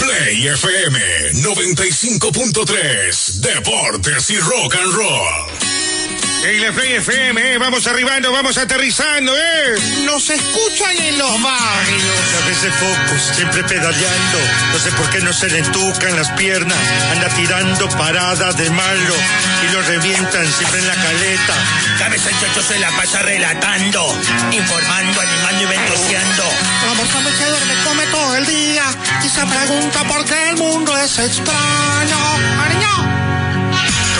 Play FM 95.3 Deportes y Rock and Roll. En la Play FM, eh, vamos arribando, vamos aterrizando, ¿eh? Nos escuchan en los barrios. A veces focos, siempre pedaleando. No sé por qué no se le entucan las piernas. Anda tirando parada de malo y lo revientan siempre en la caleta. Cabeza el chocho se la pasa relatando, informando, animando y ventoseando. La persona que duerme come todo el día y se pregunta por qué el mundo es extraño. ¡Ariño!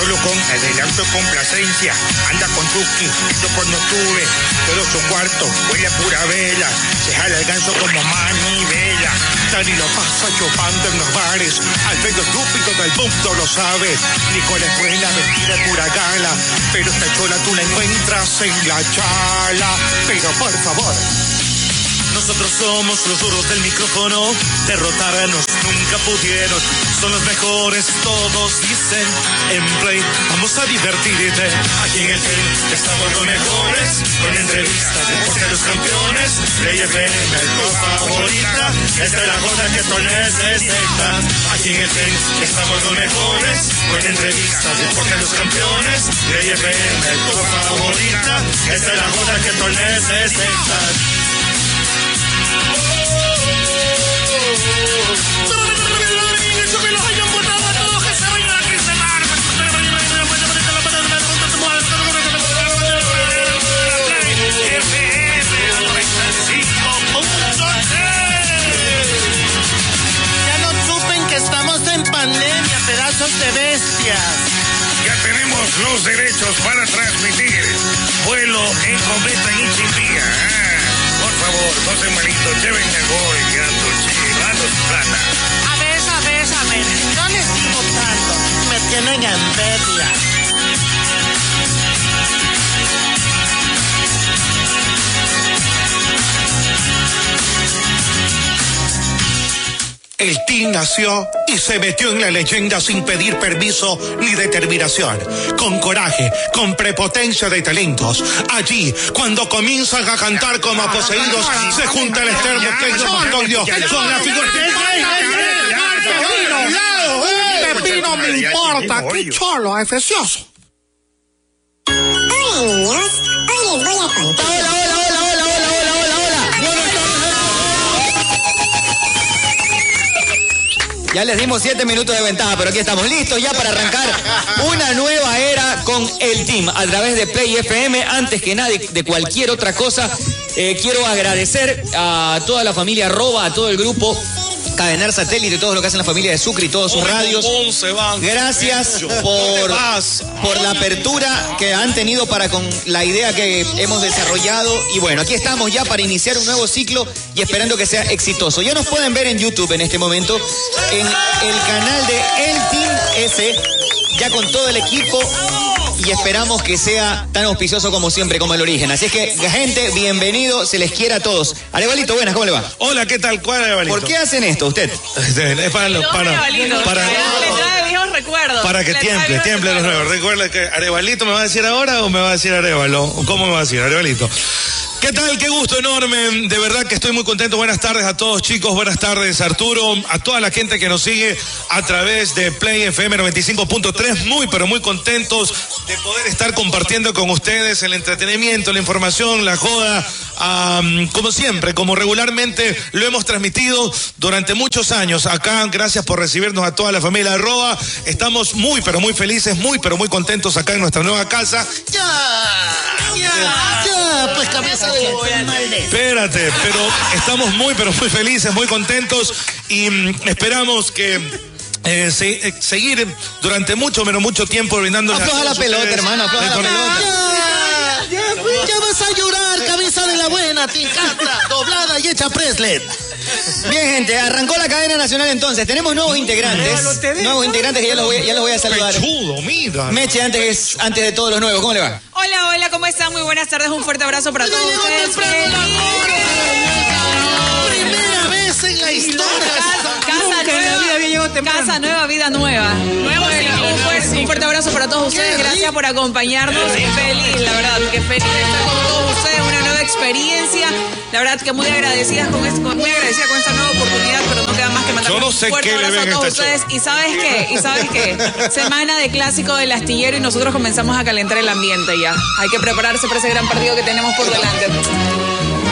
Solo con adelanto y complacencia, anda con Tuki, yo cuando tuve, todo su cuarto huele a pura vela, se jala el ganso como manivela. Dani lo pasa chupando en los bares, Alfredo estúpido del mundo lo sabe, Nicole es buena, vestida pura gala, pero esta chola tú la encuentras en la chala, pero por favor. Nosotros somos los duros del micrófono, derrotarnos nunca pudieron. Son los mejores, todos dicen. En Play, vamos a divertirte. Aquí en el Play, ya estamos los mejores. Con entrevistas, deporte de los campeones. Play FM, tu favorita. Esta es la cosa que tú necesitas. Aquí en el Play, ya estamos los mejores. Con entrevistas, deporte de los campeones. Play FM, tu favorita. Esta es la cosa que tú necesitas. de bestias. Ya tenemos los derechos para transmitir vuelo en cometa en Ichimbía. Ah, por favor, no se malito, lleven el gol, ando chivando plata. A ver, a ver, a ver, yo les sigo tanto, me tienen envidia. El team nació y se metió en la leyenda sin pedir permiso ni determinación. Con coraje, con prepotencia de talentos. Allí, cuando comienzan a cantar como poseídos, se junta el externo que es Antonio con la figura de Pepino Eh, me importa, qué cholo, efecioso. Hola, niños, hoy les voy a contar. Hola, hola, hola, hola, hola, hola, hola, hola. Buenas Ya les dimos 7 minutos de ventaja, pero aquí estamos listos ya para arrancar una nueva era con el team a través de Play FM. Antes que nada, de cualquier otra cosa, eh, quiero agradecer a toda la familia Roba, a todo el grupo Cadenar Satélite, todo lo que hacen la familia de Sucre y todas sus radios. Gracias por, por la apertura que han tenido para con la idea que hemos desarrollado. Y bueno, aquí estamos ya para iniciar un nuevo ciclo y esperando que sea exitoso. Ya nos pueden ver en YouTube en este momento, en el canal de El Team S, ya con todo el equipo y esperamos que sea tan auspicioso como siempre, como el origen. Así es que, gente, bienvenido, se les quiere a todos. Arevalito, buenas, ¿cómo le va? Hola, ¿qué tal? ¿Cuál Arevalito? ¿Por qué hacen esto usted? es para los. Para, Arevalito, para, le trae viejos recuerdos. Para que Le trae tiemble, viejos tiemble los recuerdos. nuevos. Recuerda que Arevalito me va a decir ahora o me va a decir Arevalo. ¿Cómo me va a decir Arevalito? ¿Qué tal? Qué gusto enorme. De verdad que estoy muy contento. Buenas tardes a todos chicos. Buenas tardes Arturo. A toda la gente que nos sigue a través de Play FM 95.3. Muy, pero muy contentos de poder estar compartiendo con ustedes el entretenimiento, la información, la joda. Am, como siempre, como regularmente lo hemos transmitido durante muchos años acá. Gracias por recibirnos a toda la familia de Roa. Estamos muy, pero muy felices, muy, pero muy contentos acá en nuestra nueva casa. Ya, ya, ya, pues cabeza de Espérate, pero estamos muy, pero muy felices, muy contentos y mm, esperamos que eh, se- eh, seguir durante mucho, pero mucho tiempo brindando. Afloja la pelota, hermano, afloja la pelota. Ya, ya, pues, ya vas a llorar, cabeza de la buena, te encanta, doblada y hecha preslet. Bien, gente, arrancó la cadena nacional entonces. Tenemos nuevos integrantes. Nuevos integrantes que ya los voy, ya los voy a saludar. Pechudo, mira. Meche, antes, antes de todos los nuevos, ¿cómo le va? Hola, hola, ¿cómo están? Muy buenas tardes, un fuerte abrazo para todos Llegó ustedes. temprano la hora. Primera vez en la historia. Casa nueva, casa nueva, vida nueva. Bueno, un, fuerte, un fuerte abrazo para todos ustedes. Gracias por acompañarnos. Feliz, la verdad, que feliz de estar con todos ustedes. Una nueva experiencia. La verdad que muy agradecidas con, es- con- muy agradecida con esta nueva oportunidad, pero no queda más que mandar Yo no un sé fuerte qué le abrazo ven este a a todos esta ustedes. ¿Y sabes qué? ¿Y sabes qué? Semana de clásico del astillero y nosotros comenzamos a calentar el ambiente ya. Hay que prepararse para ese gran partido que tenemos por delante.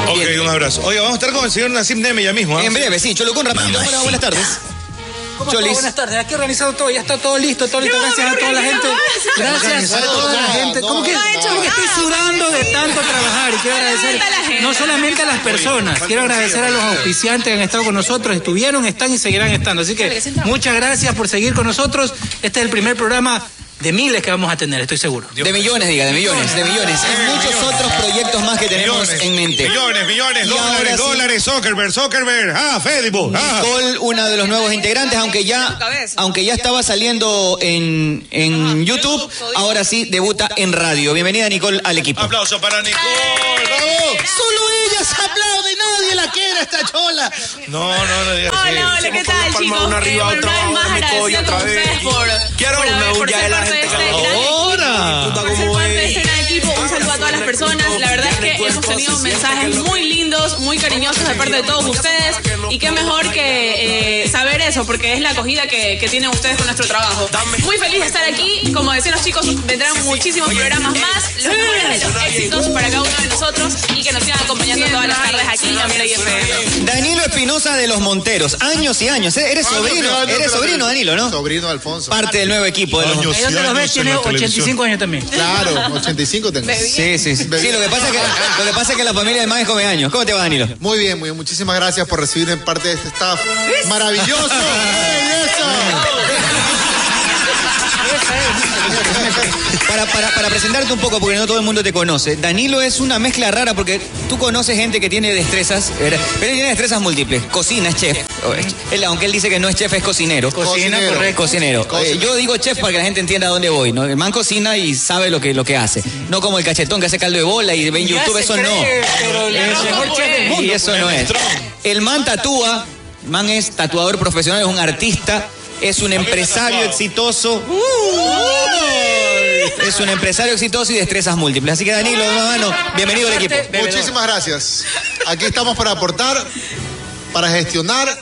Ok, un abrazo. Oiga, vamos a estar con el señor Nassim Neme ya mismo. ¿ah? En breve, sí, Cholo con rapidito. Hola, buenas tardes. ¿Cómo está? Cholis. Buenas tardes, aquí organizado todo, ya está todo listo, todo listo. Gracias a toda la gente. Gracias a toda la gente. ¿Cómo que, cómo que estoy sudando de tanto trabajar? Y quiero agradecer no solamente a las personas, quiero agradecer a los auspiciantes que han estado con nosotros, estuvieron, están y seguirán estando. Así que muchas gracias por seguir con nosotros. Este es el primer programa de miles que vamos a tener, estoy seguro. De millones, diga, de millones, de millones. Y muchos otros proyectos más que tenemos en mente. Millones, millones, Y ahora dólares, sí, dólares, Zuckerberg, Zuckerberg, ah, Facebook, ah. Nicole, una de los nuevos integrantes, aunque ya, aunque ya estaba saliendo en, en YouTube, ahora sí debuta en radio. Bienvenida, Nicole, al equipo. Aplauso para Nicole. Solo ella se aplaude, nadie la quiere esta chola. No, no, no digas Hola, eso. hola, ¿qué tal, chicos? una arriba, Eh, una otra vez abajo, más me cojo y agradecida otra con vez. ustedes por, Quiero por una haber- por bulla ser de la parte de gente Oh, este que- gran Ahora. equipo, por ser parte de este gran equipo. Un saludo a todas las personas. La verdad es que hemos tenido mensajes muy lindos, muy cariñosos de parte de todos ustedes. Y qué mejor que eh, saber eso, porque es la acogida que, que tienen ustedes con nuestro trabajo. Muy feliz de estar aquí. Como decían los chicos, vendrán muchísimos programas más. Los mejores de los éxitos para cada uno de nosotros y que nos sigan acompañando todas las tardes aquí en Play FM. Danilo Espinosa de los Monteros, años y años. ¿eh? Eres Años y sobrino, años, eres pero- sobrino, Danilo, ¿no? Sobrino de Alfonso. Parte del nuevo equipo de los Ahí donde los ves tiene 85 años también. Claro, 85 tengo. Sí, sí, sí. Sí, lo que pasa es que, lo que, pasa es que la familia del más es come años. ¿Cómo te va, Danilo? Muy bien, muy bien. Muchísimas gracias por recibirme en parte de este staff. ¡Maravilloso! ¡Ey, Para, para, para presentarte un poco, porque no todo el mundo te conoce, Danilo es una mezcla rara porque tú conoces gente que tiene destrezas, ¿verdad? pero él tiene destrezas múltiples. Cocina, es chef. O es- él, aunque él dice que no es chef, es cocinero. Cocina, Cocinero. correcto. Cocinero. Eh, yo digo chef para que la gente entienda a dónde voy. ¿no? El man cocina y sabe lo que, lo que hace. No como el cachetón que hace caldo de bola y ve en Ya YouTube, se eso cree, no. pero el mejor chef del mundo. Y eso no es. El man tatúa, el man es tatuador profesional, es un artista, es un empresario exitoso. Es un empresario exitoso y destrezas múltiples. Así que Danilo, hermano, bienvenido al equipo. Muchísimas gracias. Aquí estamos para aportar, para gestionar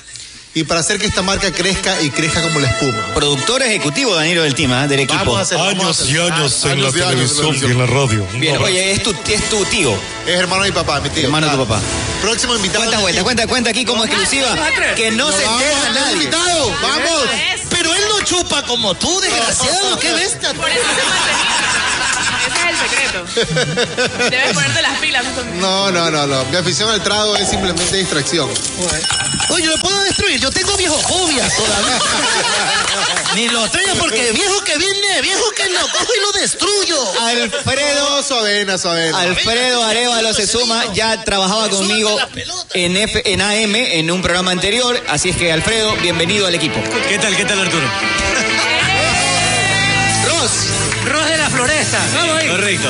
y para hacer que esta marca crezca y crezca como la espuma. Productor ejecutivo Danilo del Tima, del equipo. Vamos a hacer- vamos a hacer- Ah, años y años en la televisión. radio. Bien, oye, es tu, es tu tío. Es hermano de mi papá, mi tío. Hermano de tu papá. Próximo invitado. Cuenta, cuenta, cuenta, cuenta aquí como exclusiva. Que no se vamos, entera tenemos nadie. invitado, vamos. Pero él no chupa como tú, desgraciado, qué bestia. Por eso se mantenía. Ese es el secreto. Debes ponerte las pilas. tú también. No, no, no, no. Mi afición al trago es simplemente distracción. Oye, lo puedo destruir, yo tengo viejofobias todavía. Ni lo traigo porque viejo que viene, viejo que lo cojo y lo destruyo. Alfredo Suavena, suavena. Alfredo Arevalo se suma, ya trabajaba conmigo en, F- en AM en un programa anterior, así es que Alfredo, bienvenido al equipo. ¿Qué tal, qué tal, Arturo? Ros. Ros de la floresta. Vamos ahí. Correcto.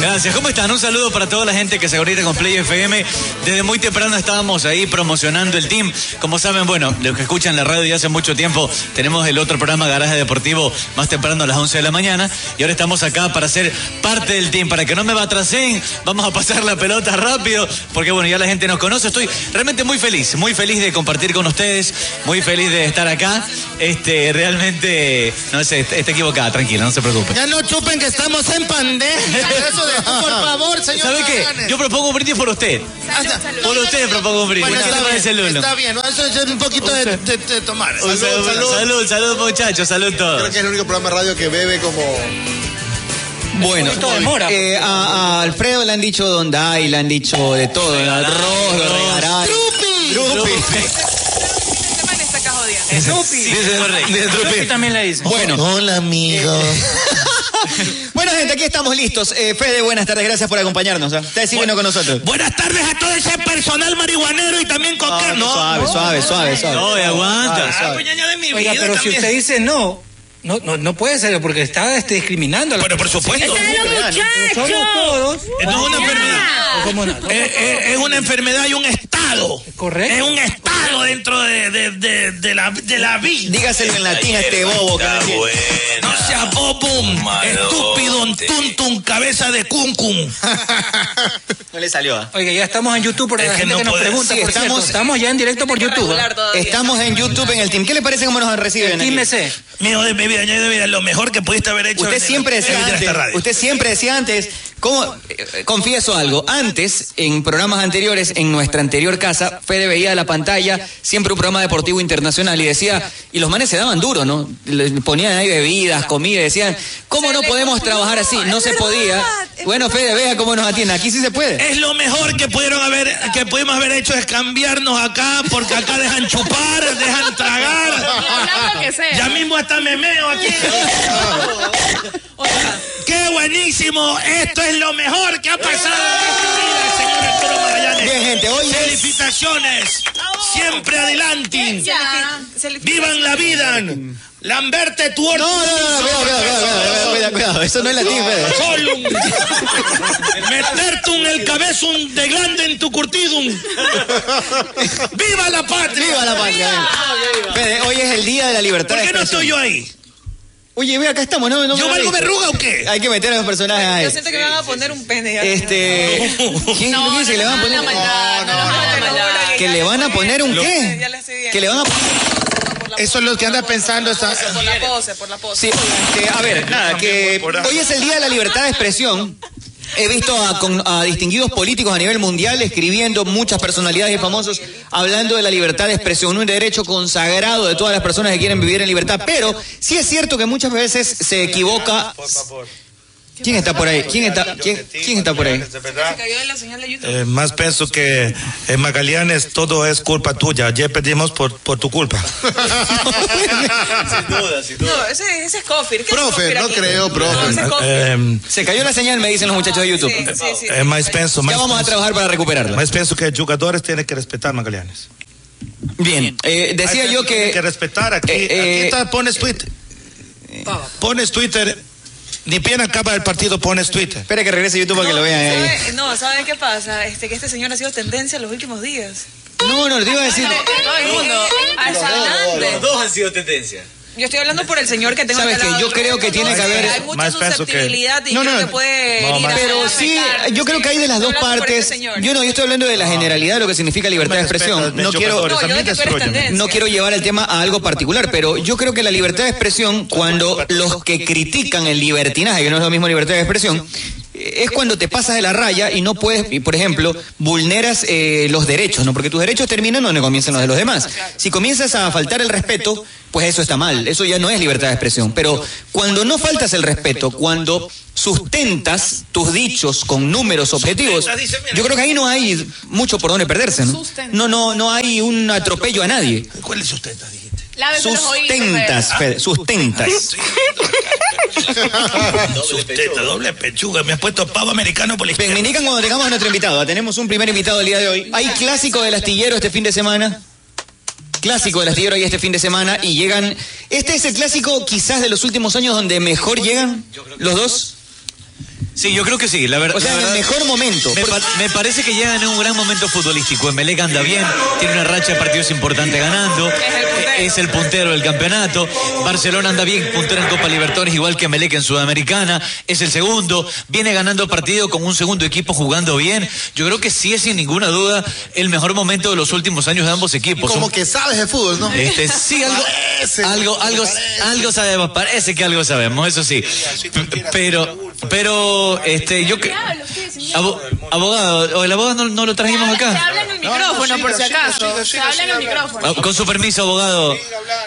Gracias. ¿Cómo están? Un saludo para toda la gente que se ahorita con Play FM. Desde muy temprano estábamos ahí promocionando el team. Como saben, bueno, los que escuchan la radio ya hace mucho tiempo, tenemos el otro programa Garaje Deportivo más temprano a las 11 de la mañana. Y ahora estamos acá para ser parte del team. Para que no me batracen, vamos a pasar la pelota rápido, porque bueno, ya la gente nos conoce. Estoy realmente muy feliz, muy feliz de compartir con ustedes, muy feliz de estar acá. Este, realmente, no sé, está está equivocada, tranquila, no se preocupe. Ya no chupen que estamos en pandemia. Eso de, por favor, señor. ¿Sabe qué? Magallanes. Yo propongo un brindis por usted. Por usted propongo un brindis. Bueno, ¿Qué le está parece el bien, uno? Está bien, ¿no? eso es un poquito de, de- de tomar. Un salud, salud, salud, muchachos, salud todos. Creo que es el único programa de radio que bebe como. Bueno, poquito de mora. eh, a, a Alfredo le han dicho Donday, le han dicho de todo, de arroz, de regalar. ¡Trupi! Yo también le dice. Bueno. Hola, amigo. Bueno, gente, aquí estamos listos. Eh, Fede, buenas tardes, gracias por acompañarnos. ¿ah? Ustedes siguiendo con nosotros. Buenas tardes a todo ese personal marihuanero y también coca. No, Suave, suave, suave, suave. No, y Ah, aguanta. Oiga, pero si usted dice no, no, no, no puede ser porque está este, discriminando. Pero por supuesto. Somos todos. No es una enfermedad. ¿Cómo no? Eh, eh, es una enfermedad y un estado. Correcto. Es un estado. algo dentro de, de, de, de la, de la vida. Dígaselo en latín a este bobo. que Está no entiende. No seas bobum, estúpido, tuntum, cabeza de cuncum. No le salió. ¿ah? Oiga, ya estamos en YouTube por la gente que nos pregunta. Sí, por estamos- cierto. estamos ya en directo por YouTube. ¿ah? Estamos en YouTube en el team. ¿Qué le parece cómo nos reciben? aquí? Mío de mi vida, año de mi vida, lo mejor que pudiste haber hecho. Usted en- siempre en decía esta antes, radio. usted siempre decía antes, ¿cómo? eh, eh, confieso algo, antes, en programas anteriores, en nuestra anterior casa, Fede veía la pantalla, siempre un programa deportivo internacional, y decía, y los manes se daban duro, ¿no? Le ponían ahí bebidas, comida, y decían, ¿cómo no podemos trabajar así? No se podía. Bueno, Fede, vea cómo nos atiende, aquí sí se puede. Es lo mejor que pudieron haber, que pudimos haber hecho es cambiarnos acá, porque acá dejan chupar, dejan tragar. hablando que sea. Ya mismo hasta memeo aquí. ¡Qué buenísimo! Esto es lo mejor que ha pasado en esta vida, señor Arturo Magallanes. Bien, gente, hoy es- Felicitaciones. Siempre adelante. Ah, Vivan la vida. Lamberte tu orto. No, no, no, no, cuidado, cuidado, cuidado, cuidado, cuidado, cuidado, eso no es latín, Fede. Colum. Meterte un el cabezón de grande en tu curtidum. ¡Viva la patria! ¡Viva la patria! Fede, hoy es el día de la libertad. ¿Por de qué no estoy yo expresión. ahí? Oye, ve, acá estamos, ¿no? no ¿Yo me valgo aviso. verruga o qué? Hay que meter a los personajes ahí. Yo siento que me van a poner un pene. ya. Este. ¿Quién No, dice que le van a no, poner? no, no, no, no, no, no, ¿Que le van a poner un qué? Ya le estoy viendo. ¿Que le van a Eso es lo que anda pensando esa. Por la pose, por la pose. Sí, que, a ver, nada, que hoy es el Día de la Libertad de Expresión. He visto a, con- a distinguidos políticos a nivel mundial escribiendo muchas personalidades y famosos hablando de la libertad de expresión, un derecho consagrado de todas las personas que quieren vivir en libertad. Pero sí es cierto que muchas veces se equivoca. ¿Quién está por ahí? ¿Quién está, quién, quién está por ahí? Se cayó de la señal de YouTube. Eh, más pienso que en Magallanes todo es culpa tuya. Ayer pedimos por, por tu culpa. sin duda, sin duda. No, ese, ese es Cofir. ¿Qué es Cofir aquí? No, ese es Cofir. Eh, Se cayó la señal, me dicen los muchachos de YouTube. eh, más pienso, Ya más vamos a pienso- trabajar para recuperarla. Más pienso que jugadores tienen que respetar Magallanes. Bien, eh, decía yo que. eh, que respetar aquí. aquí está, pones Twitter. Pones Twitter. Ni bien acaba el partido, pones Twitter. Espera que regrese YouTube para que lo vean ahí. ¿Sabe- No, ¿saben qué pasa? Este, que este señor ha sido tendencia en los últimos días. No, no, te iba a decir. Todo el mundo. Asalante. dos han sido tendencia. Yo estoy hablando por el señor que tengo ¿Sabes acá al qué? lado. Yo creo que tiene No, que sí, haber- Hay mucha Más peso que- susceptibilidad y No, creo no, que puede No, ir a- más- Pero sí, yo creo que hay de las dos Hablando por este partes. señor. Yo no, yo estoy hablando de la generalidad de lo que significa libertad de expresión. No, No quiero, yo de que tú eres tendencia. no quiero llevar el tema a algo particular, pero yo creo que la libertad de expresión, cuando los que critican el libertinaje, que no es lo mismo libertad de expresión, eh, es cuando te pasas de la raya y no puedes, y, por ejemplo, vulneras eh, los derechos, ¿no? Porque tus derechos terminan donde comienzan los de los demás. Si comienzas a faltar el respeto, pues eso está mal, eso ya no es libertad de expresión. Pero cuando no faltas el respeto, cuando sustentas tus dichos con números objetivos, yo creo que ahí no hay mucho por dónde perderse, ¿no? No, no, no hay un atropello a nadie. ¿Cuál es sustenta? Lávese los oídos, Sustentas, Fede. Fede, sustentas. Sustenta, doble pechuga. Me has puesto pavo americano por la Ven, izquierda. me indican cuando tengamos a nuestro invitado. Tenemos un primer invitado el día de hoy. Hay clásico del astillero este fin de semana. Clásico del astillero ahí este fin de semana y llegan. Este es el clásico quizás de los últimos años donde mejor llegan los dos. Sí, yo creo que sí, la verdad. O sea, la en el verdad- mejor momento. Me, pa- me parece que llegan en un gran momento futbolístico. Emelec anda bien, tiene una racha de partidos importante ganando. E-, Es el puntero del campeonato. Barcelona anda bien, puntero en Copa Libertadores, igual que Emelec en Sudamericana. Es el segundo. Viene ganando partido con un segundo equipo jugando bien. Yo creo que sí es sin ninguna duda el mejor momento de los últimos años de ambos equipos. Como Un- que sabes de fútbol, ¿no? este, sí, algo, algo, algo, algo sabemos, parece que algo sabemos, eso sí. P- Pero, pero, este, yo que. abo- Abogado, o el abogado no, no lo trajimos acá. Habla en el micrófono, por si acaso. Se habla en el micrófono. Ah, Con su permiso, abogado.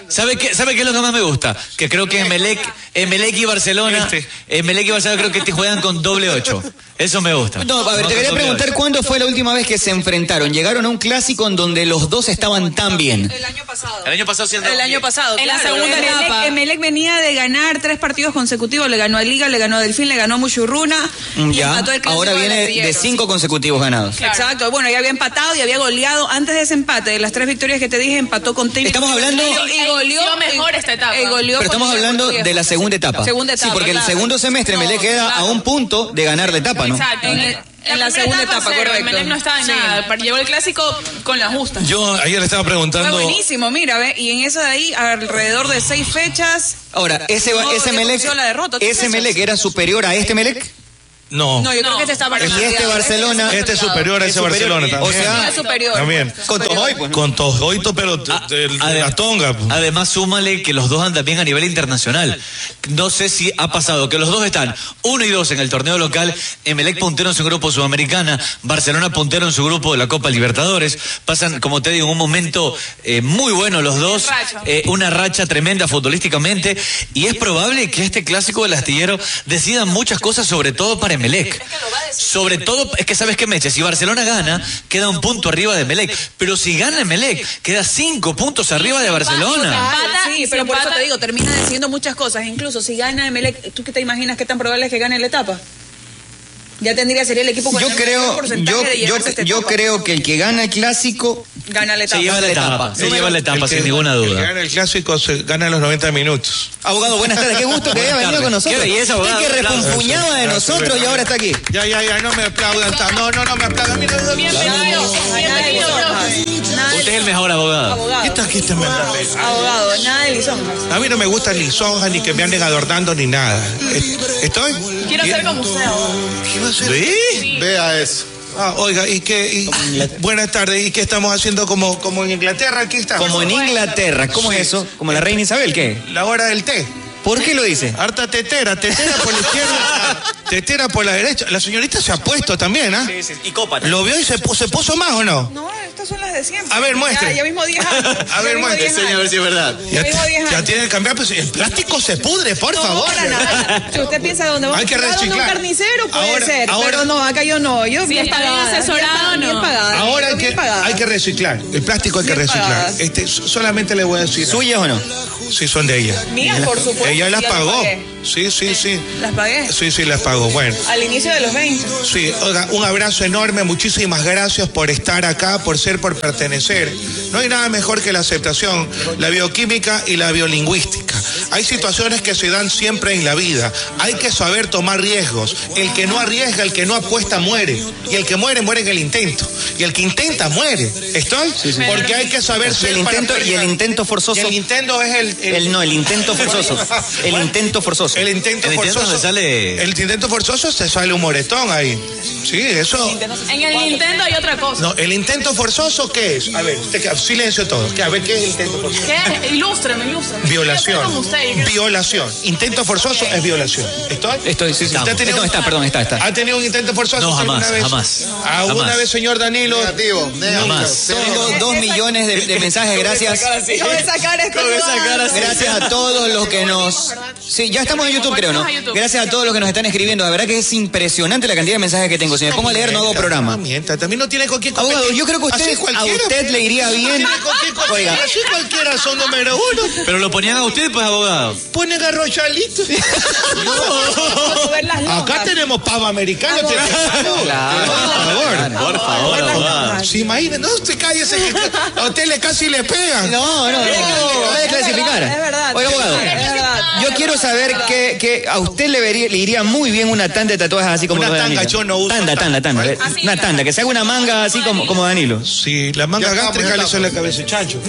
¿Sabe qué, ¿Sabe qué es lo que más me gusta? Que creo que Emelec, Emelec y Barcelona, Este. Emelec y Barcelona creo que te juegan con doble ocho. Eso me gusta. No, a ver, te con quería doble preguntar ocho. cuándo fue la última vez que se enfrentaron. Llegaron a un clásico en donde los dos estaban tan bien. El año pasado siendo. El año Ah, pasado, En la claro, segunda Emelec- etapa. Emelec venía de ganar tres partidos consecutivos. Le ganó a Liga, le ganó a Delfín, le ganó a Muchurruna. y Ya, empató el clásico ahora del viene de astillero. cinco consecutivos ganados. Exacto, bueno, ya había empatado y había goleado antes de ese empate, de las tres victorias que te dije, empató con Tigre. Estamos hablando- y goleó Sido mejor y- esta etapa. y goleó Pero estamos con Tigre hablando Portugués. de la segunda etapa. Segunda etapa, Sí, porque el claro. segundo semestre me le queda a un punto de ganar la etapa, ¿no? Exacto. En el, en la segunda etapa, cero, correcto. Emelec no estaba en Sí. nada. par- Llegó el clásico con la justa. Yo ayer le estaba Fue preguntando. buenísimo, mira, ve, y en esa de ahí, alrededor de seis fechas. Ahora, ese, va- no, ese que Melec, consiguió la derrota, ocho ese fechas. Melec era superior a este Melec. No. No, yo creo que este está para Y este Barcelona. Este es superior a ese Barcelona O también. sea, superior. También. Con Tojoy, pues. Con Tojoito, pero eh, de, pues. la tonga. Además, súmale que los dos andan bien a nivel internacional. No sé si ha pasado que los dos están uno y dos en el torneo local. Emelec puntero en su grupo sudamericana, Barcelona puntero en su grupo de la Copa Libertadores. Pasan, como te digo, un momento eh, muy bueno los dos, eh, una racha tremenda futbolísticamente. Y es probable que este clásico del astillero decida muchas cosas, sobre todo para Emelec. Sobre todo, es que sabes que Meche, si Barcelona gana, queda un punto arriba de Melec. Pero si gana Emelec, queda cinco puntos arriba de Barcelona. empata, sí, y pero si por eso empata- te digo, termina decidiendo muchas cosas. Incluso si gana Emelec, ¿tú qué te imaginas qué tan probable es que gane la etapa? Ya tendría sería el equipo con yo el mayor creo, porcentaje yo, de este yo, llevarse esta yo etapa. creo que el que gana el clásico gana la etapa. El que- el que- El que gana el clásico se gana los 90 minutos. Abogado, buenas tardes, qué gusto que haya venido con nosotros. Usted que refunfuñaba de nosotros y ahora está aquí. Ya, ya, ya, no me aplaudan. tan- No, no, no me aplaudan. Mira, mira, mira. Bienvenido, bienvenido. Nada Usted es el mejor abogado. Abogado. ¿Qué tal que te manda pena? Abogado, nada de lisonjas. A mí no me gustan ni sojas, ni que me anden adornando, ni nada. ¿E- ¿Estoy? Quiero ¿Y- ser como usted. abogado. ¿Sí? Vea eso. Ah, oiga, y que. y- buenas tardes, ¿y qué estamos haciendo como, como en Inglaterra? Aquí está. Como en Inglaterra, ¿cómo es eso? ¿Como la reina Isabel qué? La hora del té. ¿Por qué lo dice? Harta tetera, tetera por la izquierda, tetera por la derecha. La señorita se ha puesto también, ¿ah? Y copa. ¿Lo vio y se, pu- se puso más o no? No, estas son las de siempre. A ver, Ya- muestre. Ya, mismo 10 años. A ver, muestre, señor, si es verdad. Ya, Ya mismo 10 ya años. tiene que cambiar, pues el plástico se pudre, por No, favor. para nada. Si usted piensa dónde va Hay que a un reciclar. carnicero, puede Ahora- ser. ahora- pero no, acá yo no. Yo Si bien está bien pagada, asesorado, bien pagada, no. Bien pagada. Ahora hay yo que, bien pagada. hay que reciclar. El plástico hay que Bien reciclar. pagadas. Este, so- solamente le voy a decir. ¿Suyas o no? Sí, son de ella. Mías, por supuesto, Ella las ya las pagó. pagué. Sí, sí, sí. Las pagué. Sí, sí, las pagó. Bueno. Al inicio de los 20. Sí, oiga, un abrazo enorme, muchísimas gracias por estar acá, por ser, por pertenecer. No hay nada mejor que la aceptación, la bioquímica y la biolingüística. Hay situaciones que se dan siempre en la vida. Hay que saber tomar riesgos. El que no arriesga, el que no apuesta, muere. Y el que muere, muere en el intento. Y el que intenta, muere. ¿Estoy? Porque hay que saber Y ser el para intento, y el perder. intento forzoso. Y el intento es el, El no, el intento forzoso. El intento forzoso. El intento El intento forzoso. se sale- El intento forzoso se sale un moretón ahí. Sí, eso. En el Nintendo hay otra cosa. No, el intento forzoso, ¿qué es? A ver, usted que- silencio todo. ¿Qué? A ver, ¿qué es el intento forzoso? ¿Qué? Ilústrame, ilústrame. Yo quiero ser Violación. como usted, yo quiero- Violación. Intento forzoso es violación. ¿Estoy? Estoy, sí, sí. ¿Usted ha tenido- No, está, perdón, está, está. ¿Ha tenido un intento forzoso? No, usted jamás, alguna vez? jamás, ¿Alguna jamás. vez, señor Danilo? Negativo, Jamás. Tengo dos millones de, de mensajes, gracias. Yo voy a sacar este esta Gracias a todos los que nos... Sí, ya estamos en YouTube, creo, ¿no? Gracias a todos los que nos están escribiendo. La verdad que es impresionante la cantidad de mensajes que tengo. Si me pongo a leer, no hago programa. Mienta, también no tiene con quién competir. Abogado, yo creo que usted, Así a cualquiera, usted le iría no bien... tiene con quién competir, Oiga. Así cualquiera son número uno. Pero lo ponían a usted, pues, abogado. Pone garrochalito. Acá tenemos pavo Ah, americano. tenemos- Por favor. Por favor, abogado. Se imagina, no se cállese. que A usted le casi le pegan. No, no, no, no, de clasificar. Es verdad. Oiga, abogado. Es verdad. Yo quiero saber que, que a usted le, vería- le iría muy bien una tanda de tatuajes así como Una los de tanga, Danilo. yo no uso Tanda, tanda, tanda. a ver, Una tanda, que se haga una manga así como, como Danilo. Sí, la manga Ya estamos, gástrica ya le sale la cabeza, chancho.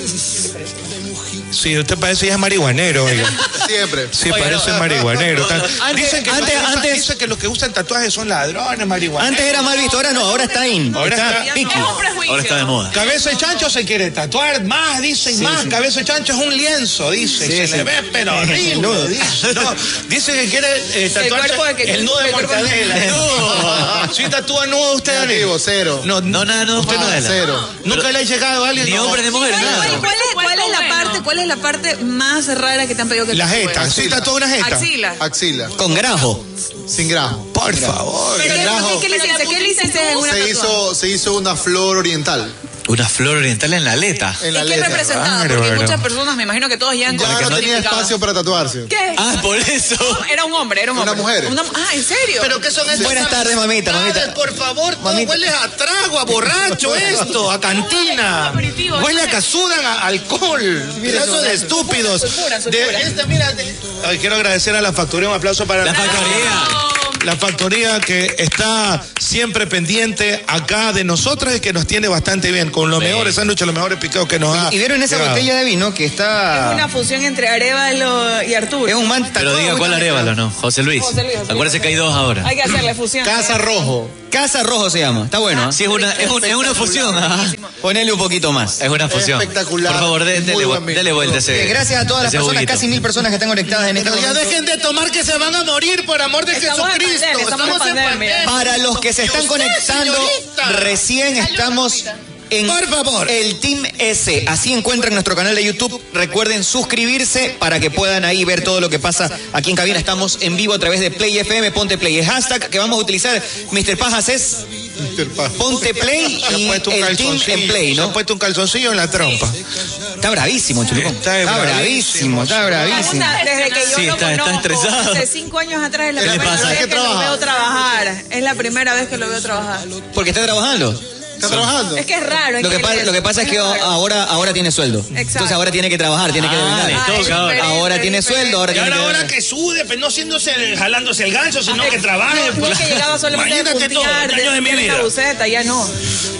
Sí, usted parece ya marihuanero, oiga. Siempre. Sí, parece marihuanero. tal. Antes- Dicen que los antes- marihuanos- antes- dicen que los que usan tatuajes son ladrones, marihuaneros. Antes era mal visto, ahora no, ahora está in. Ahora está está- piqui. Es un prejuicio. Ahora está de moda. Cabeza de chancho se quiere tatuar más, dicen más. Cabeza de chancho es un lienzo, dice. se sí. le ve, pero horrible. dice, no. Dice que quiere eh, tatuarse cuerpo de el, que- nudo de el cuerpo de- mortadela. No. Si tatúa nudo usted, Dani. Negativo, cero. No, Ah. No, nada, no, usted no nada. es Cero. Nunca le ha llegado a alguien. Ni no. hombre ni mujer, ¿Cuál, nada. cuál es, cuál es la parte, ¿Cuál es la parte más rara que te han pedido que La te jeta, tatúes? sí, tatúa una jeta. Axila. Axila. Con grajo. Sin grajo. Por favor. Pero Sin no sé grajo. qué le hiciste, ¿qué le hiciste en una Se tatuaje? hizo, se hizo una flor oriental Una flor oriental en la aleta. en ¿Y la qué letra. representaba? Porque Bárbaro. muchas personas, me imagino que todos ya han Ya no tenía espacio para tatuarse. ¿Qué? Ah, por eso. Era un hombre, era un Una hombre. mujer. Una- ah, ¿en serio? ¿Pero qué son estos? Buenas tardes, mamita, mamita. Padres, Por favor, todo Mamita. huele a trago, a borracho esto, a cantina. Aperitivo, Huele a ¿no? casudan, a alcohol. Pedazo de estúpidos. sulfura, De- sulfura. esta, mira, de- Ay, quiero agradecer a la factoría, un aplauso para La factoría. Bravo. la factoría que está siempre pendiente acá de nosotros y que nos tiene bastante bien, con los mejores sándwiches, los mejores picados que nos Ah, ha. Y vieron esa llegado. botella de vino que está. Es una fusión entre Arevalo y Arturo. Es un man Pero diga cuál Arevalo, ¿no? José Luis. José Luis, José Acuérdese que hay dos ahora. Hay que hacerle fusión. Casa Rojo. Casa Rojo se llama. Está bueno. ¿ah? Sí, es una, es una, es una fusión. ajá. Ah. Ponele un poquito más. Es una fusión. Espectacular. Por favor, dé- Muy dele, buen vino. dele vuelta a ese. Bien, gracias a todas las ese personas, juguito. casi mil personas que están conectadas en este Pero ya momento. dejen de tomar que se van a morir por amor de Estamos en Jesucristo. pandemia, estamos en pandemia. Para los que se Y están usted, conectando, señorita. recién estamos en Por favor. el Team S. Así encuentran nuestro canal de YouTube. Recuerden suscribirse para que puedan ahí ver todo lo que pasa aquí en cabina. Estamos en vivo a través de Play FM, Ponte Play. El hashtag que vamos a utilizar, Mr. Pajas, es Ponte Play Se ha y puesto un el Team calzoncillo. en Play, Se ¿no? ha puesto un calzoncillo en la trompa. Está bravísimo, Chulucón. Está Está bravísimo. bravísimo, está bravísimo. Puta, Desde que yo Sí, lo está- está conozco, estresado. hace cinco años atrás es la ¿Qué le primera pasa? vez ¿Qué que lo trabaja? veo trabajar. Es la primera vez que lo veo trabajar. Porque está trabajando. ¿Está trabajando? Es que es raro. Lo que, pa- lo que pasa es que ah, raro. ahora, ahora tiene sueldo. Entonces ahora tiene que trabajar, tiene que Ah, devengar. le toca ahora. Ahora tiene sueldo, ahora Y tiene ahora, que ahora devengar. que sude, pues no siéndose el- jalándose el ganso, sino que trabaje. Ah, No, pues. que llegaba solamente a Imagínate todo, puntear, ñaño de mi la vida. buceta, ya no.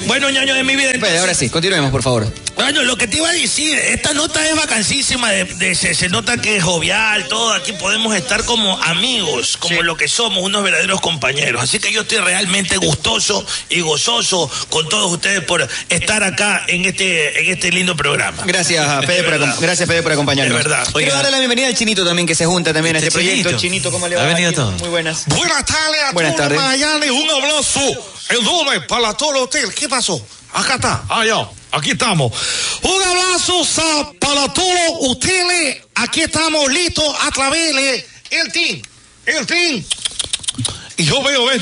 Bueno, ñaño de mi vida. Espérate, entonces- ahora sí, continuemos, por favor. Bueno, lo que te iba a decir, esta nota es vacancísima, de- de- se, se nota que es jovial, todo, aquí podemos estar como amigos, como lo que somos, unos verdaderos compañeros. Así que yo estoy realmente gustoso y gozoso con todos ustedes por estar acá en este, en este lindo programa. Gracias, a Fede, De por, verdad. acom- gracias, Fede, por acompañarnos. De verdad. Quiero Oiga. darle la bienvenida al Chinito también, que se junta también a este Este proyecto. Chinito. Chinito, ¿cómo le va? Ha venido Aquí? todo. Muy buenas. Buenas tardes a Buenas todos tardes. Miami. Un abrazo enorme para todo el hotel. ¿Qué pasó? Acá está. Allá. Aquí estamos. Un abrazo sa- para todos ustedes. Aquí estamos listos a través de el team. El team. Y yo veo, ven.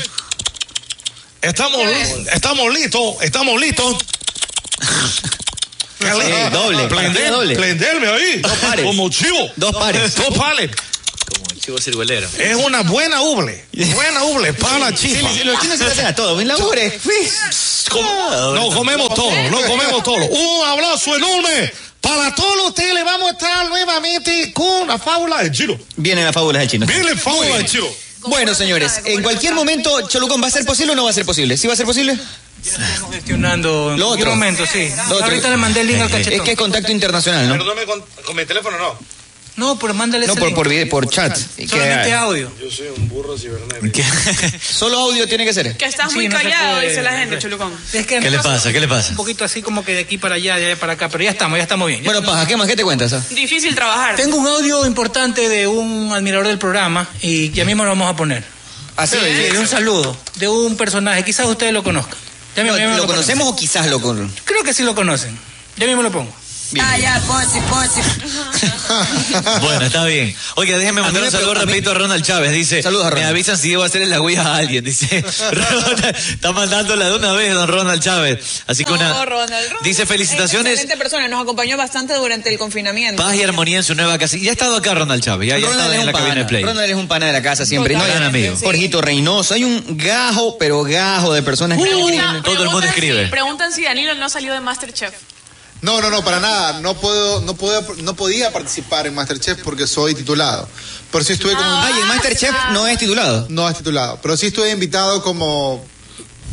Estamos, estamos listos. Estamos listos. Qué lindo. doble, Prender- partida doble. Prenderme ahí. Dos pares. Como chivo. Dos pares. Dos pares. Chivo ciruelero. Es una buena uble. Buena uble para la Sí, chifa. sí, los chinos se lo hacen a todos. ¿Ven la pobre? No comemos todo, no comemos todo. Un abrazo enorme para todos ustedes. Le Vamos a estar nuevamente con la fábula de Chiro. Vienen las fábulas del chino. Miren la fábula de Chiro. Bueno, señores, en cualquier momento, Cholucón, ¿va a ser posible o no va a ser posible? ¿Sí va a ser posible? Lo Gestionando. en otro. un momento, sí. Lo otro. Ahorita le mandé el link al Es cachetón. que es contacto internacional, ¿no? no me con, con mi teléfono no. No, pero mándale No, ese por, link. por, vide- por chat. Y Solamente que- audio. Yo soy un burro cibernético. Solo audio tiene que ser. Que estás Sí, muy no se callado, puede, dice la no gente, se- Chulucón. Es que ¿Qué le pasa? ¿Qué le pasa? Un poquito así como que de aquí para allá, de allá para acá, pero ya estamos, ya estamos bien. Ya- Bueno, Paja, ¿qué más? ¿Qué te cuentas? ah? Difícil trabajar. Tengo un audio importante de un admirador del programa y ya mismo lo vamos a poner. Así Sí, de un saludo, de un personaje, quizás ustedes lo conozcan. Ya mismo- ya mismo ¿Lo ponemos. conocemos o quizás lo con... Creo que sí lo conocen. Ya mismo lo pongo. Bien. Bueno, está bien. Oiga, déjeme mandar mí me un saludo preocupa- a mí- rapidito a Ronald Chávez. Dice, Saludos a me Ronald. avisan si debo hacerle la guía a alguien. Dice, Ronald, está mandándola de una vez, don Ronald Chávez. Así que una... No, Ronald, Ronald. Dice, Es felicitaciones, excelente persona, nos acompañó bastante durante el confinamiento. paz y armonía en su nueva casa. Ya ha estado acá Ronald Chávez, ya, ya ha estado Ronald es, en un la cabina de pana, Play. Ronald es un pana de la casa siempre. Total, No, gran amigo. sí. Jorgito Reynoso. Hay un gajo, pero gajo de personas que Preguntan- tienen- todo el mundo preguntan escribe. si- preguntan si Danilo no salió de Masterchef. No, no, no, para nada. No puedo, no puedo, no podía participar en Masterchef porque soy titulado. Pero sí estuve como Ay, el Masterchef no es titulado. no es titulado, pero sí estuve invitado como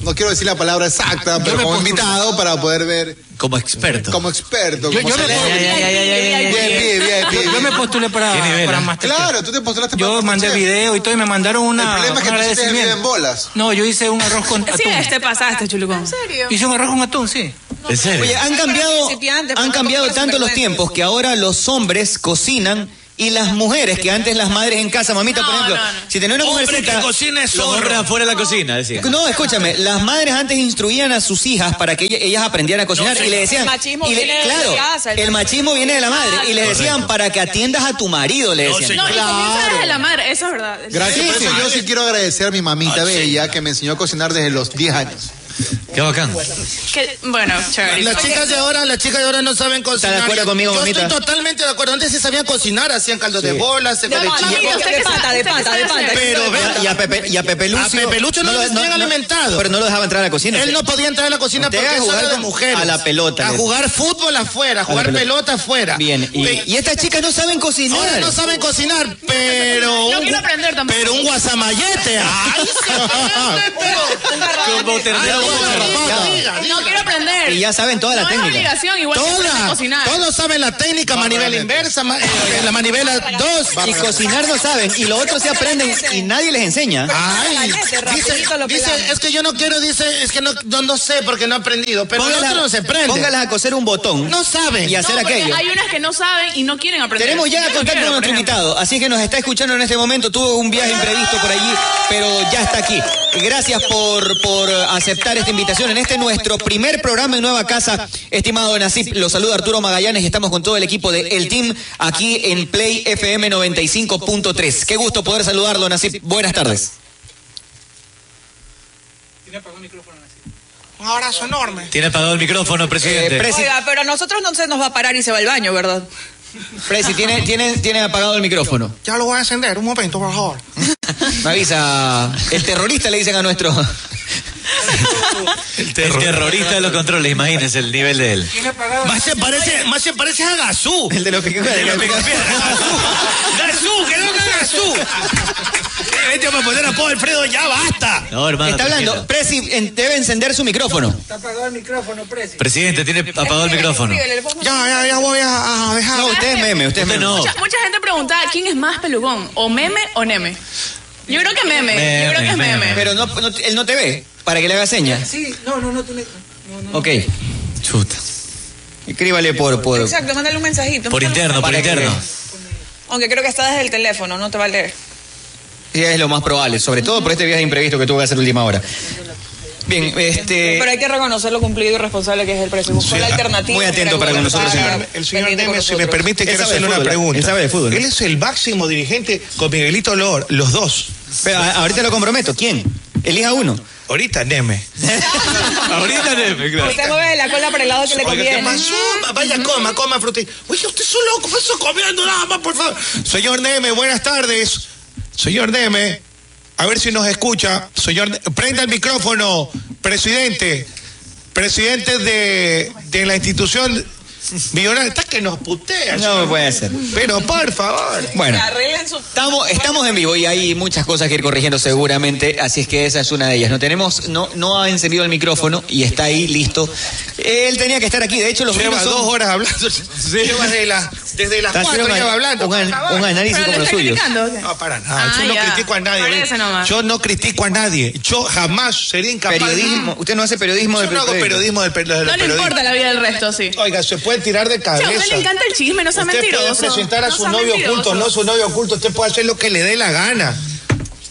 no quiero decir la palabra exacta, pero como invitado para poder ver Como experto. como experto. Yo, como yo me celebrity. postulé, Bien, bien, bien, Yo- yo me postulé para, Qué nivel, para ¿eh? Masterchef. Claro, tú te postulaste para Yo mandé Masterchef. video y todo y me mandaron El una. problema es que un tú hiciste el video en agradecimiento. bolas. No, yo hice un arroz con Sí, atún. este pasaste, Chulucón. ¿En serio? Hice un arroz con atún, sí. ¿En serio? Oye, han Ay, para cambiado, principiantes, para han no cambiado comer tanto los supercuentos. tiempos que ahora los hombres cocinan y las mujeres, que antes las madres en casa, mamita, por No, ejemplo, no, no. si tenía una Hombre mujercita... que cocina es Los zorro. hombres afuera de la cocina, decía. No, escúchame, las madres antes instruían a sus hijas para que ella- ellas aprendieran a cocinar y le decían, El machismo y le- viene de la claro, casa, el- el machismo viene de la madre y les decían para que atiendas a tu marido, le decían. señor. No, y comienza desde la mar, eso es verdad. Gracias. Sí, por eso sí. yo sí quiero agradecer a mi mamita Ah, sí. bella que me enseñó a cocinar desde los 10 años. Qué bacán. Que- bueno, chévere. Las chicas de ahora, las chicas de ahora no saben cocinar. de acuerdo conmigo, Yo mamita? estoy totalmente de acuerdo. Antes sí sabían cocinar, hacían caldo de Sí. bola, se No, calechilla. mamita, usted que sabe- usted que sabe hacer. Pero ve, Y a Pepe, y a Pepe Lucio. A Pepe Lucio no lo tenían alimentado. Pero no lo dejaba entrar a la cocina. él no podía entrar a la cocina Usted porque a eso jugar era de con- mujeres. a la pelota, A le- jugar fútbol afuera, a jugar pelota. pelota. afuera. Bien. Y, y estas chicas no saben cocinar. Ahora no saben cocinar, pero No un, quiero aprender tampoco. pero un guasamayete. Ay, se aprende, pero- Como Ah, ternero Ay, con diga, garrapata. diga, diga. No quiero aprender. Y ya saben toda la no técnica. Es obligación, igual que aprender a Todas, cocinar. todos saben la técnica, manivela inversa, ma- eh, la manivela 2. Y cocinar no saben. Y lo otro se aprenden y nadie les enseña. Ay, dice, rapidito lo dice, pelamos. es que yo no quiero, dice, es que no, no, no sé porque no he aprendido, pero el Póngala- otro no se aprende. Póngalas a coser un botón. No saben. Y hacer No, porque aquello. Hay unas que no saben y no quieren aprender. Tenemos Yo ya no contacto quiero, con por nuestro ejemplo. invitado, así que nos está escuchando en este momento, tuvo un viaje imprevisto por allí, pero ya está aquí. Gracias por, por aceptar esta invitación en este nuestro primer programa en Nueva Casa, estimado Nasip. Lo saluda Arturo Magallanes y estamos con todo el equipo de El Team aquí en Play FM 95.3. Qué gusto poder saludarlo, Nasip. Buenas tardes. Un abrazo enorme. Tiene apagado el micrófono, Eh, presidente. Oiga, pero a nosotros no se nos va a parar y se va al baño, ¿verdad? Presi, tiene, tiene, tiene apagado el micrófono. Ya lo voy a encender, un momento, por favor. Me avisa. El terrorista le dicen a nuestro. El terrorista de los controles, imagínense el nivel de él. Más se parece, más se parece a Gazú. El de los que El de los picapiedras, Gazú. Gazú, que no que Gazú. Eh, Vete Este a poner a Pablo Alfredo, ya basta. No, hermano. Está hablando. tranquilo. Presi en- debe encender su micrófono. Está apagado el micrófono, Presi. Presidente, tiene apagado el micrófono. Ya, ya, ya voy a, ah, dejar. No, usted es meme, usted es meme. no. Mucha, mucha gente pregunta quién es más pelugón, o meme o neme. Yo creo que meme, yo creo que es meme. Pero no, no- él no te ve, para que le haga señas. Sí, no, no, no tiene. no, no. Ok. Chuta. Escríbale por, por, Exacto, mándale un mensajito. por mándale un- interno, por Para que- interno. Aunque creo que está desde el teléfono, no te va a leer. Sí, es lo más probable, sobre todo por este viaje imprevisto que tuvo que hacer a última hora. Bien, Eh, este. Pero hay que reconocer lo cumplido y responsable que es el precio. Buscó la ah, alternativa. Muy atento para con nosotros, señor. El señor Neme, si me permite, Él quiero sabe hacerle de una fútbol, pregunta. él sabe de fútbol. Él es el máximo dirigente con Miguelito Lor, los dos. Pero a- ahorita lo comprometo. ¿Quién? Elija uno. Ahorita Neme. Ahorita Neme, claro. Usted mueve la cola para el lado que le Oiga, ¿qué conviene. pasó? Vaya, coma, coma frutilla. Oye, usted es un loco, fue eso comiendo nada más, por favor. Señor Neme, buenas tardes. Señor Neme, a ver si nos escucha. Señor, Ne- prenda el micrófono, presidente. Presidente de, de la institución millonaria. Está que nos putea. No puede ser. Pero por favor. Bueno. Arreglen su. Estamos, estamos en vivo y hay muchas cosas que ir corrigiendo seguramente, así es que esa es una de ellas. No tenemos, no, no ha encendido el micrófono y está ahí listo. Él tenía que estar aquí, de hecho los Lleva vinos son- dos horas hablando. Lleva desde, la- desde las Está cuatro haciendo lleva una- hablando. un por an- favor. un análisis Pero lo como está los suyos. criticando. No, para nada. Ah, yo no ya. critico a nadie. Parece ¿ven? nomás. Yo no critico a nadie. Yo jamás sería incapaz. Mm. Periodismo. Usted no hace periodismo Yo del no hago periodismo del, per- del No le periodismo. importa la vida del resto, sí. Oiga, se puede tirar de Che, cabeza. a usted le encanta el chisme, no sea usted puede mentiroso. presentar a No su sea novio mentiroso. oculto, no su novio oculto. Usted puede hacer lo que le dé la gana.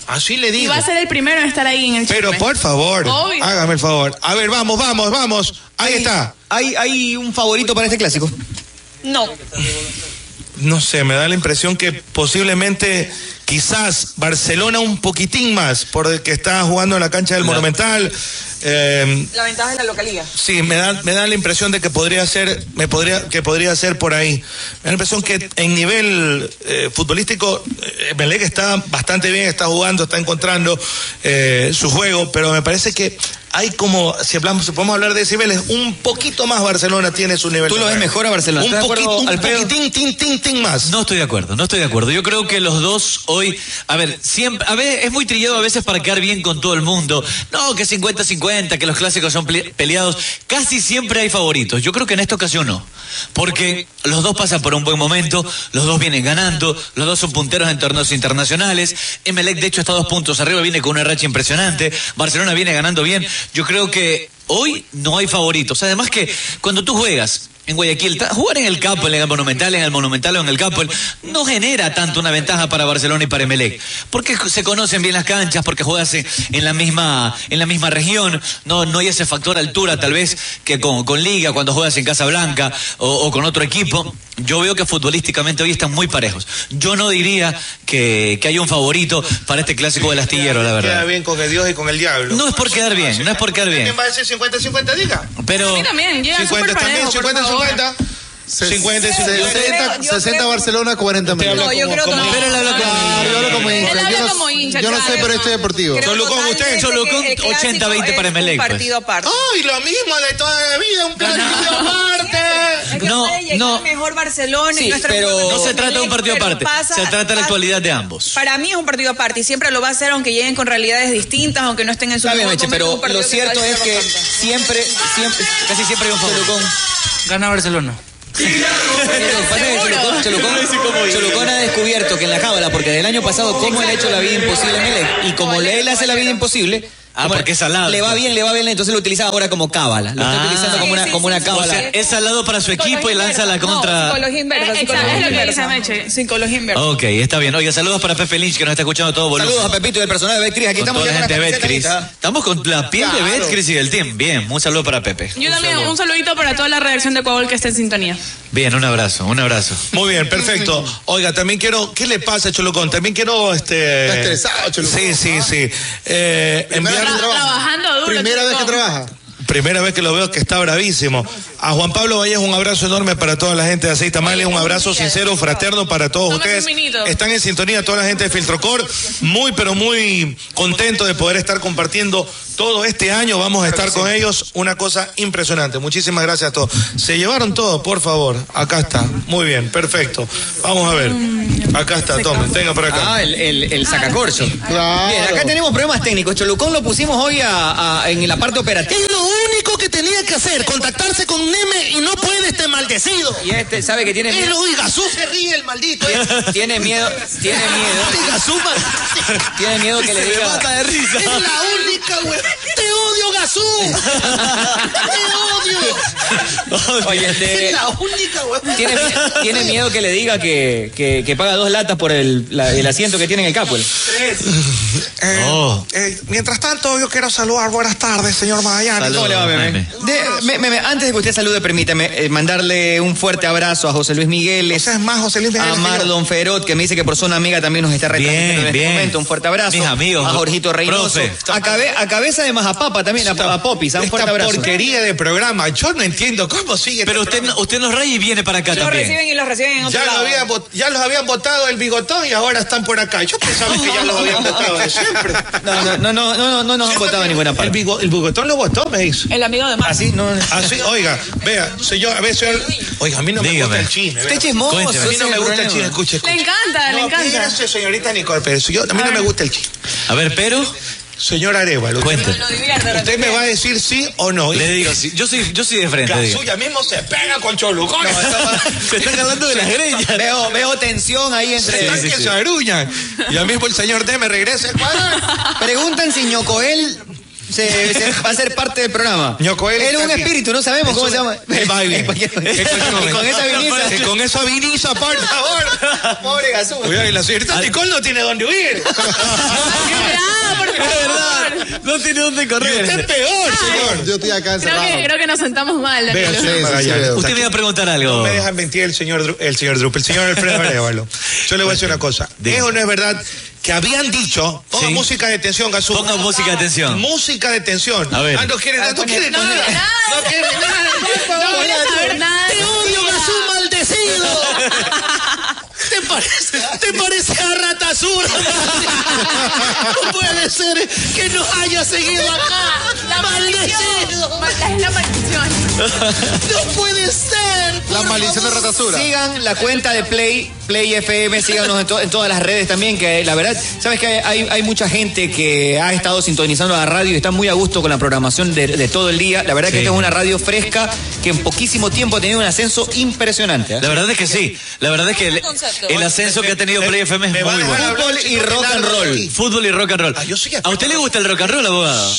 Así le Y digo. va a ser el primero en estar ahí en el chisme. Pero por favor, Obvio. hágame el favor. A ver, vamos, vamos, vamos. Ahí está. Hay, hay un favorito para este clásico. No. No sé, me da la impresión que posiblemente, quizás, Barcelona un poquitín más, por el que está jugando en la cancha del Monumental. Eh, La ventaja de la localía. sí, me da, me da la impresión de que podría ser, me podría, que podría ser por ahí. Me da la impresión que en nivel eh, futbolístico, eh, Melec está bastante bien, está jugando, está encontrando eh, su juego, pero me parece que hay como, si hablamos, si podemos hablar de decibeles, un poquito más Barcelona tiene su nivel. Tú de lo ves juego. mejor a Barcelona. Un ¿Estás de acuerdo, poquito, un Alfredo? poquitín, tin, tin, tin más. No estoy de acuerdo, no estoy de acuerdo. Yo creo que los dos hoy, a ver, siempre, a ver, es muy trillado a veces para quedar bien con todo el mundo. No, que 50-50, que los clásicos son ple- peleados. Casi siempre hay favoritos. Yo creo que en esta ocasión no. Porque los dos pasan por un buen momento, los dos vienen ganando, los dos son punteros en torneos internacionales. Emelec, de hecho, está dos puntos arriba, viene con una racha impresionante. Barcelona viene ganando bien. Yo creo que hoy no hay favoritos. Además que cuando tú juegas en Guayaquil, ta- jugar en el Campbell, en el Monumental, en el Monumental o en el Campbell, no genera tanto una ventaja para Barcelona y para Emelec. Porque se conocen bien las canchas, porque juegas en, en la, misma, en la misma región, no, no hay ese factor altura tal vez que con, con Liga, cuando juegas en Casablanca o, o con otro equipo. Yo veo que futbolísticamente hoy están muy parejos. Yo no diría que, que hay un favorito para este clásico del astillero, la verdad. Queda bien con el Dios y con el diablo. No es por quedar bien, no es por quedar bien. ¿Quién va a decir 50-50, diga? Pero... A mí también, llega 50 también, 50-50. 50, 60, 60 Barcelona, 40 Madrid. No, yo creo que no. Pero él habla como Yo hablo como Él hincha. yo habla no- como hincha. Yo no sé, claro, pero esto es deportivo. Creo Cholucón, totalmente usted. que Cholucón, el clásico 80-20 para es Emelec, Un pues. partido aparte. ¡Ay, lo mismo de toda la vida! ¡Un platito aparte! Es que No, puede llegar no. mejor Barcelona Sí, y nuestra pero- Emelec, No No se trata de un partido pero aparte, pasa- se trata de la pasa- actualidad de ambos. Para mí es un partido aparte y siempre lo va a ser aunque lleguen con realidades distintas, aunque no estén en su Está bien, mejor Meche, momento, es pero un partido lo se va a cierto es llevar que bastante. siempre, siempre, casi siempre hay un favorito. Gana Barcelona. Lo que pasa es que Cholucón- Cholucón- Cholucón ha descubierto que en la cábala, porque del año pasado, cómo le ha hecho la vida imposible a Melec, y como le él hace la vida imposible. Ah, porque es salado. Le va bien, le va bien, entonces lo utiliza ahora como cábala. Lo Ah. está utilizando como Sí, una, sí, como una sí, O cábala. sea, es salado para su equipo y lanza la contra. Psicología inversa. Eh, psicología exacto, es lo que dice inversa. Meche. Psicología inversa. Ok, está bien. Oiga, saludos para Pepe Lynch que nos está escuchando a todo volumen. Saludos a Pepito y el personal de Betcris. Aquí Con estamos toda la ya gente con de la Betcris. camiseta lista. Estamos con la piel de Betcris y del team. Bien, un saludo para Pepe. Yo también, un saludito para toda la redacción de Ecuador que está en sintonía. Bien, un abrazo, un abrazo. Muy bien, perfecto. Oiga, también quiero. ¿Qué le pasa a Cholucón? También quiero. Este... Está estresado, Cholucón. Sí, sí, sí. Eh, Primera enviar- vez que trabaja. Trabajando duro, Primera vez que Cholucón. trabaja. Primera vez que lo veo que está bravísimo. A Juan Pablo Valles un abrazo enorme para toda la gente de Aceite Males, un abrazo sincero, fraterno para todos Tómate ustedes. un vinito. Están en sintonía toda la gente de Filtrocor, muy pero muy contento de poder estar compartiendo todo este año. Vamos a estar con ellos, una cosa impresionante. Muchísimas gracias a todos. Se llevaron todo, por favor. Acá está. Muy bien, perfecto. Vamos a ver. Acá está, tomen, tenga por acá. Ah, el, el, el sacacorcho. Claro. Bien, acá tenemos problemas técnicos. Cholucón lo pusimos hoy a- a- en la parte operativa. Es lo único que tenía que hacer, contactarse con Neme y no puede este maldecido. Y este sabe que tiene Pero miedo. Igazú se ríe el maldito. Tiene miedo, tiene miedo, Igazú, man. tiene miedo que le diga. de risa. Es la única, güey. Te odio, Gazú. Te odio. Oye, Es este, la única, güey. tiene, mie- tiene miedo que le diga que, que, que paga dos latas por el, la- el asiento que tiene en el Capuel. Eh, Oh. eh, mientras tanto, yo quiero saludar. Buenas tardes, señor Magallanes. Saludos, Ah, ¿Cómo le va, meme? meme. De- me- meme, antes de que usted salude, permítame eh, mandarle un fuerte abrazo a José Luis Migueles. Ese es más José Luis Miguel A que yo. Mardon Ferot, que me dice que por zona amiga también nos está Bien, retratando en este bien. momento. Un fuerte abrazo. Mis amigos, A Jorgito Reynoso. profe. A, cabe- a cabeza de Majapapa también, a, a Popis. A un fuerte Esta abrazo. porquería de programa, yo no entiendo cómo sigue. Pero este usted, no- usted nos raya y viene para acá Los también. reciben y los reciben en otro Ya, lo lado. había vot- ya los habían votado el bigotón y ahora están por acá. Yo pensaba que ya los habían votado de siempre. No, no, no, no, no, no nos han votado en ninguna El, parte. bigo- el bigotón lo votó, me dice. El amigo de Mar. Así, no. Así, Ah, oiga, vea, señor, a ver, señor. Oiga, a mí no me Dígame. gusta el chisme. Usted vea. es chismoso. A mí ese no es me el gusta el problema. chisme, escuche, Le escuche. encanta, le No, encanta. fíjese, señorita Nicole Pérez, yo, a mí no me gusta el chisme. A ver, pero Señor Arevalo, usted, cuente. Lo divierte, lo usted me divierte. va a decir sí o no. Le digo, sí, yo soy, yo soy de frente. la digo. suya mismo se pega con Cholucón. Se está hablando de las greñas. Veo, veo tensión ahí entre. Están que se arullan. Y al mismo el señor D me regresa al cuadro. Preguntan si Ñocoel se, se- va a ser parte del programa. Ñocoel Era está un aquí. espíritu, no sabemos cómo se llama. Es Biden. En cualquier- En cualquier Y momento. con esa Que vinisa. Eh, Con esa vinisa, por favor. Pobre Gazú. Cuidado, y la señorita Nicole no tiene dónde huir. Ah, por favor. No tiene dónde correr. Usted es peor, señor. Yo estoy acá Creo encerrado. que, creo que nos sentamos mal. Vea, Sí, señor sí, sí, Magallanes, veo. Usted me iba a preguntar algo. No me dejan mentir el señor, Dru- el señor Drup, el señor Alfredo Arevalo. Yo le voy a decir una cosa. ¿Es o no es verdad que habían dicho, ponga Sí. música de tensión, Gasú? Ponga música de tensión. Música de tensión. A ver. Ah, no quiere nada, no quiere No, nada. nada. No quiere nada. por No favor. voy a saber nada. Te odio, Gazú, maldecido. ¿Te parece, te parece a Ratazura? No puede ser que nos haya seguido acá. La Maldecido. maldición. Es la maldición. No puede ser. La por maldición de favor. Ratasura. Sigan la cuenta de Play, Play FM, síganos en, to- en todas las redes también, que la verdad, sabes que hay, hay mucha gente que ha estado sintonizando la radio y está muy a gusto con la programación de, de todo el día. La verdad que Sí. esta es una radio fresca que en poquísimo tiempo ha tenido un ascenso impresionante. ¿eh? La verdad es que sí. La verdad es que el, el ascenso que ha tenido Play FM es me va a muy dejar bueno. hablar. Fútbol y rock and roll. Fútbol y rock and Ah, roll. yo soy ¿A usted le gusta el rock and roll, abogado?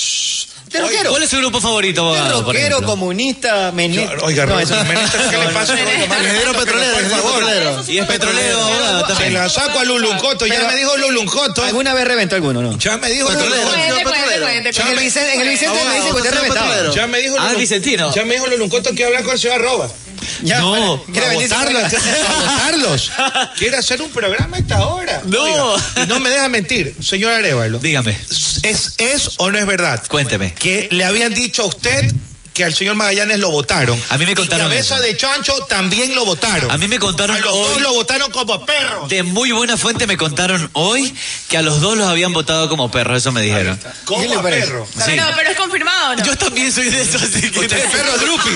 Te rockero, ¿Cuál es su grupo favorito, te abogado? por rockero, ejemplo? comunista, Yo, menino. Oiga, Rosa, ¿qué le pasa? Ingeniero petrolero, ingeniero petrolero. Y es petrolero, abogado Se también. la saco a Luluncoto. Ya me dijo Luluncoto. ¿Alguna vez reventó alguno, no? Ya me dijo Luluncoto. Cuente, cuente, cuente. En el Vicente, en el Vicente me dice que usted José reventaba. Petrolero. Ya me dijo Ah, Lulun- Vicentino. Ya me dijo Luluncoto que habla con el señor Arroba. Ya, no, para, para votarlos, para votarlos. Quiere hacer un programa a esta hora. No. Oiga, y no me deja mentir, señor Arevalo. Dígame. ¿Es, ¿Es o no es verdad? Cuénteme. Que le habían dicho a usted que al señor Magallanes lo votaron. A mí me contaron. Y cabeza eso. de Chancho también lo votaron. A mí me contaron. A los hoy, dos lo votaron como perros. De muy buena fuente me contaron hoy que a los dos los habían votado como perros, eso me dijeron. Como perro. Sí. Pero, pero es confirmado, ¿no? Yo también soy de esos, así que. Usted es perro Drupi.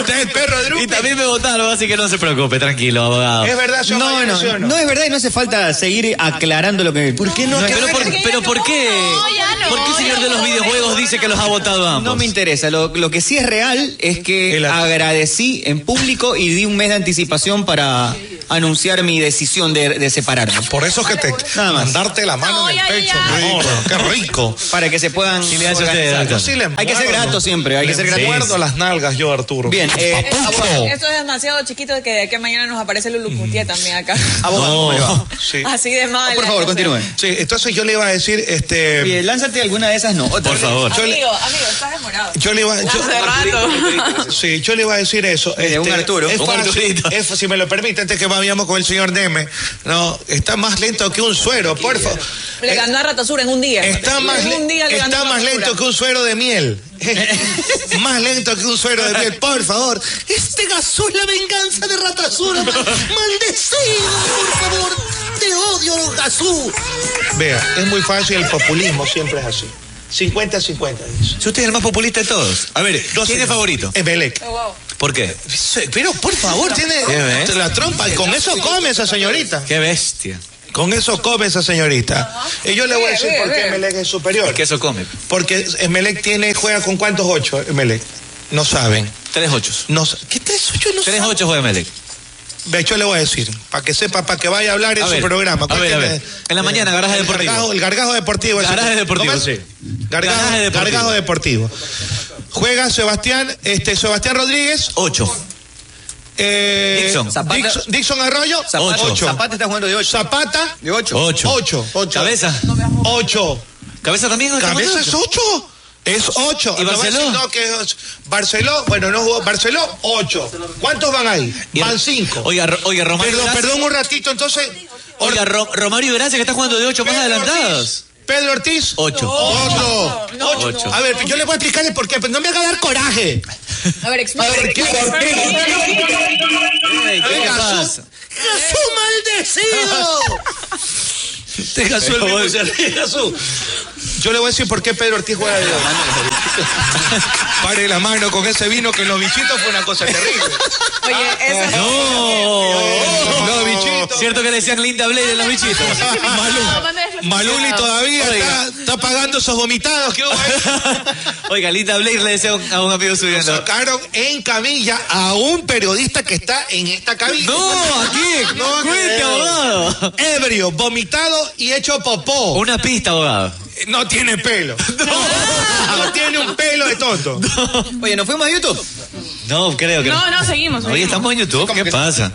Usted es perro Drupi. Y también me votaron, así que no se preocupe, tranquilo, abogado. Es verdad, señor no, Magallanes, ¿sí no, o no? no es verdad y no hace falta seguir aclarando lo que. ¿Por qué no? Pero aclara? por, pero por qué, No, ya no, ¿por qué el señor ya de los no, videojuegos no, dice no, que los ha votado a ambos? No me interesa. Lo, lo que sí es real es que El at- agradecí en público y di un mes de anticipación para anunciar mi decisión de, de separarnos. Por eso es que te Nada más. mandarte la mano No, en el ya, pecho, ya. mi amor, qué rico. Para que se puedan. le hace usted, organizar. doctor? Sí, le hay que ser muerdo. grato siempre, hay que ser grato. Le muerdo las nalgas yo, Arturo. Bien, eh, ah, Esto, abogado. esto es demasiado chiquito de que de aquí a mañana nos aparece Lulu Cutié también acá. Abogado, ¿cómo le va? Ah, Sí. Así de mal. Por favor, continúe. Sí, entonces yo le iba a decir, este... Bien, lánzate alguna de esas, no. otra. Por favor. Yo le- Amigo, amigo, estás demorado. Yo le iba, yo- Hace rato. Sí, yo le iba a decir eso. Este, Mire, un Arturo, es un fácil, Arturito. es- si me lo permite, antes que vayamos con el señor Deme. No, está más lento que un suero, por favor. Le ganó a Ratasura en un día. Está En más, le- un día le ganó está a más Ratasura. lento que un suero de miel. más lento que un suero de miel, por favor. Este gasó la venganza de Ratasura. mal- Maldecido, por favor. Te odio, Gazú. Vea, es muy fácil, el populismo siempre es así. 50-50. dice. Si usted es el más populista de todos. A ver, ¿quién es favorito? Emelec. Oh, wow. ¿Por qué? Pero por favor, tiene ¿Qué ves? la trompa. Con eso come esa señorita. Qué bestia. Con eso come esa señorita. Y yo le voy a Bien, decir bien, por qué bien. Emelec es superior. Que eso come. Porque Emelec tiene, juega con cuántos ocho, Emelec. No saben. Tres ochos. No, sa- ¿Qué te yo no Tres saben. ochos juega Melec. Ve, yo le voy a decir, para que sepa, para que vaya a hablar en A su ver, programa. a ¿Cuál ver, a tiene? ver. En la mañana, Garaje el Deportivo. Gargajo, el gargajo deportivo. ese. Garaje Deportivo, ¿Cómo es? sí. Gargajo, Garaje Deportivo. Gargajo deportivo. Juega Sebastián, este, Sebastián Rodríguez, Ocho. eh, Dixon. Zapata. Dixon, Dixon Arroyo, Zapata. ocho. Zapata está jugando de 8. Zapata, De 8. Ocho. ocho. ocho. Cabeza. Ocho. Cabeza también. ¿no? Cabeza es ocho. Es ocho. ¿Y No va a Barceló? decir, No, que es ocho. Barceló, bueno, no jugó. Barceló, ocho. ¿Cuántos van ahí? Y- Van cinco. Oiga, Ro- oiga, Romario Perdón, Verazzi- perdón un ratito, entonces. Oiga, Ro- Romario Verace que está jugando de ocho más adelantados. Ortiz. Pedro Ortiz. Ocho. Ocho. Ocho. A ver, yo le voy a explicarle por qué, pero no me haga dar coraje. A ver, explica. ¿Por Ey, ¿Qué le pasa? Gazú maldecido. Gasú, el mismo se- Gasú. Yo le voy a decir por qué Pedro Ortiz juega de dos. Pare la mano con ese vino que en los bichitos fue una cosa terrible. Oye, esa es Los bichitos. Cierto que le decían Linda Blair en los bichitos. Maluli todavía está, está pagando esos vomitados que hubo ahí. Oiga, Linda Blair le decía a un- a un amigo Lo subiendo. sacaron en camilla a un periodista que está en esta cabina. No, aquí. No, Cuente, creo. abogado. Eh. Ebrio, vomitado y hecho popó. Eh, Una pista, abogado. No tiene pelo. No. tiene un pelo de tonto. Oye, ¿nos fuimos a YouTube? No, creo que No, no, seguimos. Oye, seguimos. estamos en YouTube, ¿qué pasa?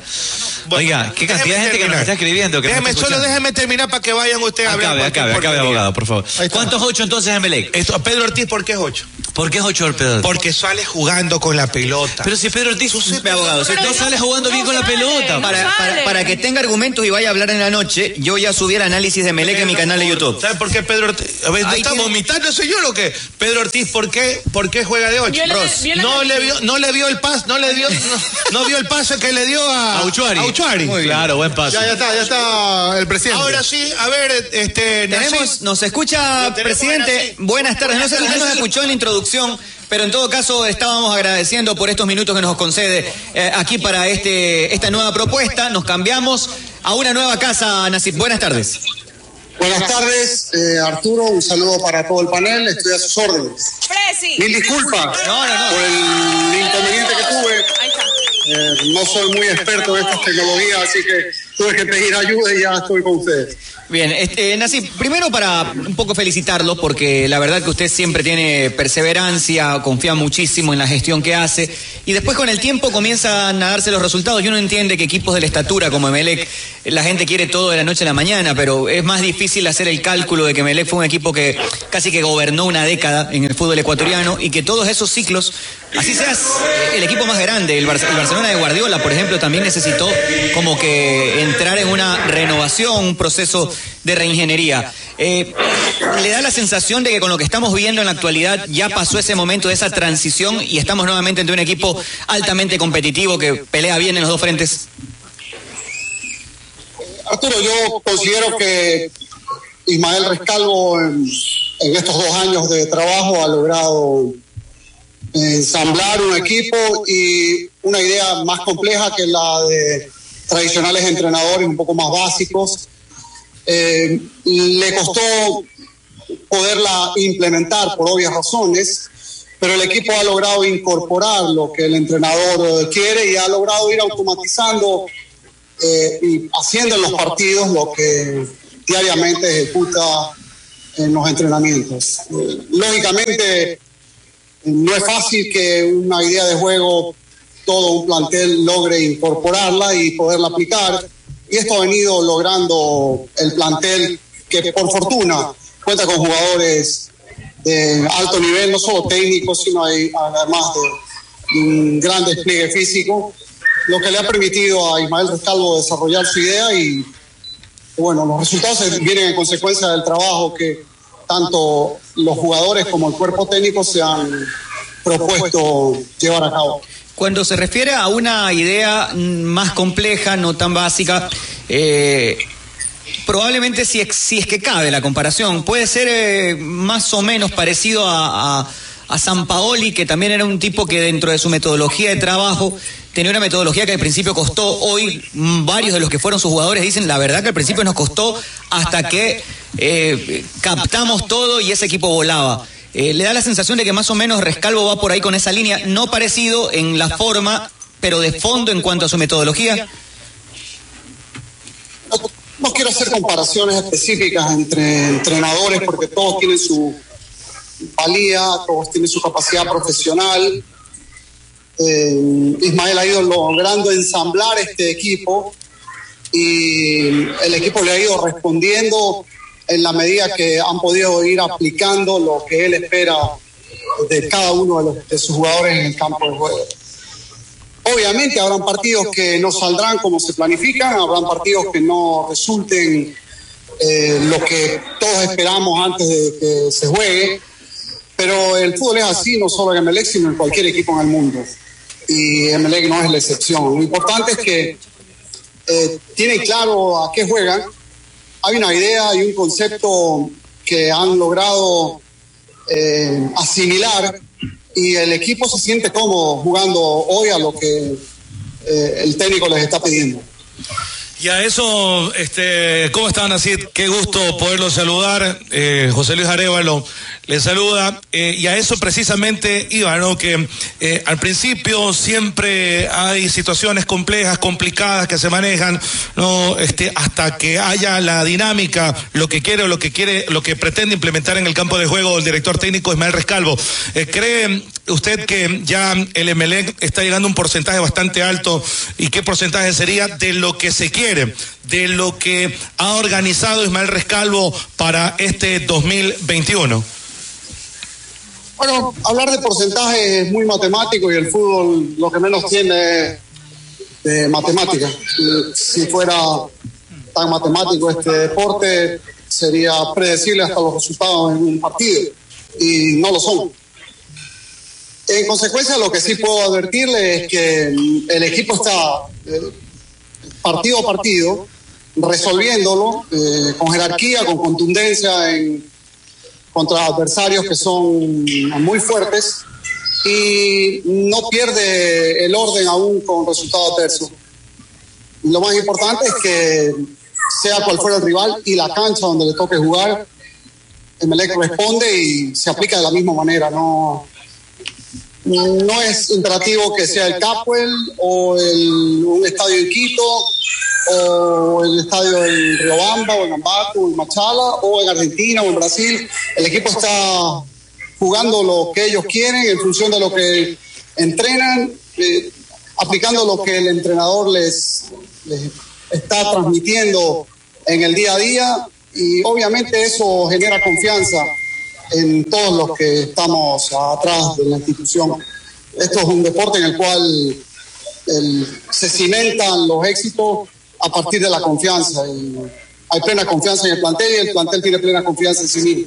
Oiga, qué cantidad de gente que nos está escribiendo. Que nos déjeme, está solo escuchando. déjeme terminar para que vayan ustedes a hablar. Acabe, cualquier acabe, acabe, porquería. abogado, por favor. Ahí está. ¿Cuántos ocho entonces en Melec? Esto, Pedro Ortiz, ¿por qué es ocho? ¿Por qué es ocho el Pedro? Porque sale jugando con la pelota. Pero si Pedro Ortiz Mi abogado, si no usted- sale jugando bien no con la sale, pelota. no Para, para, para que tenga argumentos y vaya a hablar en la noche, yo ya subí el análisis de Melec en mi canal de YouTube. ¿Sabe por qué Pedro Ortiz? A ver, ¿no Ahí está tiene- vomitando el señor o qué? Pedro Ortiz, ¿por qué, por qué juega de ocho? Yo le- Ross? yo le- no, le vio, no le vio el pas, no le dio, no, no vio el pase que le dio a, A Uchuari. a Uchuari. Muy bien. Claro, buen paso. Ya, ya está, ya está el presidente. Ahora sí, a ver, este, Tenemos, Narciso. nos escucha, Lo tenemos, presidente. Narciso. Buenas tardes. No sé si Buenas usted nos tardes. escuchó en la introducción, pero en todo caso estábamos agradeciendo por estos minutos que nos concede eh, aquí para este, esta nueva propuesta. Nos cambiamos a una nueva casa, Nasib. Buenas tardes. Buenas tardes, eh, Arturo, un saludo para todo el panel, estoy a sus órdenes. Presi. Mil disculpas No, no, no. por el inconveniente que tuve, Ahí está. Eh, no soy muy experto en estas tecnologías, así que tuve que pedir ayuda y ya estoy con ustedes. Bien, este, Nasib, primero para un poco felicitarlo, porque la verdad que usted siempre tiene perseverancia, confía muchísimo en la gestión que hace, y después con el tiempo comienzan a darse los resultados. Y uno entiende que equipos de la estatura como Emelec, la gente quiere todo de la noche a la mañana, pero es más difícil hacer el cálculo de que Emelec fue un equipo que casi que gobernó una década en el fútbol ecuatoriano y que todos esos ciclos, así seas el equipo más grande, el, Bar el Barcelona de Guardiola, por ejemplo, también necesitó como que entrar en una renovación, un proceso de reingeniería. Eh, ¿Le da la sensación de que con lo que estamos viendo en la actualidad ya pasó ese momento de esa transición y estamos nuevamente ante un equipo altamente competitivo que pelea bien en los dos frentes? Arturo, yo considero que Ismael Rescalvo en, en estos dos años de trabajo ha logrado ensamblar un equipo y una idea más compleja que la de tradicionales entrenadores un poco más básicos. Eh, le costó poderla implementar por obvias razones, pero el equipo ha logrado incorporar lo que el entrenador quiere y ha logrado ir automatizando eh, y haciendo en los partidos lo que diariamente ejecuta en los entrenamientos. Eh, lógicamente, no es fácil que una idea de juego, todo un plantel logre incorporarla y poderla aplicar y esto ha venido logrando el plantel que por fortuna cuenta con jugadores de alto nivel, no solo técnicos, sino además de un gran despliegue físico, lo que le ha permitido a Ismael Rescalvo desarrollar su idea y bueno, los resultados vienen en consecuencia del trabajo que tanto los jugadores como el cuerpo técnico se han propuesto llevar a cabo. Cuando se refiere a una idea más compleja, no tan básica, eh, probablemente si, es, si es que cabe la comparación, puede ser eh, más o menos parecido a, a, a San Paoli, que también era un tipo que dentro de su metodología de trabajo tenía una metodología que al principio costó, hoy mm, varios de los que fueron sus jugadores dicen, la verdad que al principio nos costó hasta que eh, captamos todo y ese equipo volaba. Eh, le da la sensación de que más o menos Rescalvo va por ahí con esa línea, no parecido en la forma, pero de fondo en cuanto a su metodología. No, no quiero hacer comparaciones específicas entre entrenadores porque todos tienen su valía, todos tienen su capacidad profesional. Eh, Ismael ha ido logrando ensamblar este equipo y el equipo le ha ido respondiendo en la medida que han podido ir aplicando lo que él espera de cada uno de, los, de, sus jugadores en el campo de juego. Obviamente habrán partidos que no saldrán como se planifican, habrán partidos que no resulten eh, lo que todos esperamos antes de que se juegue, pero el fútbol es así no solo en Emelec, sino en cualquier equipo en el mundo. Y Emelec no es la excepción. Lo importante es que eh, tienen claro a qué juegan, hay una idea y un concepto que han logrado eh, asimilar y el equipo se siente cómodo jugando hoy a lo que eh, el técnico les está pidiendo. Y a eso, este, ¿cómo están así? Qué gusto poderlo saludar. Eh, José Luis Arevalo le saluda. Eh, y a eso precisamente iba, ¿no? Que eh, al principio siempre hay situaciones complejas, complicadas que se manejan, ¿no? Este, hasta que haya la dinámica, lo que quiere o lo que quiere, lo que pretende implementar en el campo de juego el director técnico Ismael Rescalvo. Eh, ¿Cree usted que ya el Emelec está llegando a un porcentaje bastante alto? ¿Y qué porcentaje sería de lo que se quiere? de lo que ha organizado Ismael Rescalvo para este 2021? Bueno, hablar de porcentaje es muy matemático y el fútbol lo que menos tiene de matemática. Si fuera tan matemático este deporte, sería predecible hasta los resultados en un partido y no lo son. En consecuencia, lo que sí puedo advertirle es que el equipo está eh, partido a partido, resolviéndolo eh, con jerarquía, con contundencia en, contra adversarios que son muy fuertes y no pierde el orden aún con resultado terso. Lo más importante es que sea cual fuera el rival y la cancha donde le toque jugar, Emelec responde y se aplica de la misma manera, no no es imperativo que sea el Capwell o el, un estadio en Quito o el estadio en Riobamba, o en Ambato, o en Machala, o en Argentina, o en Brasil. El equipo está jugando lo que ellos quieren en función de lo que entrenan, eh, aplicando lo que el entrenador les, les está transmitiendo en el día a día y obviamente eso genera confianza en todos los que estamos atrás de la institución. Esto es un deporte en el cual el, se cimentan los éxitos a partir de la confianza. Y hay plena confianza en el plantel y el plantel tiene plena confianza en sí mismo.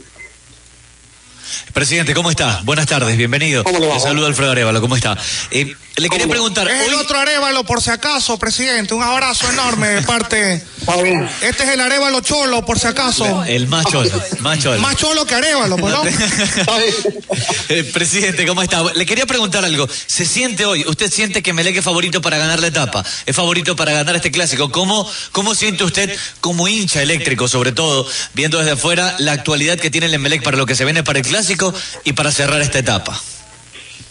Presidente, ¿cómo está? Buenas tardes, bienvenido. ¿Cómo le va? Le saludo Alfredo Arevalo, ¿cómo está? Eh, le quería preguntar. ¿Eh? Es el hoy- otro Arevalo, por si acaso, presidente. Un abrazo enorme de parte. Pablo. Este es el Arevalo Cholo, por si acaso. El más cholo, más cholo. Más cholo que Arevalo, pues, ¿no? Eh, Presidente, ¿cómo está? Le quería preguntar algo. ¿Se siente hoy? ¿Usted siente que Melec es favorito para ganar la etapa? ¿Es favorito para ganar este clásico? ¿Cómo, cómo siente usted como hincha eléctrico, sobre todo, viendo desde afuera la actualidad que tiene el Melec para lo que se viene para el clásico y para cerrar esta etapa?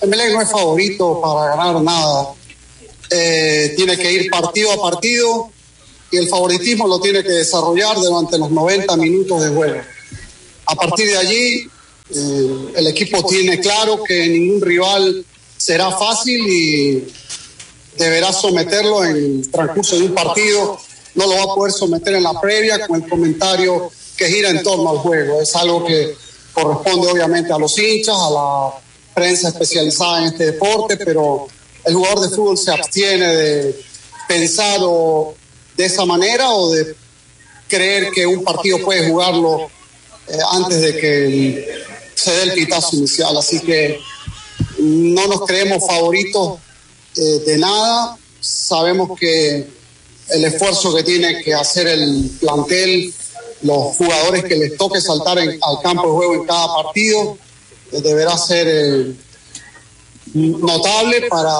Emelec no es favorito para ganar nada. Eh, tiene que ir partido a partido y el favoritismo lo tiene que desarrollar durante los 90 minutos de juego. A partir de allí, eh, el equipo tiene claro que ningún rival será fácil y deberá someterlo en el transcurso de un partido. No lo va a poder someter en la previa con el comentario que gira en torno al juego. Es algo que corresponde obviamente a los hinchas, a la prensa especializada en este deporte, pero el jugador de fútbol se abstiene de pensar o de esa manera o de creer que un partido puede jugarlo eh, antes de que se dé el pitazo inicial. Así que no nos creemos favoritos eh, de nada. Sabemos que el esfuerzo que tiene que hacer el plantel, los jugadores que les toque saltar en- al campo de juego en cada partido, eh, deberá ser eh, notable para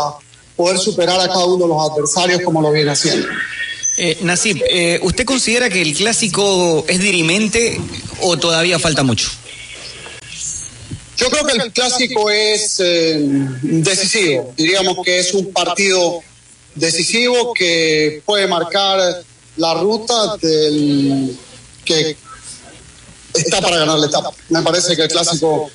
poder superar a cada uno de los adversarios como lo viene haciendo. Eh, Nasib, eh, ¿usted considera que el clásico es dirimente o todavía falta mucho? Yo creo que el clásico es eh, decisivo, diríamos que es un partido decisivo que puede marcar la ruta del que está para ganar la etapa. Me parece que el clásico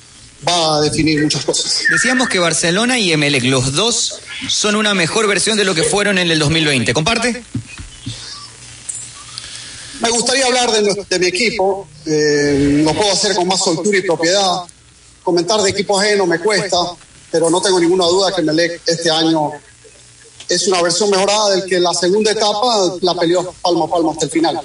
va a definir muchas cosas. Decíamos que Barcelona y Emelec, los dos, son una mejor versión de lo que fueron en el 2020. ¿Comparte? Me gustaría hablar de, nuestro- de mi equipo, eh, lo puedo hacer con más soltura y propiedad. Comentar de equipo ajeno me cuesta, pero no tengo ninguna duda que Melec este año es una versión mejorada del que la segunda etapa la peleó palmo a palmo hasta el final.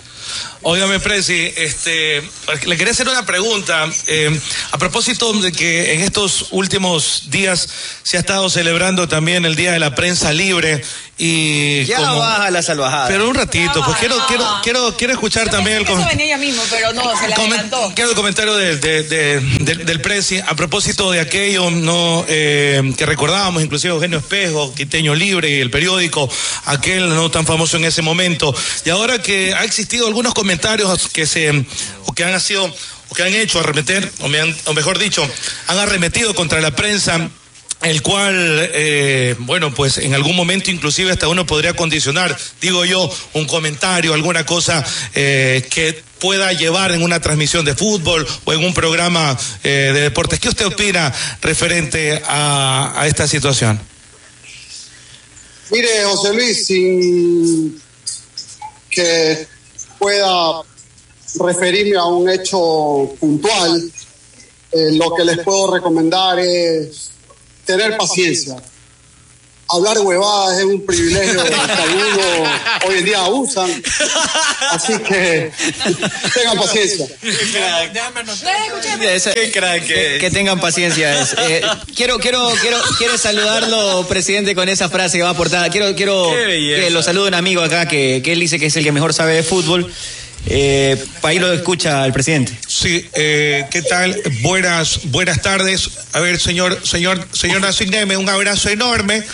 Óigame, Presi, este, le quería hacer una pregunta. eh, a propósito de que en estos últimos días se ha estado celebrando también el Día de la Prensa Libre y Ya como- baja la salvajada. Pero un ratito, pues quiero, quiero, quiero, quiero escuchar también el Eso comentario. venía ella mismo, pero no, se la Comen- adelantó. Quiero el comentario de- de- de- del- del Presi a propósito de aquello no eh, que recordábamos, inclusive Eugenio Espejo, Quiteño Libre y el periódico, aquel no tan famoso en ese momento. Y ahora que ha existido algunos comentarios que se o que han sido o que han hecho arremeter, o, me han- o mejor dicho, han arremetido contra la prensa el cual, eh, bueno, pues en algún momento inclusive hasta uno podría condicionar, digo yo, un comentario, alguna cosa eh, que pueda llevar en una transmisión de fútbol o en un programa eh, de deportes. ¿Qué usted opina referente a, a esta situación? Mire, José Luis, sin que pueda referirme a un hecho puntual, eh, lo que les puedo recomendar es tener paciencia. Hablar huevadas es un privilegio que algunos hoy en día abusan, así que tengan paciencia. Que, que tengan paciencia. es. Eh, quiero, quiero, quiero, quiero saludarlo, presidente, con esa frase que va a aportar. Quiero, quiero que lo salude un amigo acá que, que él dice que es el que mejor sabe de fútbol. Eh, ahí lo escucha el presidente. Sí, eh, ¿qué tal? Buenas, buenas tardes. A ver, señor, señor, señor Nassim Neme, un abrazo enorme.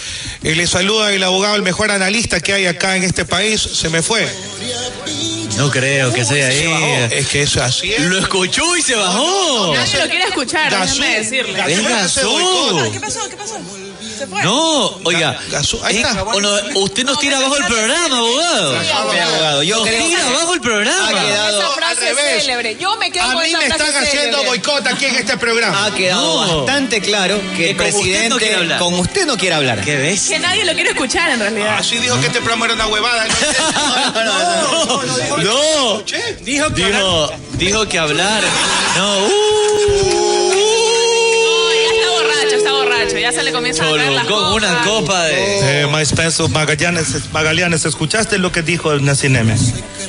Eh, le saluda el abogado, el mejor analista que hay acá en este país. Se me fue. No creo que sea ahí. Es que eso así es. Lo escuchó y se bajó. Nadie lo quiere escuchar, Gazú, déjame decirle. Gazú, Venga, ese boicot. ¿Qué pasó? ¿Qué pasó? se fue. No, oiga. Ahí está. O no, usted nos tira abajo el programa, abogado. abogado. Yo tira abajo el programa. Ha quedado esa frase al revés. célebre. Yo me quedo A con mí esa me frase están haciendo célebre. boicot aquí en este programa. Ha quedado No. bastante claro que el Que Eh, con usted presidente no quiere hablar. con usted no quiere hablar. ¿Qué ves? Que nadie lo quiere escuchar en Ah, realidad. Así dijo que este programa era una huevada. No. Dijo que Dijo, dijo que hablar. No, No. ya está borracho, está borracho. Ya se le comienza a caer las con cosas. una copa de. Eh, my Spencer Magallanes, Magallanes, ¿escuchaste lo que dijo Nacineme?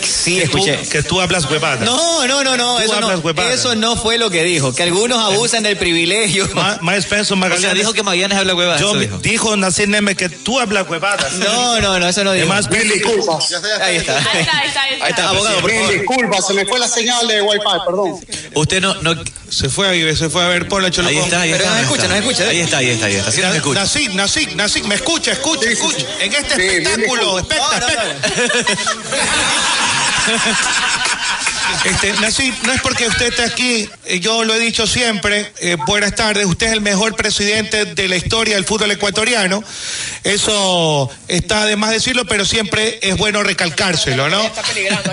Sí, escuché. Que tú hablas huevadas. No, no, no, no. Tú Eso hablas no, huevadas. Eh, eso no fue lo que dijo. Que algunos abusan del privilegio. Ma- My Spencer O Magallanes. sea, dijo que Magallanes habla huevada. yo- eso dijo. dijo Nacineme que tú hablas huevadas. No, no, no, eso no dijo. Además, Mil disculpas. Ahí está. Ahí está, ahí está, ahí está. Ahí está, abogado, por Mil favor. disculpas, se me fue la señal de Wi-Fi, perdón. Usted no. no se fue a se fue a ver por la ahí está, ahí Pero está. nos ahí escucha, está. nos escucha. Ahí está, ahí está, ahí está. Sí, nos escucha. Nasik, Nasik, Nasik, me escucha, escucha, escucha. En este Sí, bien espectáculo, disculpa. especta, No, no, no. Este, Nasib, no es porque usted está aquí, eh, yo lo he dicho siempre, eh, buenas tardes, usted es el mejor presidente de la historia del fútbol ecuatoriano, eso está de más decirlo, pero siempre es bueno recalcárselo, ¿no?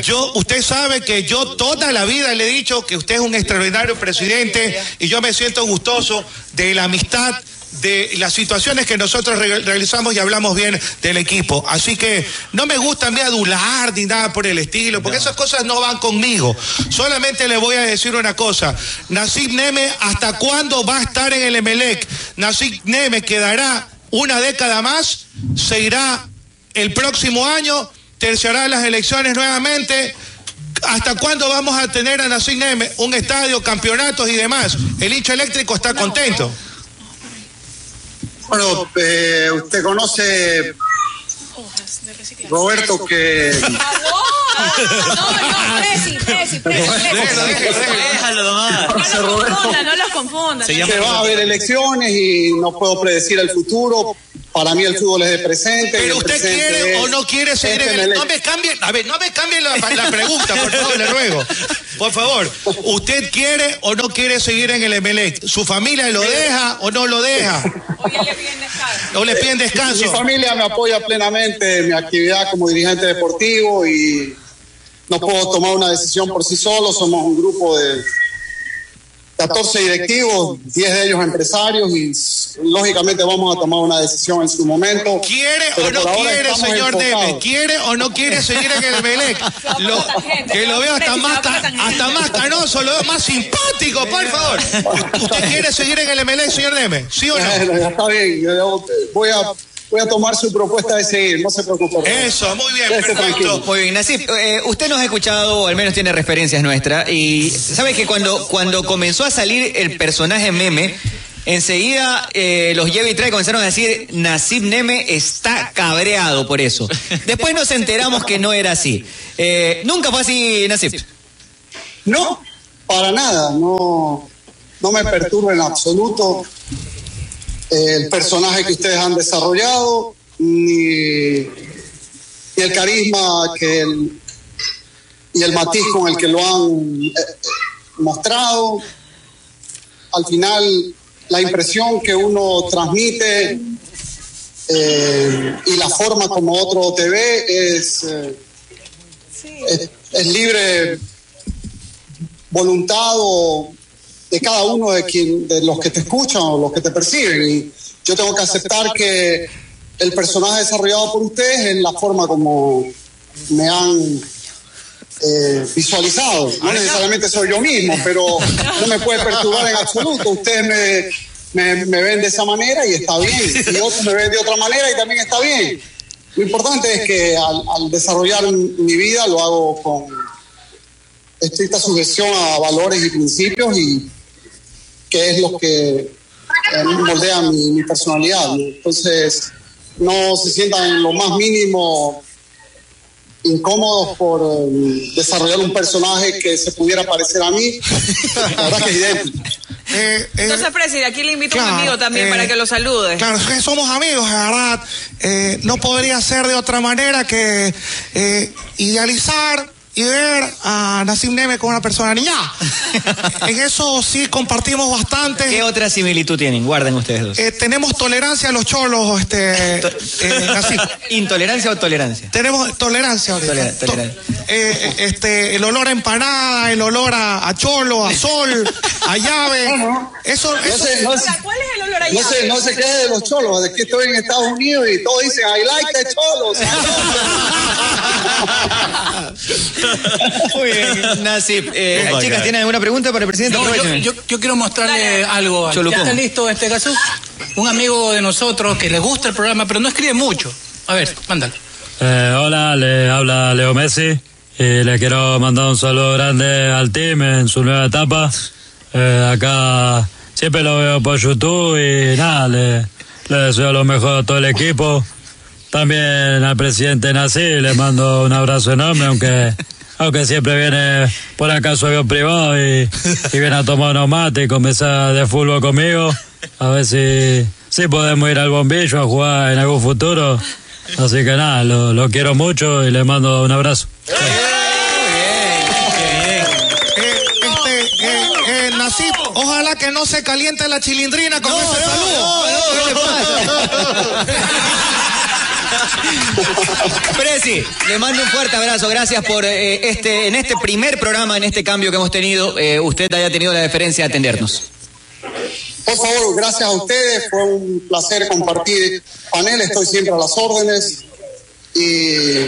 Yo, usted sabe que yo toda la vida le he dicho que usted es un extraordinario presidente y yo me siento gustoso de la amistad de las situaciones que nosotros re- realizamos y hablamos bien del equipo. Así que no me gusta a mí adular ni nada por el estilo, porque esas cosas no van conmigo. Solamente le voy a decir una cosa. Nasib Neme, ¿hasta cuándo va a estar en el Emelec? Nasib Neme quedará una década más, se irá el próximo año, terciará las elecciones nuevamente. ¿Hasta cuándo vamos a tener a Nasib Neme? Un estadio, campeonatos y demás. El hincho eléctrico está contento. Bueno, eh, usted conoce, Hojas de reciclaje. Roberto, que ¡Abogado! No, no, Presi, Presi, Presi. Déjalo nomás. No los confundan, no los confundan. Se llama- que va a haber elecciones y no puedo predecir el futuro. Para mí el fútbol es el presente. y Pero el usted presente quiere es o no quiere seguir este en el. Melec. No me cambien, a ver, no me cambien la, la pregunta, por favor, le ruego. Por favor, ¿usted quiere o no quiere seguir en el Emelec? ¿Su familia lo deja o no lo deja? Hoy ya le piden descanso. ¿O le piden Mi descanso? familia me apoya plenamente en mi actividad como dirigente deportivo y no puedo tomar una decisión por sí solo. Somos un grupo de 14 directivos, 10 de ellos empresarios y s- lógicamente vamos a tomar una decisión en su momento. ¿Quiere o Pero por no ahora quiere, estamos señor enfocados. Deme? ¿Quiere o no quiere seguir en el Emelec? Lo- que lo veo hasta más, ta- hasta más canoso, lo veo más simpático, por favor. ¿Usted quiere seguir en el Emelec, señor Deme? ¿Sí o no? Bueno, ya está bien, yo- yo voy a, voy a tomar su propuesta de seguir, no se preocupe. Eso, muy bien, Quédese perfecto. tranquilo. Muy bien, Nasif, eh, usted nos ha escuchado, o al menos tiene referencias nuestras, y sabe que cuando, cuando comenzó a salir el personaje meme, enseguida eh, los lleva y trae comenzaron a decir, Nasif Neme está cabreado por eso. Después nos enteramos que no era así. Eh, Nunca fue así, Nasif. No, para nada, no, no me perturba en absoluto eh, el personaje que ustedes han desarrollado, ni, ni el carisma que el- y el matiz con el que lo han eh, eh, mostrado. Al final, la impresión que uno transmite eh, y la forma como otro te ve es, eh, es- es libre voluntad o de cada uno de quien de los que te escuchan o los que te perciben y yo tengo que aceptar que el personaje desarrollado por ustedes es la forma como me han eh, visualizado no necesariamente soy yo mismo pero no me puede perturbar en absoluto ustedes me, me, me ven de esa manera y está bien y otros me ven de otra manera y también está bien lo importante es que al, al desarrollar mi vida lo hago con estricta sujeción a valores y principios y que es lo que eh, moldea mi, mi personalidad. ¿no? Entonces, no se sientan en lo más mínimo incómodos por eh, desarrollar un personaje que se pudiera parecer a mí. La verdad que es idéntico. Eh, eh, Entonces, Presi, aquí le invito a Claro, un amigo también eh, para que lo salude. Claro, es que somos amigos, la verdad. Eh, no podría ser de otra manera que eh, idealizar y ver a Nassim Neme con una persona niña. en eso sí compartimos bastante. ¿Qué otra similitud tienen? Guarden ustedes dos. Eh, tenemos tolerancia a los cholos, este. eh, Nassim. ¿Intolerancia o tolerancia? Tenemos tolerancia ahorita. Tolera- tolerancia. To- eh, este, el olor a empanada, el olor a, a cholo, a sol, a llave. Eso, eso sé, no sé. ¿Cuál es el olor allá? No se, no se quede de los cholos, de que estoy en Estados Unidos y todos dicen, I like the cholos. Muy bien, Nasib. Eh, chicas, ¿tienen alguna pregunta para el presidente? No, yo, Aprovechen. yo, yo quiero mostrarle algo. al- Cholucón. ¿Ya está listo este caso? Un amigo de nosotros que le gusta el programa, pero no escribe mucho. A ver, mándalo. Eh, hola, le habla Leo Messi y le quiero mandar un saludo grande al team en su nueva etapa. Eh, acá siempre lo veo por YouTube y nada, le, le deseo lo mejor a todo el equipo. También al presidente Nasir le mando un abrazo enorme, aunque aunque siempre viene por acá a su avión privado y, y viene a tomar unos mates y conversar de fútbol conmigo. A ver si, si podemos ir al bombillo a jugar en algún futuro. Así que nada, lo, lo quiero mucho y le mando un abrazo. Eh, este, eh, eh, Nasib, ojalá que no se caliente la chilindrina con ese saludo. Presi, le mando un fuerte abrazo. Gracias por eh, este, en este primer programa, en este cambio que hemos tenido, eh, usted haya tenido la deferencia de atendernos. Por favor, gracias a ustedes, fue un placer compartir panel, estoy siempre a las órdenes y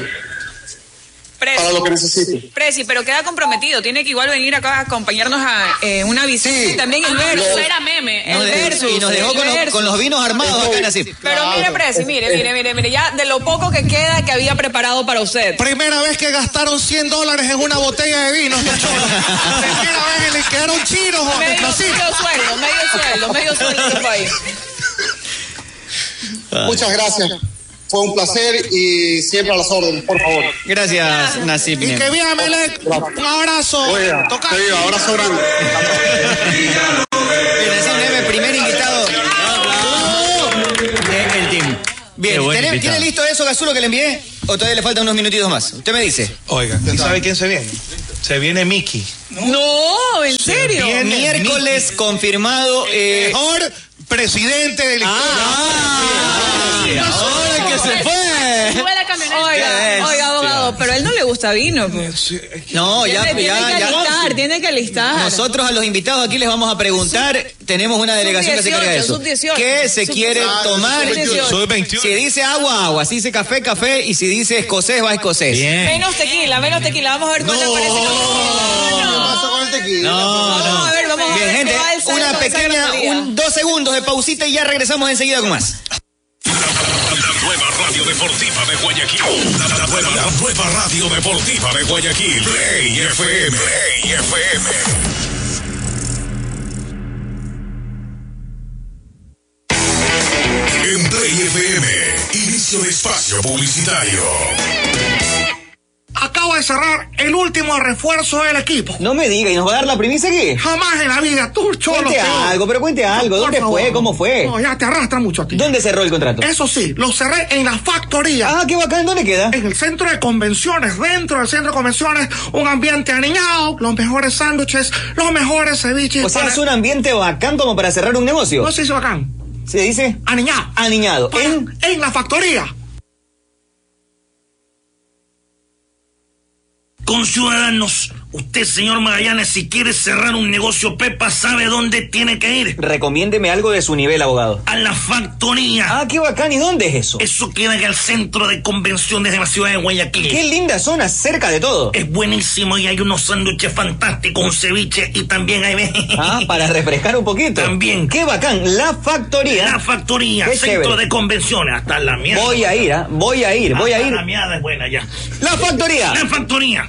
Presi. para lo que necesiten. Presi, pero queda comprometido. Tiene que igual venir acá a acompañarnos a eh, una visita. Y también el versus. Era meme. Nos el dejó- versus. Ah, y nos dejó el con, los- versus. Eh. con los vinos armados acá en Nasib. Pero mire, Presi, mire, mire, mire, mire. Ya de lo poco que queda que había preparado para usted. Primera vez que gastaron 100 dólares en una botella de vino, estos cholos. Primera vez que le quedaron chinos, Medio, medio Nasib. sueldo, medio sueldo, medio sueldo de su país. Muchas gracias, fue un placer y siempre a las órdenes, por favor. Gracias, Nasib. Y que Neme. viva Melec. Un abrazo. Toca- abrazo grande. Nasib Neme, primer invitado del team. Bien, Qué buen ¿tiene, invitado. tiene listo eso, Gazulo, que le envié? ¿O todavía le faltan unos minutitos más? Usted me dice. Oiga, ¿y sabe quién se viene? Se viene Mickey. No, en serio. Miércoles confirmado. eh, Mejor presidente del Ah, ahora que se fue. Sube la camioneta. Oiga, oiga, abogado, pero a él no le gusta vino. pues. No, ya, tiene, tiene ya, que ya. alistar, tiene que alistar. Nosotros a los invitados aquí les vamos a preguntar, tenemos una delegación que se encarga de eso. sub-18, ¿Qué se sub- quiere Ah, tomar? sub-21. Sub-21. Si dice agua, agua. Si dice café, café. Y si dice escocés, va escocés. Menos tequila, menos tequila. Vamos a ver cuál aparece. con tequila. ¿Qué No. pasa con el tequila? No, Vamos no. a ver, vamos a Bien, ver gente, qué va el una sábado, pequeña, sábado, día. un- dos segundos de pausita y ya regresamos enseguida con más. La nueva radio deportiva de Guayaquil. Uh, La, la nueva, la nueva radio deportiva de Guayaquil. Play FM. Play FM. En Play FM, inicio de espacio publicitario. Acabo de cerrar el último refuerzo del equipo. No me diga, ¿y nos va a dar la primicia aquí? Jamás en la vida, tú, cholo. Cuente peor. algo, pero cuente algo. Por ¿Dónde favor. fue? ¿Cómo fue? No, ya te arrastra mucho a ti. ¿Dónde cerró el contrato? Eso sí, lo cerré en la factoría. Ah, qué bacán, ¿dónde queda? En el centro de convenciones, dentro del centro de convenciones, un ambiente aniñado, los mejores sándwiches, los mejores ceviches. O sea, para- es un ambiente bacán como para cerrar un negocio. No se hizo bacán. ¿Se dice? Aniñado. Aniñado. Para- En en la factoría. Conciudadanos, usted, señor Magallanes, si quiere cerrar un negocio Pepa, sabe dónde tiene que ir. Recomiéndeme algo de su nivel, abogado. A la factoría. Ah, qué bacán. ¿Y dónde es eso? Eso queda en el centro de convenciones de la ciudad de Guayaquil. Qué linda zona, cerca de todo. Es buenísimo y hay unos sándwiches fantásticos, un ceviche y también hay... Ah, para refrescar un poquito. También. Qué bacán. La La factoría. factoría, Qué centro chévere. de convenciones, hasta la mierda. Voy a ir, ¿ah? Voy a ir, voy a Hasta ir. La mierda es buena ya. La factoría. La factoría.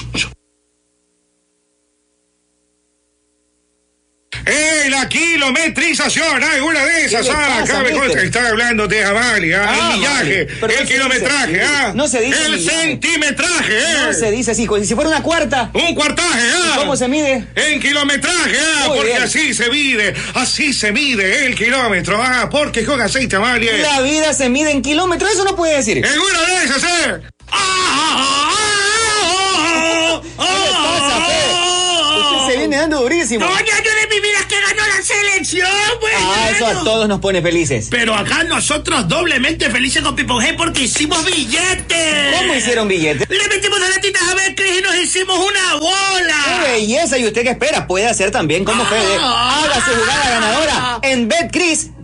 ¡Eh, la la kilometrización. Hay una de esas, ah, acá me consta que están hablando de Amalia. Ah, el millaje, vale. Pero el no se kilometraje, dice así. ah. No se dice El millaje. centimetraje, eh. No se dice así, co- si fuera una cuarta. Un cuartaje, ah. ¿Y ¿Cómo se mide? En kilometraje, ah, Muy porque bien. así se mide, así se mide el kilómetro, ah, porque con aceite, Amalia. eh. La vida se mide en kilómetros, eso no puede decir. En una de esas, eh. Usted se viene dando durísimo. No, ya no de mi vida que ganó la selección, güey. Ah, eso a todos nos pone felices. Pero acá nosotros doblemente felices con Pipon G porque hicimos billetes. ¿Cómo hicieron billetes? Le metimos las latitas a ver, Cris, y nos hicimos una Ah. bola. ¡Qué belleza! ¿Y usted qué espera? Puede hacer también como Fede. Haga su jugada ganadora en betcris.com.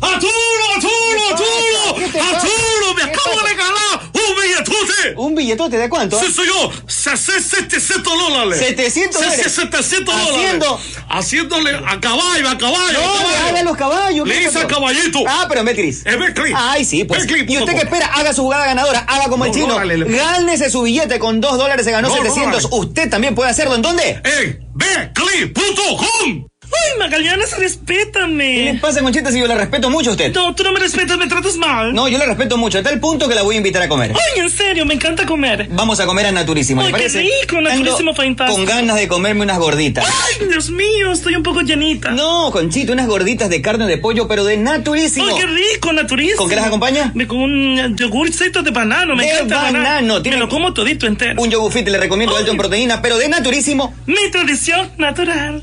¡Arturo, Arturo, Arturo! ¡Arturo! ¡Me acabo de regalar un billetote! ¿Un billetote de cuánto? Sí, señor. Se- se- 700 dólares. 700 Se- dólares. se- 700 dólares. Haciendo- Haciéndole a caballo, a caballo. a No, caballo. le haga los caballos. Le hice a nosotros. caballito. Ah, pero en Betcris. En Betcris. Ay, sí, pues. Betcris, ¿Y punto usted qué com. espera? Haga su jugada ganadora. Haga como el No, chino. no, dale, le- Gánese su billete con 2 dólares. Se ganó No, no, 700. dale. Usted también puede hacerlo. ¿En dónde? En betcris.com. Ay, Magallanes, ¿Qué le respétame. pasa, Conchita, si yo la respeto mucho a usted? No, tú no me respetas, me tratas mal. No, yo la respeto mucho. A tal punto que la voy a invitar a comer. Ay, en serio, me encanta comer. Vamos a comer a Naturísimo, ¿le Ay, qué parece? rico, Naturísimo, Ando fantástico. Con ganas de comerme unas gorditas. Ay, Dios mío, estoy un poco llanita. No, Conchito, unas gorditas de carne de pollo, pero de Naturísimo. Ay, qué rico, naturismo. ¿Con qué las acompaña? Me- Con un eh, yogurcito de banano, me De encanta. el banano, tiene- Me lo como todito entero. Un yogufit le recomiendo alto en proteína, pero de Naturísimo. Mi tradición natural.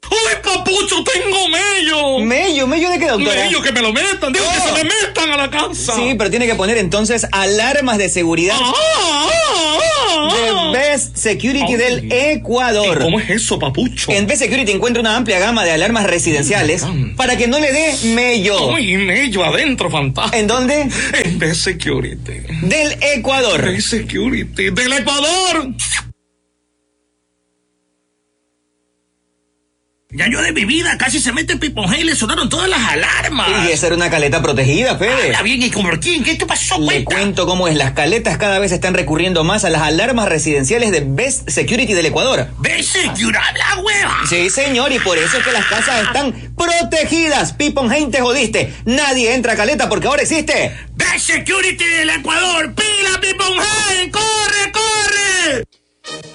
¡Uy, papucho, tengo mello! ¿Mello? ¿Mello de qué, doctora? Mello, que me lo metan, digo que se me metan a la casa. Sí, pero tiene que poner entonces alarmas de seguridad Ah, de Best Security del Ecuador. ¿Cómo es eso, papucho? En Best Security encuentra una amplia gama de alarmas residenciales para que no le dé mello. Uy, mello adentro, fantástico. ¿En dónde? En Best Security. Del Ecuador. Best Security. ¡Del Ecuador! Ya yo de mi vida casi se mete Pipon y le sonaron todas las alarmas. Y esa era una caleta protegida, Fede. Habla bien y como quién, ¿qué te pasó, pues? güey? Le cuento cómo es. Las caletas cada vez están recurriendo más a las alarmas residenciales de Best Security del Ecuador. Vese, habla, hueva. Sí, señor, y por eso es que las casas están protegidas. Piponheim, te jodiste. Nadie entra a caleta porque ahora existe. Best Security del Ecuador, pila Pipon corre, corre.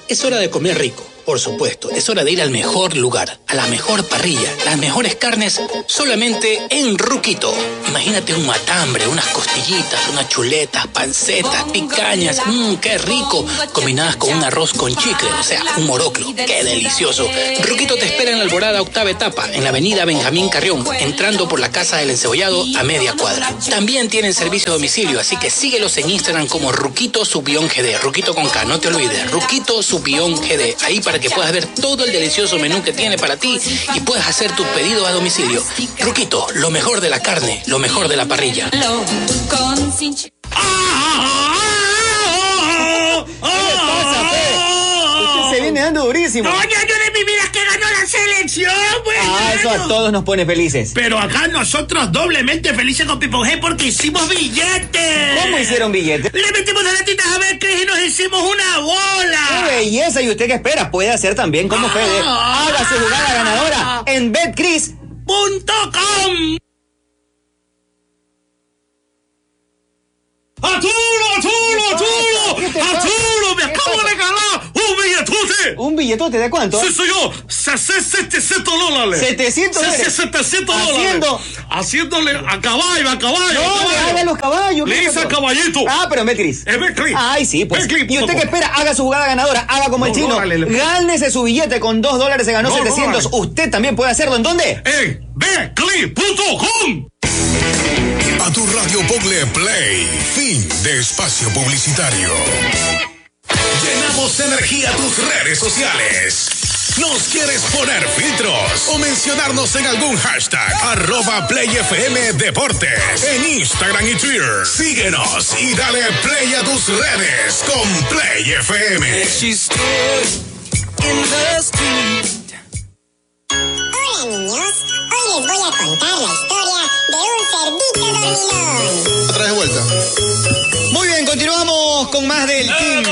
Es hora de comer rico, por supuesto. Es hora de ir al mejor lugar, a la mejor parrilla, las mejores carnes, solamente en Ruquito. Imagínate un matambre, unas costillitas, unas chuletas, pancetas, picañas. Mmm, qué rico. Combinadas con un arroz con chicle, o sea, un moroclo. Qué delicioso. Ruquito te espera en la alborada octava etapa, en la avenida Benjamín Carrión, entrando por la casa del encebollado a media cuadra. También tienen servicio a domicilio, así que síguelos en Instagram como Ruquito Subión GD. Ruquito con K, no te olvides. Ruquito Subión GD. Ahí para que puedas ver todo el delicioso menú que tiene para ti y puedas hacer tu pedido a domicilio. Ruquito, lo mejor de la carne, lo mejor de la parrilla. Usted se viene dando durísimo. No, ya yo de mi vida que ganó la selección, güey. Ah, eso a todos nos pone felices. Pero acá nosotros doblemente felices con Pipon porque hicimos billetes. ¿Cómo hicieron billetes? Le metimos las latitas a ver, Cris, y nos hicimos una bola. ¡Qué belleza! ¿Y usted qué espera? Puede hacer también como Fede. Ah. Ah. Haga su jugada ganadora en betcris.com. ¡Arturo, Arturo, Arturo! ¡Arturo! ¡Me acabo de regalar un billetote! ¿Un billetote de cuánto? Sí, señor. Se- se- 700 dólares. 700 Se- se- dólares. 700 dólares. Haciendo- Haciéndole a caballo, a caballo. No, a le caballo. haga los caballos. Le ¿qué hice a otro? caballito. Ah, pero en Betcris. En Betcris. Ay, sí, pues. Betcris, ¿Y usted punto qué com. espera? Haga su jugada ganadora. Haga como el No, no, chino. dale, le- Gánese su billete con 2 dólares. Se ganó No, no, 700. dale. Usted también puede hacerlo. ¿En dónde? En betcris.com. A tu radio Poble Play. Fin de espacio publicitario. Llenamos de energía tus redes sociales. ¿Nos quieres poner filtros o mencionarnos en algún hashtag? Arroba PlayFM Deportes en Instagram y Twitter. Síguenos y dale play a tus redes con Play FM. Hola niños, hoy les voy a contar la historia de un cerdito dormilón. Otra vez vuelta. Muy bien, continuamos con más del team.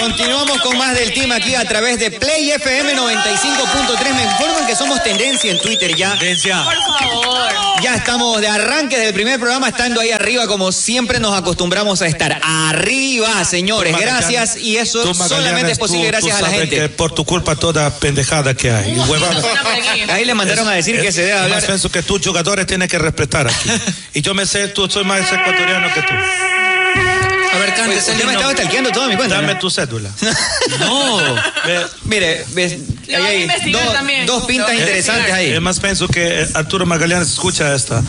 Continuamos con más del team aquí a través de Play FM 95.3. Me informan que somos tendencia en Twitter ya. Tendencia. Por favor. Ya estamos de arranque del primer programa, estando ahí arriba como siempre nos acostumbramos a estar. Arriba, señores. Tú, Magallanes, Gracias. Y eso tú, solamente Magallanes, es posible tú- tú gracias a la sabes que gente. por tu culpa toda pendejada que hay. y huevada. Ahí le mandaron a decir Es- que se debe es hablar. Más pienso que tú, jugadores, tienes que respetar aquí. y yo me sé, tú soy más ecuatoriano que tú. A ver, Cante, Usted me estaba stalkeando toda mi cuenta. Dame ¿no? tu cédula. No. Mire, ves, Le van a ahí hay investigar dos- también. dos pintas Le van a interesantes investigar. ahí. Es más pienso que eh, Arturo Magallanes escucha esta.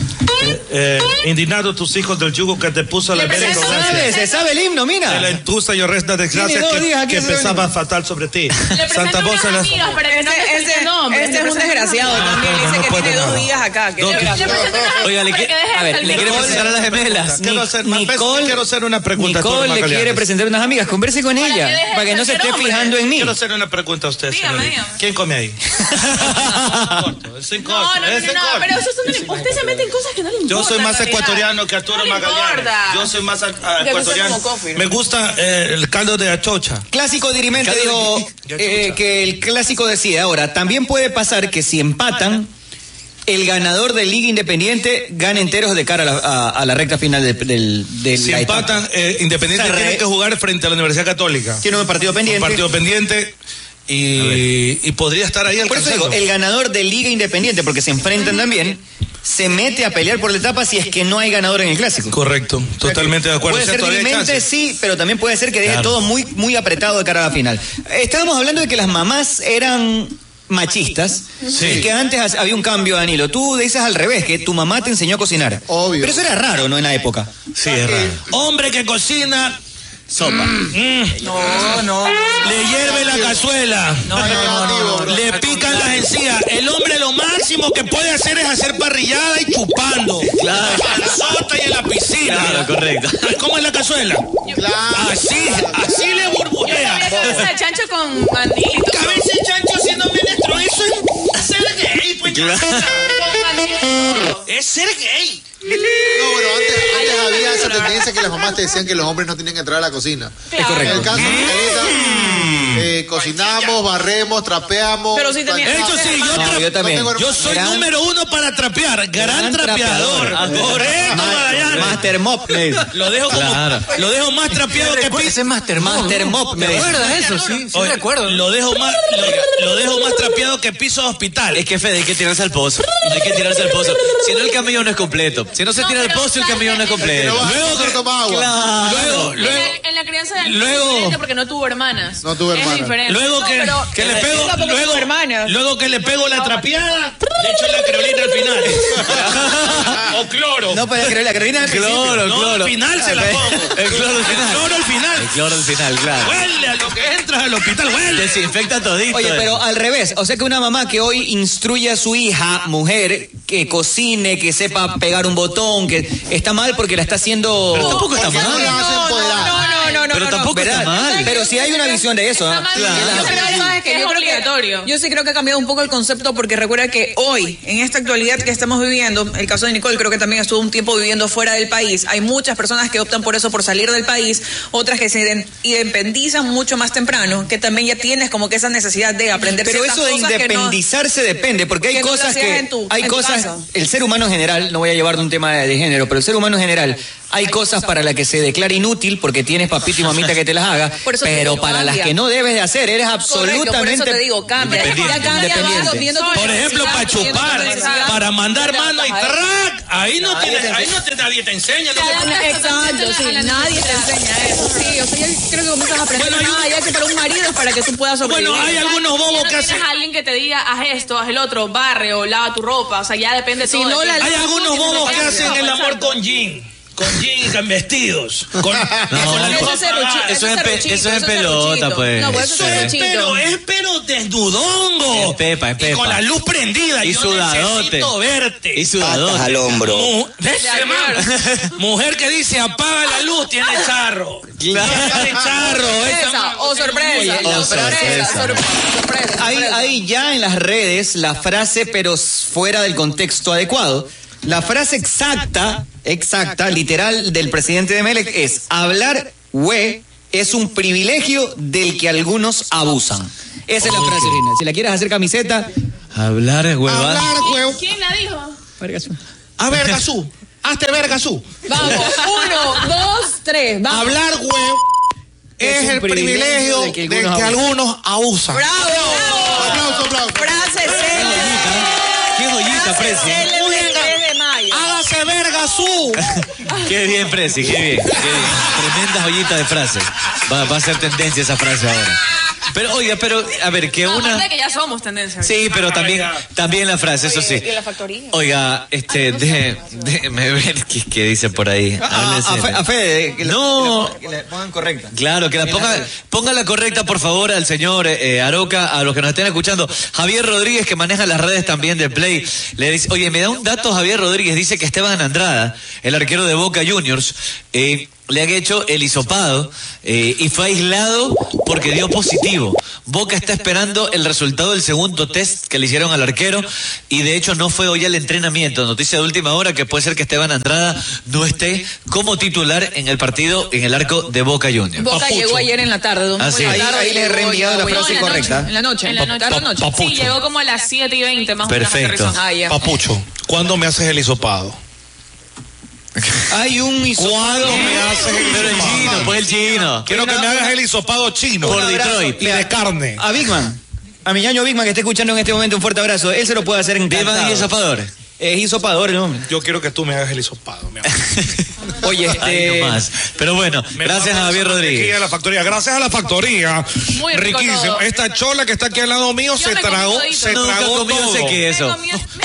Eh, eh, indignado tus hijos del yugo que te puso la Se vera sabe, ignorancia. se sabe el himno, De la mira. intrusa y horrenda desgracia Tiene dos días que, aquí que ese señor. empezaba a faltar sobre ti. Santa voz en las- Amigos, para que no me Este, este, nombre. este es un desgraciado también. no, Dice no que puede tiene nada. dos días acá. Que Dos le- días. Oiga, le quiere- a ver, le quiere presentar a las gemelas. Quiero hacer, más veces Nicole- quiero hacer una pregunta. a Arturo Nicole le Magallanes. quiere presentar unas amigas, converse con ella, deje de para que no se ser esté hombre. fijando en mí. Quiero hacer una pregunta a usted, Dígame, señorita. dígame. ¿Quién come ahí? Sin No, no, corte, no, es sin no, corte. pero eso es un- usted se mete en cosas que no le importan. Yo soy más en realidad. ecuatoriano que Arturo No le Magallanes. importa. Yo soy más ah, gusta ecuatoriano. como coffee, ¿no? Me gusta eh, el caldo de achocha. Clásico dirimente Cada dijo eh, que el clásico decide. Ahora, también puede pasar que si empatan, el ganador de Liga Independiente gane enteros de cara a la, a- a la recta final del, del, de Si la etapa. empatan, eh, Independiente Se re- tiene que jugar frente a la Universidad Católica. Tiene un partido pendiente. Un partido pendiente y, y podría estar ahí Por eso alcanzando. digo, el ganador de Liga Independiente, porque se enfrentan también, se mete a pelear por la etapa si es que no hay ganador en el clásico. Correcto, totalmente de acuerdo. Puede O sea, ser todavía hay dirimente, chance. sí, pero también puede ser que deje Claro. todo muy, muy apretado de cara a la final. Estábamos hablando de que las mamás eran machistas Sí. y que antes ha- había un cambio, Danilo. Tú dices al revés, que tu mamá te enseñó a cocinar. Obvio. Pero eso era raro, ¿no? En la época. Sí, es raro. Hombre que cocina, Mm, Sopa. No, no. le hierve la cazuela. Le pican las encías. El hombre lo máximo que puede hacer es hacer parrillada y chupando. Claro. Panzota y en la piscina. Claro, correcto. ¿Cómo es la cazuela? Así, así le burbujea. Cabeza de chancho con mandilito. Cabeza y chancho haciendo menestro. Eso es ser gay, pues. Con mandilito. Es ser gay. No, pero antes, antes había esa tendencia que las mamás te decían que los hombres no tenían que entrar a la cocina. Es En el correcto. caso de Caleta, eh, Mm. cocinamos, barremos, trapeamos. Pero sí tenía- planchamos. Eso sí, yo, No, tra- yo también. No tengo yo soy Gran- número uno para trapear. Gran, trapeador. Correcto, Magallanes. Master Mop. me dice. Lo dejo como. Claro. Lo dejo más trapeado que pizza. Ese es Master Mop, Master ¿no? Mop, me ¿Te dice. acuerdas de eso? Sí, sí Oye, recuerdo. Lo dejo más, lo, lo dejo más trapeado que piso de hospital. Es que Fede, hay que tirarse al pozo. Hay que tirarse al pozo. Si no, el camellón no es completo. Si no se No, tira al pero pozo, el ¿sabes camellón no es qué? completo. Pero vas, Luego nosotros que- tomamos agua. Luego, En la, luego. en la crianza de Daniel Luego- es diferente porque no tuvo hermanas. No tuvo hermanas. Es diferente. Luego No, que, pero- que le pego, tampoco luego, son hermanas. luego que le pego la trapeada, le echo la creolina al final. o cloro. No, pero la Carolina- la Carolina del Cloro, principio. No, cloro. al final se la Ok. pongo. El cloro al El final. cloro al final. El cloro al final, claro. Huele a lo que entras al hospital, huele. Desinfecta todito. Oye, eh. pero al revés, o sea que una mamá que hoy instruye a su hija, mujer, que cocine, que sepa pegar un botón, que está mal porque la está haciendo... Pero tampoco está Porque no mal. la hacen empoderar. No, no, no, Pero no, no. tampoco está ¿Verdad? mal. Pero si hay una visión de eso, ¿ah? Está mal. Yo creo que sabes que Es yo creo que- obligatorio. Yo sí creo que ha cambiado un poco el concepto porque recuerda que hoy, en esta actualidad que estamos viviendo, el caso de Nicole creo que también estuvo un tiempo viviendo fuera del país. Hay muchas personas que optan por eso, por salir del país, otras que se iden- independizan mucho más temprano, que también ya tienes como que esa necesidad de aprender Pero ciertas eso de cosas que no- independizarse depende, porque hay que no lo cosas hacías que en tu- hay en tu cosas, casa. el ser humano en general, no voy a llevar de un tema de, de género, pero el ser humano en general, hay cosas para las que se declara inútil porque tienes papito y mamita que te las haga, Por eso te pero digo, para las cambia. que no debes de hacer, eres Correcto, por eso absolutamente te digo, Ah, cambia. Ya cambia Independiente. vas viendo tu Por ejemplo, necesidad, para viendo tu chupar, Pues, necesidad. para mandar mano y track. Ahí no Nadie tienes, te ahí no te nadie te enseña. no Te te- adaptas totalmente Exacto, a la- sí, a la nadie te necesidad. enseña eso. Sí, o sea, yo creo que comienzas a aprender Bueno, hay un- nada, ya que para un marido es para que tú puedas sobrevivir. Bueno, hay algunos Ya bobos no que hacen. tienes a alguien que te diga, haz esto, haz el otro, barre o lava tu ropa. O sea, ya depende Si todo. de no, ti. la- Hay algunos bobos que hacen el amor Exacto. con jean. Con jeans, con vestidos. Con, No, con la eso ropa es serruchi- parada. eso es en pe- Eso es eso es en serruchito. pelota, pues. No, pues eso eso es es serruchito. pero, es pero desnudongo. Es pepa, es Y pepa. con la luz prendida. Y yo sudadote. necesito verte. Y sudadote. Patas al hombro. Mu- ¿Ves, De acuerdo. hermano? Mujer que dice apaga la luz, tiene charro. Tiene charro. esa Sorpresa, o sorpresa. Oye, la o sorpresa. frase. Hay, hay ya en las redes la frase, pero s- fuera del contexto adecuado. La frase exacta, exacta, literal del presidente de Melec es hablar we es un privilegio del que algunos abusan. Esa es la frase original. Si la quieres hacer camiseta, Hablar es huevada. ¿Quién la dijo? A ver, Gazú. Hazte verga, su. Vamos, uno, dos, tres. Vamos. Hablar huevo es, el privilegio del que algunos, abusan. ¡Bravo! ¡Aplauso, aplauso! Frase Qué joyita, Presi. Hágase verga, su. Qué bien, Presi, qué bien. Qué bien. Tremenda joyita de frase. Va, va a ser tendencia esa frase ahora. Pero, oiga, pero, a ver, que Aparte de una. que ya somos tendencia. Sí, pero también, también la frase, eso sí. la factoría. Oiga, este, deje- déjeme ver qué, qué dice por ahí. Háblese. A, Fe- a Fede, que la- No. que la pongan correcta. Claro, que la ponga, ponga la correcta, por favor, al señor eh, Aroca, a los que nos estén escuchando. Javier Rodríguez, que maneja las redes también de Play, le dice, oye, me da un dato Javier Rodríguez, dice que Esteban Andrada, el arquero de Boca Juniors, eh, le han hecho el hisopado eh, y fue aislado porque dio positivo. Boca está esperando el resultado del segundo test que le hicieron al arquero y de hecho no fue hoy al entrenamiento. Noticia de última hora que puede ser que Esteban Andrada no esté como titular en el partido en el arco de Boca Juniors. Boca llegó ayer en la tarde. domingo Ah, sí. en la Ahí- tarde ahí les he llegó, reenviado llegó, la llegó. frase No, en correcta. la noche, en la noche. Pa- Tarde noche. Sí, llegó como a las 7 y 20 más o menos. Perfecto. aterrizó. Ah, ya. Papucho, ¿cuándo me haces el hisopado? Hay un hisopado. me haces el Pero el hisopado? chino, pues el chino. Quiero que me hagas el hisopado chino. Un abrazo. Y de carne. A Bigman. A mi ñaño Bigman que está escuchando en este momento un fuerte abrazo. Él se lo puede hacer en Devan y Zapador. Es hisopador el hombre. Yo quiero que tú me hagas el hisopado, mi amor. Oye, Ahí este. nomás. Pero bueno, gracias a Javier Aquí Rodríguez. a la factoría. Gracias a la factoría. Muy rico Riquísimo. todo. Esta chola que está aquí al lado mío se me comí tragó, todito. se Nunca tragó comí ese todo. queso.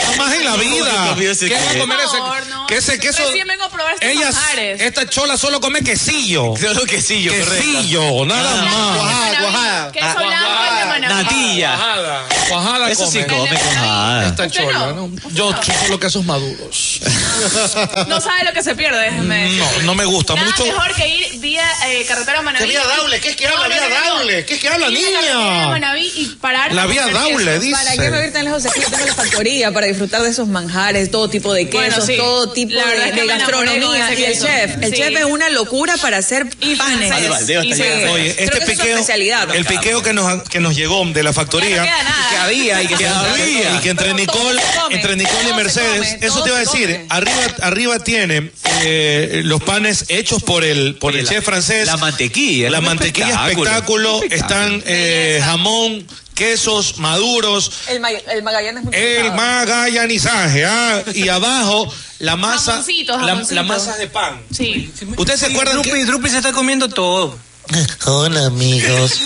Jamás en la Nunca vida. comí ese ¿Qué va a queso. comer ese, Por favor, no. que ese queso? Recién vengo a probar estos Ella- manjares. esta chola solo come quesillo. Claro que sí, yo correcto. Quesillo, nada más. Guajada, guajada. Ah, Queso blanco el de Manabí. Natilla. Cuajada Eso sí come. come con jada. Esta Usted chola, no. ¿no? Yo solo quesos maduros. No sabe lo que se pierde, déjeme decir. No, no me gusta Nada mucho. mejor que ir vía eh, carretera a Manaví. Que vía Daule, ¿qué es que habla? Vía Daule, ¿qué es que habla, Ir a niña? carretera a Manaví y parar. La a vía comer Daule, queso. ¿Para qué me voy a ir dice. tan lejos? Aquí yo tengo la factoría para disfrutar de esos manjares, todo tipo de quesos, Bueno, sí. todo tipo La verdad de, es que de me enamoré con gastronomía. ese Y el queso. chef, el Sí. chef es una locura para hacer francés. panes. Valdeo está Sí. llegando. Oye, este Creo que esa es su piqueo, especialidad. el Ricardo. piqueo que nos, que nos llegó de la Ya factoría. no queda Que nada. había y que, que se- había, y que entre Todo Nicole, se come, entre Nicole todo y se Mercedes, come, eso todo te iba a se decir, come. arriba, arriba tienen eh, los panes hechos por el, por Oye, el la- chef francés, La mantequilla. la un mantequilla espectáculo, están eh, jamón, quesos maduros, El, May- el Magallanes muy el complicado. magallanizaje, ah, y abajo la masa, Jamoncito, la- jamoncito. la masa de pan. Sí. ¿Ustedes se acuerdan? que- Drupi, Drupi se está comiendo todo. Hola, amigos.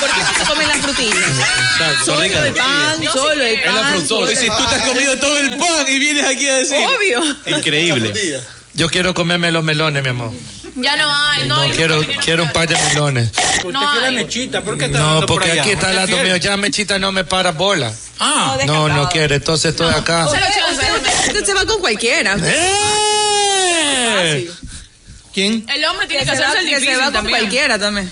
¿Por qué no se comen las frutillas? Solo Ricardo. el pan, Yo sí solo el quiero. Es la pan. solo Oye, el si tú te has comido todo el pan y vienes aquí a decir. pan. Obvio. Increíble. Yo quiero comerme los melones, mi amor. Ya no hay, no, hay. No, quiero, quiero un par de melones. No hay. Mechita, ¿por qué está No, hablando por porque allá? aquí está el lado mío. Ya Mechita no me para bola. Ah, No, no quiere. Entonces estoy acá. Usted, usted- usted- usted se va con cualquiera. ¡Eh! ¿Quién? El hombre tiene Que que se va, hacerse el que se difícil va con también. cualquiera también.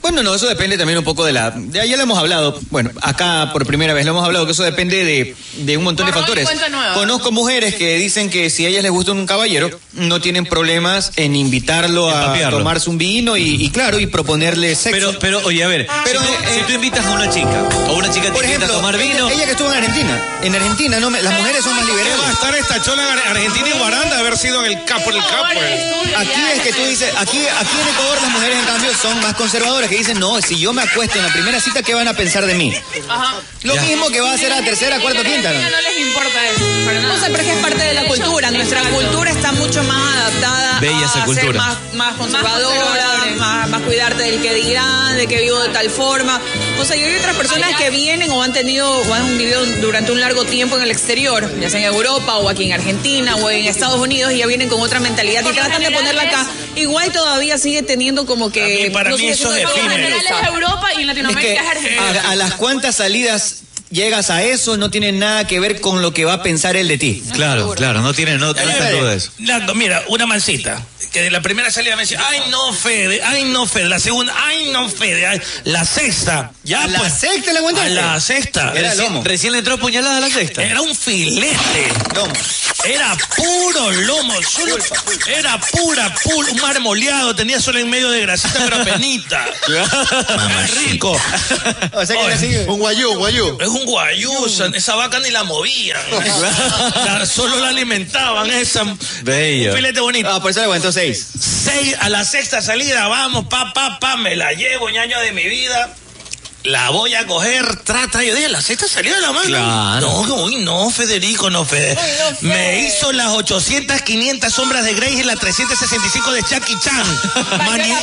Bueno, no, eso depende también un poco de la. De ayer lo hemos hablado. Bueno, acá por primera vez lo hemos hablado, que eso depende de, de un montón de Borrón y factores. cuenta nueva. Conozco mujeres que dicen que si a ellas les gusta un caballero, no tienen problemas en invitarlo En a papearlo. tomarse un vino y, y claro, y proponerle sexo. Pero, pero, oye, a ver, Pero, si, tú, eh, si tú invitas a una chica, o una chica te por invita ejemplo, a tomar vino, Ella, ella que estuvo en Argentina. En Argentina, no, me- las mujeres son más ¿Qué liberales. va a estar esta chola en Ar- Argentina y Guaranda de haber sido en el capo, el capo? eh? pues. Aquí es que tú dices, aquí, aquí en Ecuador las mujeres en cambio son más conservadoras, que dicen, no, si yo me acuesto en la primera cita, ¿qué van a pensar de mí? Ajá. Lo mismo que va a hacer a la tercera, cuarta, quinta. No les importa eso. Para No nada. sé, pero es que es parte de la cultura. Nuestra cultura está mucho más adaptada Bella esa a ser cultura. más, más conservadora, más, más cuidarte del que dirán, de que vivo de tal forma. O sea, y hay otras personas que vienen o han tenido o han vivido durante un largo tiempo en el exterior, ya sea en Europa o aquí en Argentina o en Estados Unidos, y ya vienen con otra mentalidad y tratan de ponerla acá. Igual todavía sigue teniendo como que. para no mí sigue eso siendo es tan efímero. general es Europa y en Latinoamérica. Latinoamérica. América es que a, a las cuantas salidas llegas a eso no tiene nada que ver con lo que va a pensar él de ti. Claro, claro, no tiene, no, no está duda de eso. Lando, mira, una mancita. Que de la primera salida me decía, ay no, Fede, ay no, Fede. La segunda, ay no, Fede. ay, la sexta. Ya, ¿A la pues, sexta le aguantaste? A la sexta. Era lomo. Recién le entró puñalada a la sexta. Era un filete. Era puro lomo. solo- era pura, puro, un marmoleado. Tenía solo en medio de grasita, pero penita. rico. O sea que Oye, era así, un guayú, un guayú. Es un guayú, esa, esa vaca ni la movían. La- solo la alimentaban esa. Bello. Un filete bonito. Ah, por eso le aguantó seis. Seis a la sexta salida, vamos, pa, pa, pa, me la llevo, ñaño de mi vida. La voy a coger, trata. Yo dije, la sexta salida la mano. Claro. No, que, uy, no, Federico, no, Fede. Me hizo las 800, 500 sombras de Grey y las 365 de Chucky Chan. Mani-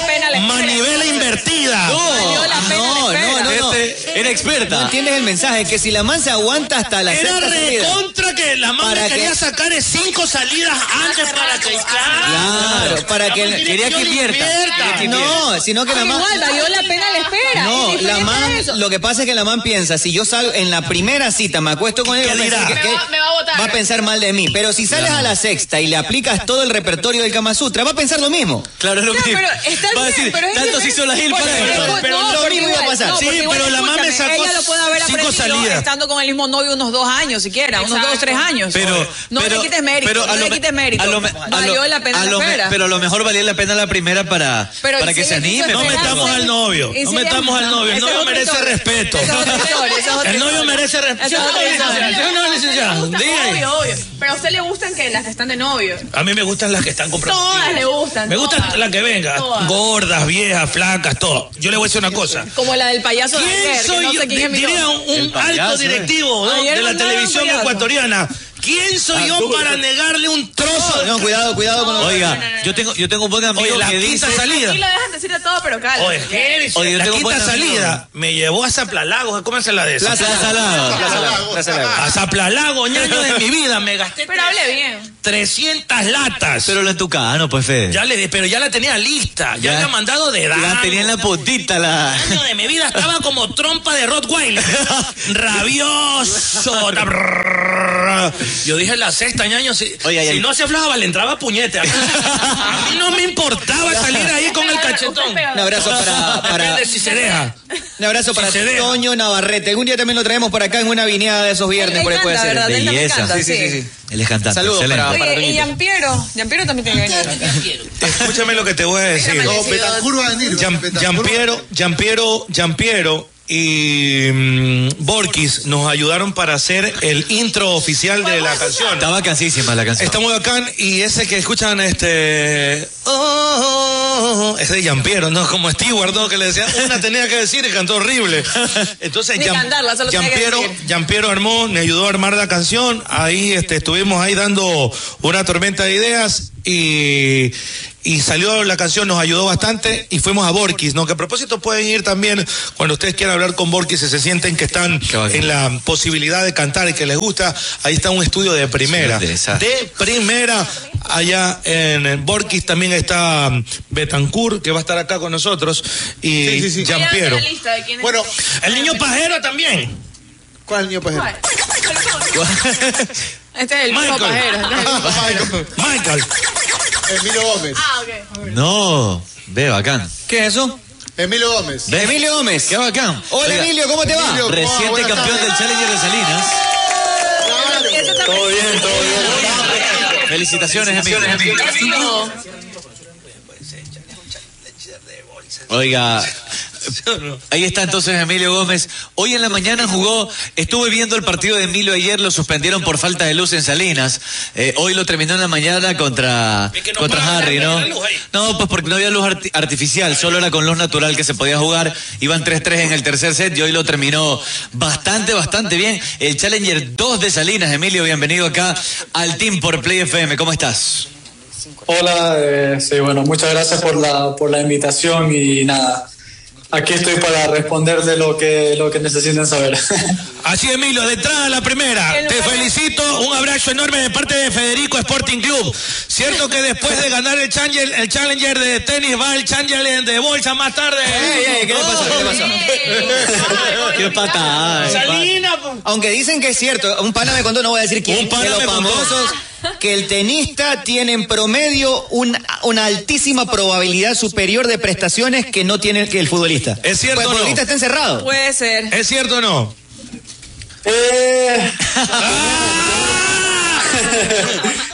manivela invertida. Este, No, no, no, no, no. era experta. No entiendes el mensaje, que si la man se aguanta hasta la Era sexta salida. recontra que la madre ¿Para quería qué? sacar de cinco salidas antes para que. Ah. Claro, para que quería que invierta. Quería que No, Ah, invierta. sino que la man Igual, valió la pena la espera. es No, la diferente man, a eso. lo que pasa es que la man piensa, si yo salgo en la primera cita, me acuesto con él, va a pensar que- Me va- me va a votar. va a pensar mal de mí. Pero si sales a la sexta y le aplicas todo el repertorio del Kama Sutra, va a pensar lo mismo. Claro, es lo No, mismo. pero está Va a bien, decir, pero es tanto se diferente. hizo la Gil Porque- para porque- pero No, lo porque mismo iba a igual, pasar. no, Sí, porque igual, pero la mamá me escúchame, sacó Ella lo puede haber cinco aprendido salidas. estando con el mismo novio unos dos años siquiera, unos dos, tres años. Pero, no pero- le quites mérito, pero a no lo le me- quites mérito. a lo me- a lo- Valió la pena a la lo me- espera. Pero a lo mejor valía la pena la primera para, Pero para y que si se ella quiso anime. No metamos esperarse- al novio. y No si ella- metamos al novio. El Esa es novio otra merece historia. respeto. Esa es otra historia, esa es otra El novio historia. merece Esa es respeto. otra historia. Yo no, licenciada. Obvio, Diga ahí. obvio. Pero a usted le gustan que las que están de novio. A mí me gustan las que están comprometidas. Todas le gustan. Me gustan todas. las que vengan. Todas. Gordas, viejas, flacas, todo. Yo le voy a decir una cosa. Como la del payaso de ¿Quién ayer, que soy no yo? sé quién es mi Diría novio. un, un alto directivo ¿no? Ayer de la mandaron televisión payaso. ecuatoriana. ¿Quién soy Ah, yo tú- para negarle un trozo? de- No, cuidado, cuidado con lo- Oiga, yo tengo, yo tengo un buen amigo Oye, la que quinta dice. salida. Aquí lo dejan decir de todo, pero calma. Oye, ¿qué? Oye, yo la tengo quinta buenas salida amigas. me llevó a Zaplalagos. ¿Cómo se la de esa? Plaza Salado. Plaza Lago, Plaza Lago. A Zaplalago, ñaño de mi vida, me gasté Pero hable bien. 300 latas. Pero lo en tu casa, no, pues Fede. Ya le, di- pero ya la tenía lista, ya, Ya. la había mandado de edad. La tenía en la puntita la. año de mi vida estaba como trompa de Rottweiler. Rabioso. Yo dije la sexta ñaño, si, Oye, ay, si ay. no se aflaba, le entraba puñete. A mí, a mí no me importaba salir ahí con el cachetón. Un abrazo para- para- Depende si se deja. Un abrazo para se deja. Toño Navarrete. Algún día también lo traemos para acá en una vineada de esos viernes, Él- él por ahí puede canta, ser. ¿verdad? Él también canta, sí. Él es cantante. Saludos excelente. para- Oye, y Yampiero, Yampiero también tiene que venir. Escúchame lo que te voy a decir. No, Betancur va a venir. Gian- Giampiero, Giampiero, Giampiero y mm, Borkis nos ayudaron para hacer el intro oficial de la canción. Está vacancísima la canción. Está muy bacán y ese que escuchan, este. Oh, oh, oh, ese de Giampiero, ¿no? Como Stewart, ¿no? Que le decía, una tenía que decir y cantó horrible. Entonces, Ni cantarla, solo tenía que Giampiero, decir. Giampiero armó, me ayudó a armar la canción. Ahí este, estuvimos ahí dando una tormenta de ideas y, y salió la canción, nos ayudó bastante y fuimos a Borkis, ¿no? Que a propósito pueden ir también cuando ustedes quieran hablar con Borkis y se sienten que están bacán. en la posibilidad de cantar y que les gusta. Ahí está un estudio de primera. Sí, de esa. De primera. Allá en Borkis también está Betancourt, que va a estar acá con nosotros, y Giampiero. Vean la lista de quiénes Bueno, son. El niño pajero también. ¿Cuál niño pajero? ¿Cuál? Este es el mismo Michael. pajero. este es el- Michael. Emilio Gómez. Ah, ok. No, ve bacán. ¿Qué es eso? Emilio Gómez. Ve. Emilio Gómez. Qué bacán. Hola Oiga, Emilio, ¿cómo te va? Emilio, ¿cómo va? Reciente Buenas campeón tardes. del Challenger de Salinas. Claro. Eso también. Felicitaciones, Emilio. Eso. Oiga, ahí está entonces Emilio Gómez. Hoy en la mañana jugó, estuve viendo el partido de Emilio ayer, lo suspendieron por falta de luz en Salinas. Eh, hoy lo terminó en la mañana contra, Es que no contra puede Harry, haber ¿no? luz ahí. No, pues porque no había luz arti- artificial, solo era con luz natural que se podía jugar. Iban 3-3 en el tercer set y hoy lo terminó bastante, bastante bien. El Challenger 2 de Salinas, Emilio, bienvenido acá al Team por Play FM. ¿Cómo estás? Hola, eh, sí, bueno, muchas gracias por la, por la invitación y nada, aquí estoy para responder de lo que, lo que necesiten saber. Así Emilio, de entrada a la primera. Te felicito, un abrazo enorme de parte de Federico Sporting Club. Cierto que después de ganar el Challenger, el challenger de tenis va el Challenger de bolsa más tarde. ¿Qué le pasó? ¿Qué le pasó? Qué patada. Salina, Aunque dicen que es cierto, un pana me contó, no voy a decir quién, Un pana de los me contó. famosos, que el tenista tiene en promedio un- una altísima probabilidad superior de prestaciones que no tiene el- que el futbolista. ¿Es cierto Pues el o no? futbolista está encerrado. Puede ser. ¿Es cierto o no? Eh,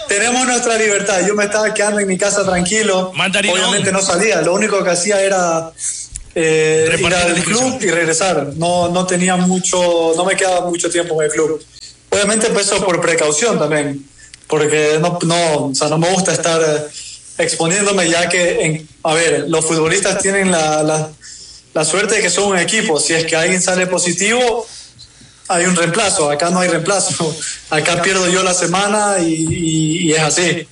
Tenemos nuestra libertad. Yo me estaba quedando en mi casa tranquilo. Obviamente no salía. Lo único que hacía era eh, ir al club y regresar. No, no tenía mucho, no me quedaba mucho tiempo en el club. Obviamente peso por precaución también, porque no, no, o sea, no me gusta estar eh, exponiéndome ya que, en- a ver, los futbolistas tienen la, la- la suerte de que son un equipo. Si es que alguien sale positivo, hay un reemplazo. Acá no hay reemplazo. Acá pierdo yo la semana y, y- y es así.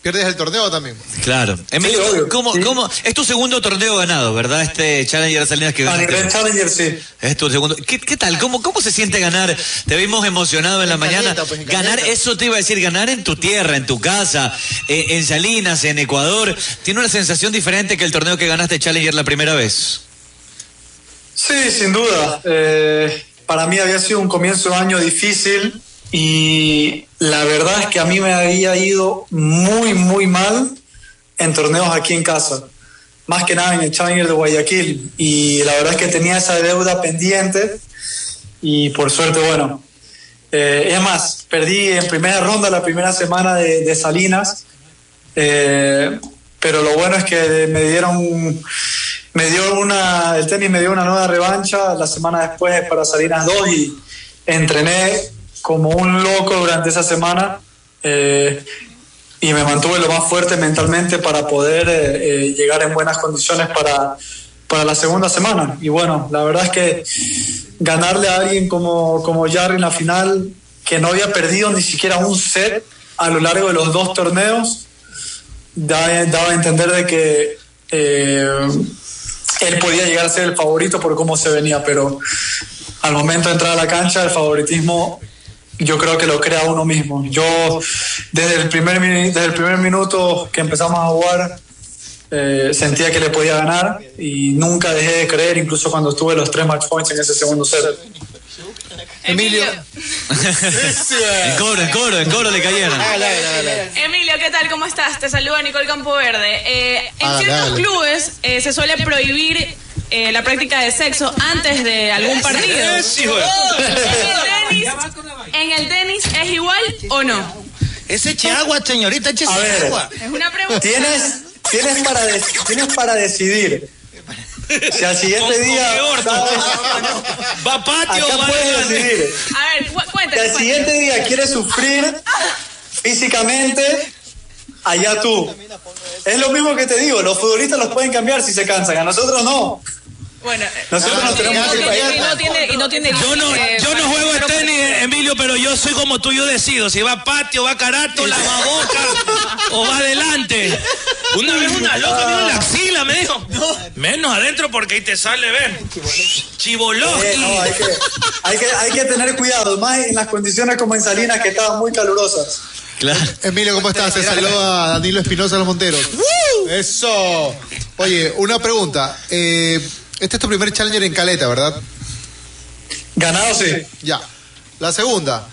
Pierdes el torneo también. Claro. Emilio, ¿cómo, cómo- Es tu segundo torneo ganado, ¿verdad? Este Challenger Salinas que ganaste. nivel Ah, Challenger, sí. Es tu segundo. ¿Qué, qué tal? ¿Cómo, ¿Cómo se siente ganar? Te vimos emocionado en la mañana. calienta, pues, en ganar, calienta. eso te iba a decir, ganar en tu tierra, en tu casa, eh, en Salinas, en Ecuador. Tiene una sensación diferente que el torneo que ganaste Challenger la primera vez. Sí, sin duda. Eh, para mí había sido un comienzo de año difícil y la verdad es que a mí me había ido muy, muy mal en torneos aquí en casa. Más que nada en el Challenger de Guayaquil. Y la verdad es que tenía esa deuda pendiente y por suerte, bueno. eh, es más, perdí en primera ronda la primera semana de, de Salinas. eh, pero lo bueno es que me dieron me dio una, el tenis me dio una nueva revancha la semana después para Salinas 2 y entrené como un loco durante esa semana eh, y me mantuve lo más fuerte mentalmente para poder eh, eh, llegar en buenas condiciones para, para la segunda semana. Y bueno, la verdad es que ganarle a alguien como, como Jarry en la final, que no había perdido ni siquiera un set a lo largo de los dos torneos, da- daba a entender de que... eh, él podía llegar a ser el favorito por cómo se venía, pero al momento de entrar a la cancha, el favoritismo yo creo que lo crea uno mismo. Yo, desde el primer, mini- desde el primer minuto que empezamos a jugar, eh, sentía que le podía ganar y nunca dejé de creer, incluso cuando estuve los tres match points en ese segundo set. Emilio. el coro, el coro, el coro le cayeron. Ah, Emilio, ¿qué tal? ¿Cómo estás? Te saluda Nicole Campoverde. Eh, en Ah, ciertos dale. clubes eh, se suele prohibir eh, la práctica de sexo antes de algún partido. Es, hijo de- En el tenis- ¿En el tenis es igual o no? Ese chihuahua, señorita, eche A ver. chihuahua. Es una pregunta. Tienes, tienes, para, de- tienes para decidir. Si al siguiente día sabes- acá puedes decidir. A ver, cu- Si cuéntame. al siguiente día quieres sufrir físicamente, allá tú. Es lo mismo que te digo, los futbolistas los pueden cambiar si se cansan, a nosotros no. Bueno, Nosotros nos tenemos que y no tiene, y no tiene Yo no, eh, límite yo no para- juego al tenis, Emilio, pero yo soy como tú, yo decido si va a patio, va a carato, la boca o va adelante. Una vez una loca me dio en la axila, me dijo. Menos adentro porque ahí te sale, ven. Chivoloski. Eh, no, hay, que, hay, que, hay que tener cuidado, más en las condiciones como en Salinas que estaban muy calurosas. Emilio, ¿cómo estás? Se saluda a Danilo Espinosa de los Monteros. Eso. Oye, una pregunta. Eh, este es tu primer challenger en Caleta, ¿verdad? Ganado, sí. Ya. La segunda.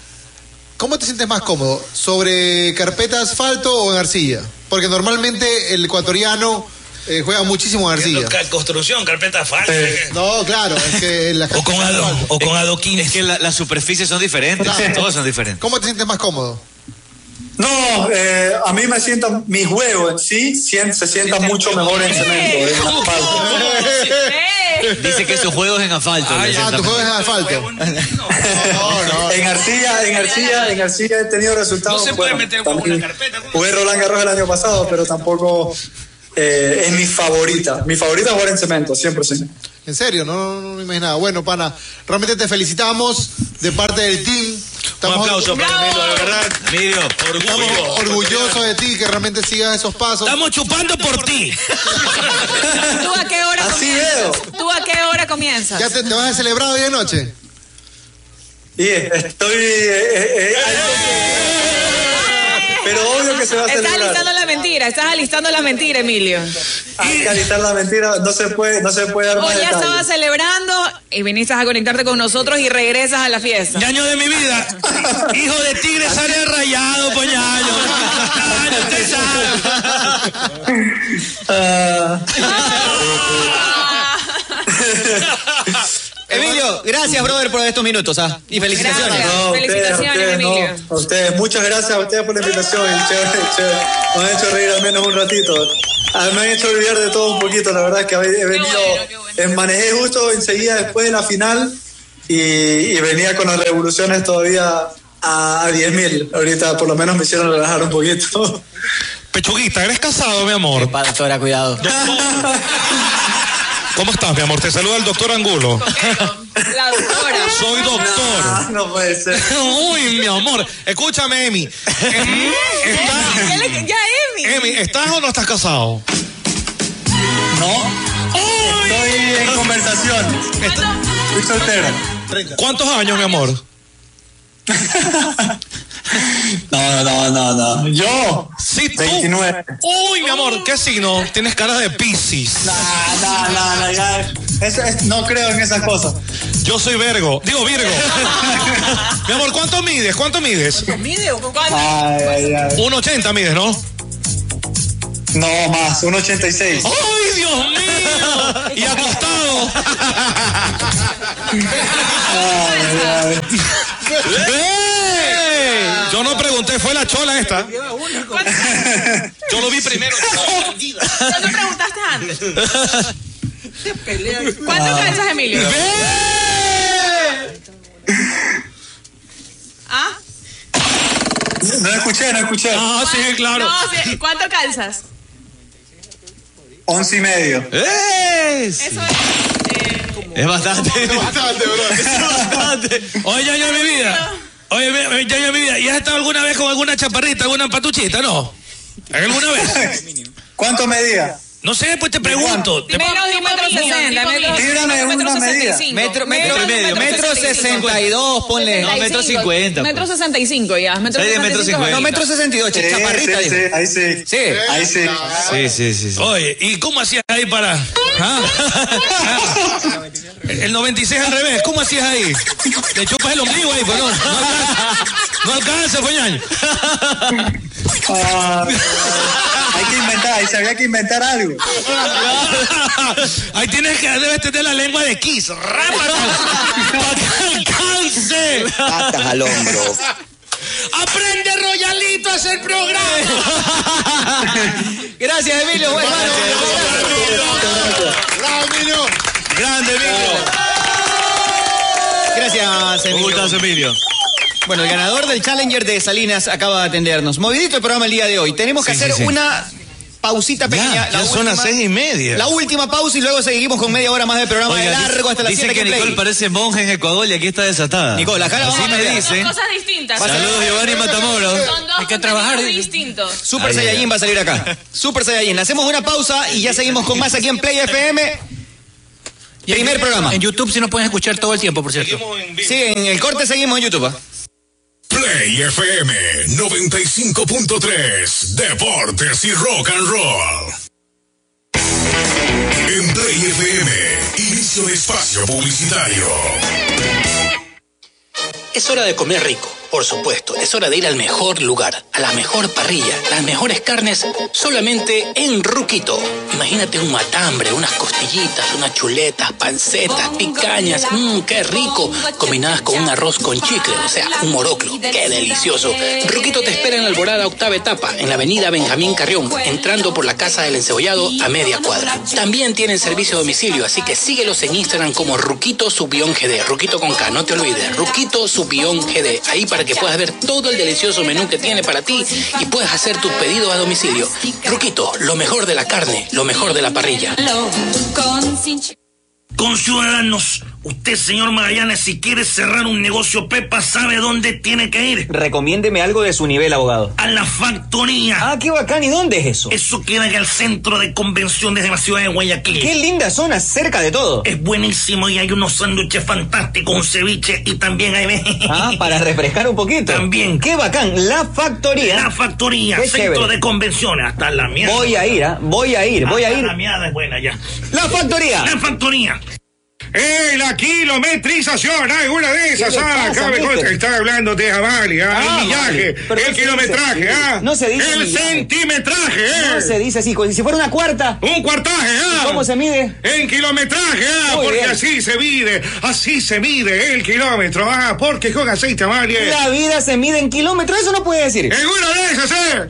¿Cómo te sientes más cómodo? ¿Sobre carpeta asfalto o en arcilla? Porque normalmente el ecuatoriano eh, juega muchísimo en arcilla. Ca- Construcción, carpeta falsa. No, claro, es que la O con, ado- o con adoquines. Es que la- las superficies son diferentes, Claro. todas son diferentes. ¿Cómo te sientes más cómodo? No, eh, a mí me sientan mis huevos en sí, sien- se sientan mucho mejor en cemento. en asfalto. Dice que su juego es en asfalto. Ah, le sienta mejor. en asfalto. En arcilla, en arcilla, en arcilla he tenido resultados. No se puede meter carpeta. Jugué Roland Garros el año pasado, pero tampoco eh, es mi favorita. Mi favorita es jugar en cemento, siempre sí. En serio, no, no, no me imaginaba. Bueno, pana, realmente te felicitamos de parte del team. Estamos- Un aplauso para Emilio, de verdad. Emilio, orgullo. Estamos orgullosos de ti, que realmente sigas esos pasos. Estamos chupando por ti. ¿Tú a qué hora Así comienzas? ¿Tú a qué hora comienzas? ¿Ya te, te vas a celebrar hoy de noche? Y estoy. eh, eh, eh, Pero obvio que se va a Estás celebrar. alistando la mentira, estás alistando la mentira, Emilio. hay que alistar la mentira, no se puede, no se puede dar Hoy más Oh, ya detalles. estabas celebrando y viniste a conectarte con nosotros y regresas a la fiesta. Ñaño de mi vida. Hijo de tigre sale rayado, poñaño. Ñaño, usted sabe. Ah, Emilio, gracias, brother, por estos minutos. ¿ah? Y felicitaciones. no, ustedes, ustedes, no, a ustedes, muchas gracias a ustedes por la invitación. y chévere, chévere. Nos han hecho reír al menos un ratito. Ah, Me han hecho olvidar de todo un poquito, la verdad es que he venido, eh, manejé justo enseguida después de la final y, y venía con las revoluciones todavía a, a 10.000. Ahorita por lo menos me hicieron relajar un poquito. Pechuguita, eres casado, mi amor. Doctora, cuidado. ¿Cómo estás, mi amor? Te saluda el doctor Angulo. La doctora. Soy doctor. Ah, No, puede ser. Uy, mi amor. Escúchame, Emi. Em, ¿estás- Ya, Emi. Emi, ¿estás o no estás casado? No. Estoy en conversación. Estoy soltero. ¿Cuántos años, mi amor? No, no, no, no. Yo. Sí, tú. 29. Uy, mi amor, ¿qué signo? Tienes cara de Piscis. No, no, no, ya. Eso es- no creo en esas cosas. Yo soy Vergo. Digo Virgo. mi amor, ¿cuánto mides? ¿Cuánto mides? ¿Mide o con cuánto? Ay, ay, ay. 1.80 mides, ¿no? No, más, 1.86. ¡Ay, Dios mío! Y acostado. ¡Ey! Yo no pregunté, fue la chola esta. Yo lo vi primero. ¿No te preguntaste antes? ¿Cuánto Ah. calzas, Emilio? ¿Ah? No escuché, no escuché. Ah, sí, claro. No, sí, ¿Cuánto calzas? Once y medio. Eh. Eso Es bastante. Es bastante, bro. Es bastante. Oye, Ñaño de mi vida. Oye, mi- mi- Ñaño de mi vida. ¿Y has estado alguna vez con alguna chaparrita, alguna patuchita? No. ¿Alguna vez? ¿Cuánto medía? No sé, pues te pregunto. Te- Menos de un metro sesenta. metro- Tírame metro una medida. sesenta y cinco. Metro, metro, Menos y de medio, metro sesenta y dos, ponle. No, metro cincuenta. Metro sesenta y cinco ya. Metro Seis de metro sesenta y cinco. cincuenta. No, metro sesenta y Eh, ocho, chaparrita, dijo. ahí sí. Sí. Ahí sí. Sí, sí, sí. Oye, ¿y cómo hacías ahí para.? ¿Ah? El 96 al revés, ¿cómo hacías ahí? Te chupas el ombligo ahí, pues no. No alcanza, no alcanza, pues, Ñaño. Ah, hay que inventar, ahí se había que inventar algo. Ahí tienes que debes tener la lengua de Kiss. ¡Rápalo! ¡Para que alcance! Patas al hombro. ¡Aprende, Royalito, a hacer programa! Gracias, Emilio. Bueno, ¡Bravo, Emilio! ¡Grande, Emilio! Gracias, Emilio. Emilio. Bueno, el ganador del Challenger de Salinas acaba de atendernos. Movidito el programa el día de hoy. Tenemos que Sí, hacer sí, sí. una pausita pequeña. ya son las seis y media. La última pausa y luego seguimos con media hora más de programa de Oiga, largo hasta las Dicen siete que que play. Nicole parece monja en Ecuador y aquí está desatada. Nicole, acá la Así vamos a me meter. dicen. Cosas distintas. Saludos, Giovanni Matamoros. Son dos Hay que trabajar. contenidos distintos. Super Saiyajin va a salir acá. Super Saiyajin. Hacemos una pausa y ya seguimos con más aquí en Play FM. Primer programa. En YouTube sí nos pueden escuchar todo el tiempo, por cierto. Sí, en el corte seguimos en YouTube. ¿ah? Play FM 95.3 Deportes y Rock and Roll. En Play FM, inicio de espacio publicitario. Es hora de comer rico, por supuesto. Es hora de ir al mejor lugar, a la mejor parrilla, las mejores carnes, solamente en Ruquito. Imagínate un matambre, unas costillitas, unas chuletas, pancetas, picañas. Mmm, qué rico. Combinadas con un arroz con chicle, o sea, un moroclo. Qué delicioso. Ruquito te espera en la Alborada Octava Etapa, en la avenida Benjamín Carrión, entrando por la Casa del Encebollado a media cuadra. También tienen servicio a domicilio, así que síguelos en Instagram como Ruquito Subión GD. Ruquito con K, no te olvides. Ruquito Subión GD. Ahí para que puedas ver todo el delicioso menú que tiene para ti y puedas hacer tus pedidos a domicilio. Ruquito, lo mejor de la carne, lo mejor de la parrilla. Conciudadanos, Usted, señor Magallanes, si quiere cerrar un negocio Pepa, sabe dónde tiene que ir. Recomiéndeme algo de su nivel, abogado. A la factoría. Ah, qué bacán. ¿Y dónde es eso? Eso queda en el centro de convenciones de la ciudad de Guayaquil. Qué linda zona, cerca de todo. Es buenísimo y hay unos sándwiches fantásticos, un ceviche y también hay... Ah, para refrescar un poquito. También. Qué bacán. La factoría. La factoría, Qué centro chévere. de convenciones. Hasta la mierda. Voy a ir, ¿ah? voy a ir, voy a Hasta ir. La mierda es buena ya. La factoría. La factoría. ¡Eh, la kilometrización! ¡Hay una de esas! le ¡Ah! pasa, Acá me mister? consta que están hablando de Amalia. Ah, el millaje, vale. Pero el no se kilometraje, dice así. ¿ah? No se dice ¡El millaje. centimetraje, ¿eh? No se dice así, como si fuera una cuarta. ¡Un cuartaje, ah! ¿Y ¿Cómo se mide? En kilometraje, ah, Muy porque bien. así se mide, así se mide el kilómetro, ah, porque con aceite, Amalia. La vida se mide en kilómetros, eso no puede decir. ¡En una de esas, eh!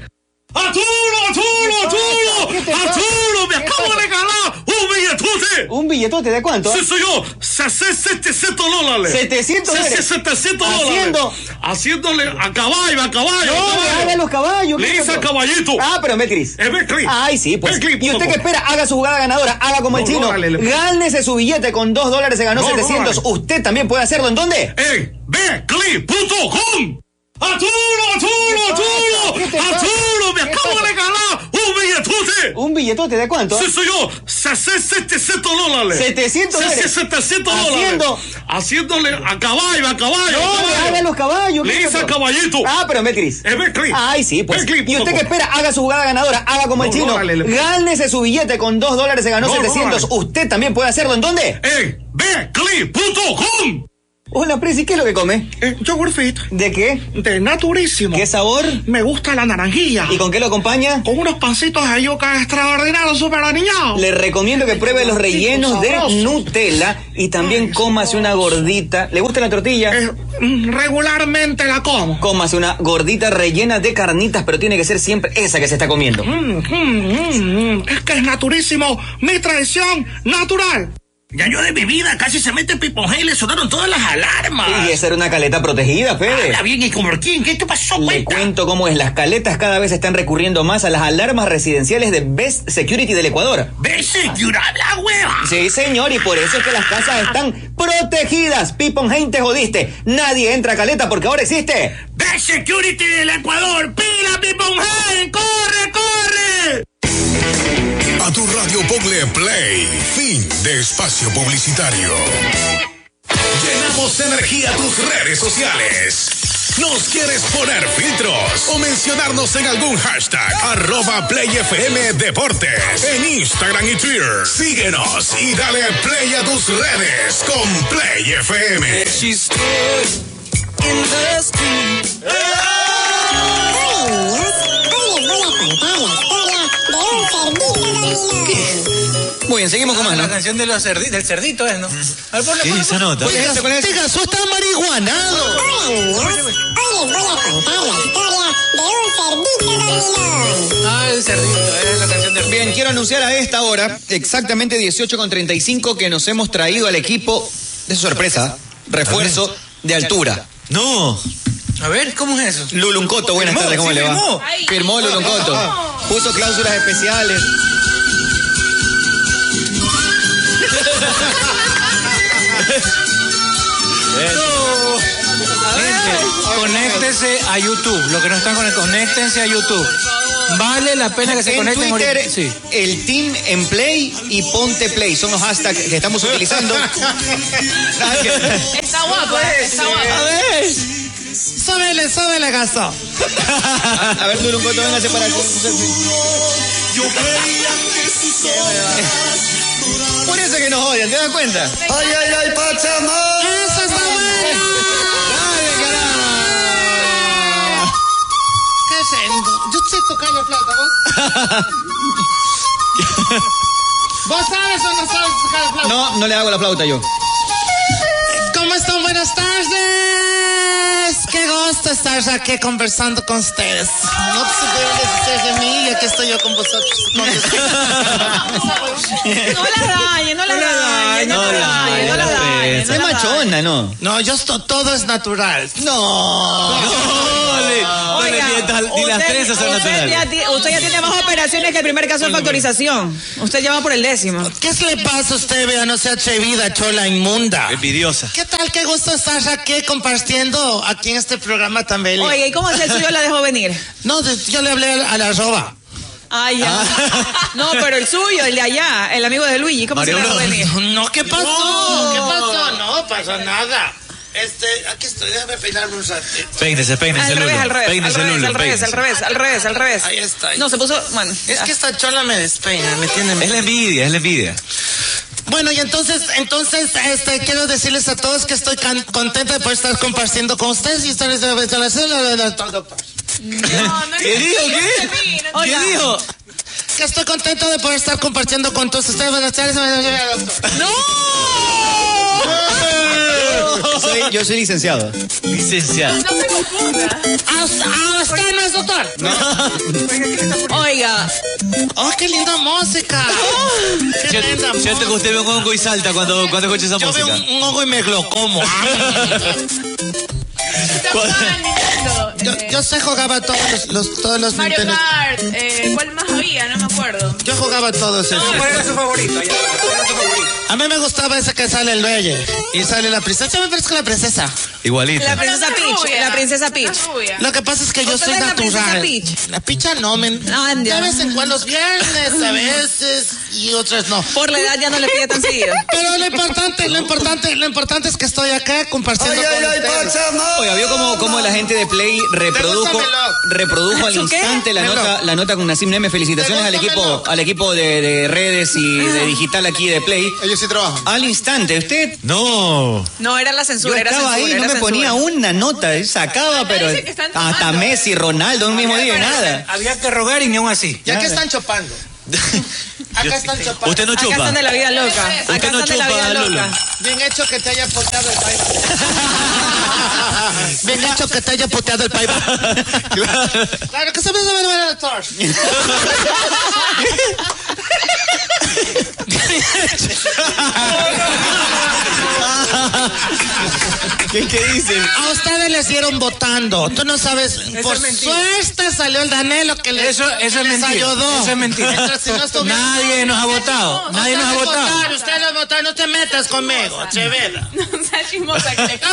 ¡Arturo, Arturo, ¿Qué Arturo! te pasa? ¡Arturo, me acabo de regalar un billetote! ¿Un billetote de cuánto? Sí, señor, 700 dólares. 700 Sí, sí, dólares. 700 dólares. Haciendo- Haciéndole a caballo, a caballo. a No, caballo. haga los caballos. Le ¿qué hice otro? al caballito. Ah, pero en Betcris. En Betcris. Ay, sí, pues. Betcris, y usted por que favor. espera, haga su jugada ganadora, haga como el No, no, chino. dale, le- Gánese su billete con 2 dólares, se ganó No, no, 700. Usted también puede hacerlo. ¿En dónde? En Betcris.com. Arturo, Arturo, ¿Qué te Arturo. pasa? Arturo, me ¿Qué acabo pasa? de regalar un billetote. ¿Un billetote de cuánto? Sí, señor, 700 dólares. 700 Sí, sí, dólares. 700 dólares. Haciendo- Haciéndole a caballo, a caballo. a No, caballo. haga los caballos. ¿qué Le hice otro? al caballito. Ah, pero en Betcris. En Betcris. Ay, sí, pues. Betcris, y usted por que favor. espera, haga su jugada ganadora, haga como el No, no, chino. dale, le- Gánese su billete con 2 dólares, se ganó No, no, 700. dale. Eh. Usted también puede hacerlo. ¿En dónde? En Betcris.com. Hola, Presi, ¿qué es lo que come? Yogurt fit. ¿De qué? De naturísimo. ¿Qué sabor? Me gusta la naranjilla. ¿Y con qué lo acompaña? Con unos pancitos de yuca extraordinarios, súper aniñados. Le recomiendo que pruebe los rellenos de Sabroso. Nutella y también cómase una gordita. ¿Le gusta la tortilla? Eh, Mm, Regularmente la como. Cómase una gordita rellena de carnitas, pero tiene que ser siempre esa que se está comiendo. Mm, mm, mm, mm. Es que es naturísimo. Mi tradición natural. Ya yo de mi vida casi se mete Piponje y le sonaron todas las alarmas. Y esa era una caleta protegida, Fede. Habla bien y como quién, ¿qué te pasó, Le cuenta? cuento cómo es. Las caletas cada vez están recurriendo más a las alarmas residenciales de Best Security del Ecuador. Vese, llorar la hueva. Sí, señor, y por eso es que las casas están protegidas. Pipon, gente, jodiste. Nadie entra a caleta porque ahora existe. Best Security del Ecuador, pila Piponje, corre, corre. A tu radio Pogle Play. Fin de espacio publicitario. Llenamos de energía tus redes sociales. ¿Nos quieres poner filtros o mencionarnos en algún hashtag? Arroba Play FM Deportes en Instagram y Twitter. Síguenos y dale play a tus redes con Play FM. Hola niños, hoy les voy a contar la historia de un ¡Eh! cerdito dormilón. Muy bien, seguimos con más, ¿no? Ah, La canción de los cerdi- del cerdito es, ¿no? A ver, ponle, Sí, ponle, esa ponle. nota. Ponle eso, ponle eso. Pegaso está marihuanado. Hola niños, hoy les voy a contar la historia de un cerdito dormilón. Ah, el cerdito, es la canción del Bien, quiero anunciar a esta hora, exactamente 18 con 35, que nos hemos traído al equipo de sorpresa, refuerzo de altura. No. A ver, ¿cómo es eso? Luluncoto, buenas Firmó, tardes, ¿cómo sí, le va? firmó. Firmó Luluncoto. Puso cláusulas especiales. Gente, conéctese a YouTube. Lo que no están conectados, conéctense a YouTube. Vale la pena que se En conecten ahorita. Twitter, Sí. el team en play y ponte play. Son los hashtags que estamos utilizando. Gracias. Está guapo, ¿eh? está A guapo. ver. Súbele, súbele, gasto. A ver, Luluncoto, véngase para acá. Por eso que nos odian, ¿te das cuenta? ¡Ay, ay, ay, Pachamama! Eso está ¡Dale, carajo! ¿Qué haciendo? Yo estoy tocando plata, vos. ¿Vos sabes o no sabes tocar plata? No, no le hago la flauta yo. ¿Cómo están? Buenas tardes. Qué gusto estar aquí conversando con ustedes. No se deben deshacer de mí, ya que estoy yo con vosotros. Con ustedes. No la dañe, no la dañe, no la dañe, no la dañe. Es machona, ¿no? No, yo esto, todo es natural. No. No, le, no le Oiga, mientas al- dile las Usted- trenzas son usted naturales. ya ti- Usted ya tiene más operaciones que el primer caso de factorización. Usted ya va por el décimo. ¿Qué le pasa a usted, vea? No sea atrevida, chola inmunda. Envidiosa. ¿Qué tal? Qué gusto estar aquí compartiendo aquí en este programa tan bello. Oye, ¿y cómo es el suyo? ¿La dejó venir? No, de- yo le hablé a la arroba. Ay, ya. No, pero el suyo, el de allá, el amigo de Luigi, ¿cómo se llama? No, ¿qué pasó? No. ¿Qué pasó? No pasó nada. Este, aquí estoy, déjame peinarme un ratito. Peínese, peínese, Al Lulo. revés, al revés, Peínese, al revés, Lulo, al revés, peínese. al revés, al revés, al revés. Ahí está. No, se puso, bueno. Es que esta chola me despeina, me tiene Es la envidia, es la envidia. Bueno, y entonces, entonces, este, quiero decirles a todos que estoy can- contenta de poder estar compartiendo con ustedes y estarles de de la célula de la- todo. ¿Qué dijo? ¿Qué? Hola. dijo? Que estoy contenta de poder estar compartiendo con todos ustedes. Buenas tardes. ¡No! ¡Eh! Soy- yo soy licenciado. Licenciado. se confunda. Ah, usted no es doctor. Oiga. Oh, qué linda música. Qué linda Yo te usted ve un hongo y salta cuando, cuando escucha esa música. Yo veo un hongo y me lo como. Yo, este. yo sé jugaba todos los, los- todos los Mario Nintendo. Kart, eh, ¿cuál más había? No me acuerdo. Yo jugaba todos esos. ¿Cuál era su favorito? A mí me gustaba ese que sale el rey y sale la princesa. Yo me parezco a la princesa. Igualito. La princesa Peach, la princesa Peach. Lo que pasa es que yo ¿Usted soy es la princesa natural. Peach? Ah, La picha no, men. De vez en cuando los viernes, a veces y otras no. Por la edad ya no le pide tan seguido. Pero lo importante, lo importante, lo importante es que estoy acá compartiendo con ustedes. Oiga, vio cómo, cómo la gente de Play reprodujo, reprodujo al ¿Su qué? instante la Melo. nota, la nota con Nassim Neme. Felicitaciones al equipo, al equipo de, de redes y de digital aquí de Play. Ellos sí trabajan. Al instante, usted. No. No, era la Yo censura, era estaba censura. ahí, no me era censura. ponía una nota, él sacaba, pero dice que están tomando. hasta Messi, Ronaldo, un mismo día, y nada. Había que rogar y ni aún así. Ya que Nada. están chopando. Acá están chopando. Usted no chupa. Acá están de la vida loca. Usted Acá no están de la chupa, vida loca. Lulo. Bien hecho que te haya poteado el paiva. Bien hecho que te haya poteado el paiva. claro que sabes ver el actor. ¿Qué, dicen? A ustedes les dieron votando. Tú no sabes. por suerte salió el Danelo que les, Eso, eso que es les mentira. ayudó. Eso es mentira. Mientras si no estuviera- Nadie nos ha votado. Nadie nos ha Ustedes votado. votaron, Ustedes votaron. No te metas conmigo, Cheveda. No sea chismosa que le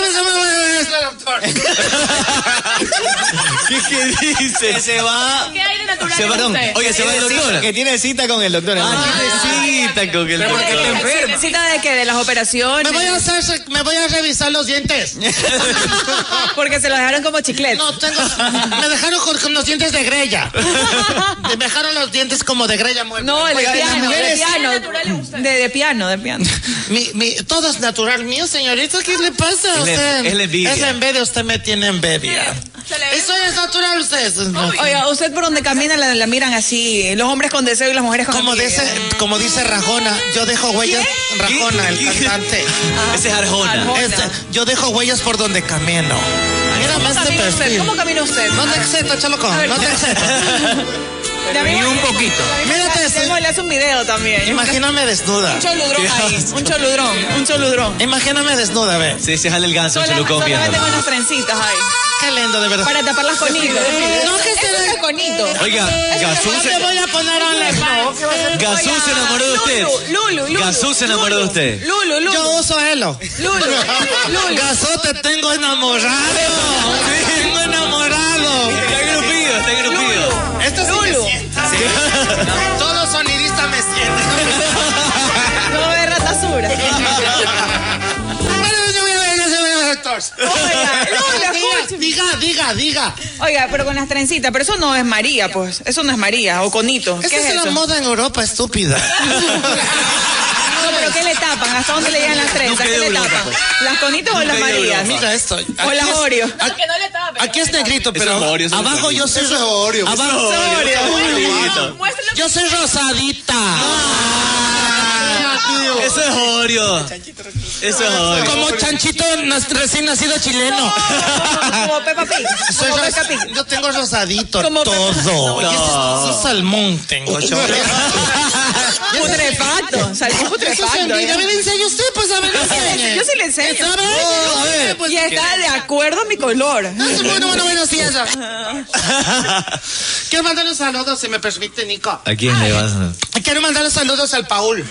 ¿Qué, dice? Que se Ah, va. ¿Qué hay de natural Se en va, perdón. usted? Oye, se va el doctor. Que tiene cita con el doctor. Ah, tiene cita con el doctor. ¿Cita de que ¿De las operaciones? Me voy a hacer, me voy a revisar los dientes. Porque se lo dejaron como chiclete. No, tengo, me dejaron con, con los dientes de grella. Me dejaron los dientes como de grella muerta. Pues, No, el de Oiga, y las piano, de mujeres- piano. De, de piano, de piano. Mi, mi, todo es natural mío, señorita. ¿Qué le pasa a Es la- usted? es la envidia. Es la envidia, usted me tiene envidia. Eso es natural, ustedes. Oiga, usted por donde camina la, la miran así, los hombres con deseo y las mujeres con Como dice, como dice Rajona, yo dejo huellas. Rajona, el cantante. Ah, Ese es Arjona. Este, yo dejo huellas por donde camino. Mira ¿Cómo más de camina usted? perfil. ¿Cómo camina usted? No te exceto, chaloco. A ver, No te ¿cómo? exceto. Ni un poquito. Mírate ese. Le hace un video también. Imagíname desnuda. Un choludrón ahí. Un choludrón. Un choludrón. Imagíname desnuda, ve. Sí, se jala el ganso, Sola- Cholucón, solamente viéndolo. con las trencitas ahí. Qué lindo, de verdad. Para tapar las conitos. No, que Eso es el conito. Oiga, Gasú No se... me voy a poner online. Gasú se enamoró de usted. Lulu, Lulu. Gasú se enamoró de usted. Lulu, Lulu. Yo uso Elo. Lulu, Lulu. Gasó, te tengo enamorado. Te tengo enamorado. Está grupido, está grupido. Esto sí me sienta. No, Todo sonidista me siente. No ve ratasura. Bueno, yo voy a ver, yo voy a ver actores. Oiga, Lulu, escuche. Diga, diga, diga. Oiga, pero con las trencitas, pero eso no es María, pues. Eso no es María, o conito. ¿Qué Esa es es la eso? moda en Europa, estúpida. No, pero ¿qué le tapan? ¿Hasta dónde le llegan las trenzas? ¿Qué le tapan? pues. ¿Las conitos o las Marías? Mira esto. O Aquí las es- Oreo. aquí- Aquí es negrito, pero abajo yo soy Eso es Oreo. Eso Abajo es Oreo. Oreo. Yo soy rosadita. Eso es Oreo. Eso es Oreo. Como chanchito nas- recién nacido chileno. Como Peppa Pig. Soy Como ros- Peppa Pig. Yo tengo rosadito Como Peppa- No. todo. Y eso es- salmón tengo, chaval. Putrefacto, salmón putrefacto. Eso se envidia. ¿eh? A mí me enseña usted, pues a mí me Yo sí le- enseña. Yo sí le enseño. Está bien, yo sí, pues, y está de acuerdo a mi color. Bueno, bueno, bueno, sí, eso. Quiero mandar un saludo, si me permite, Nico. ¿A quién le vas? a- Quiero mandar los saludos al Paul.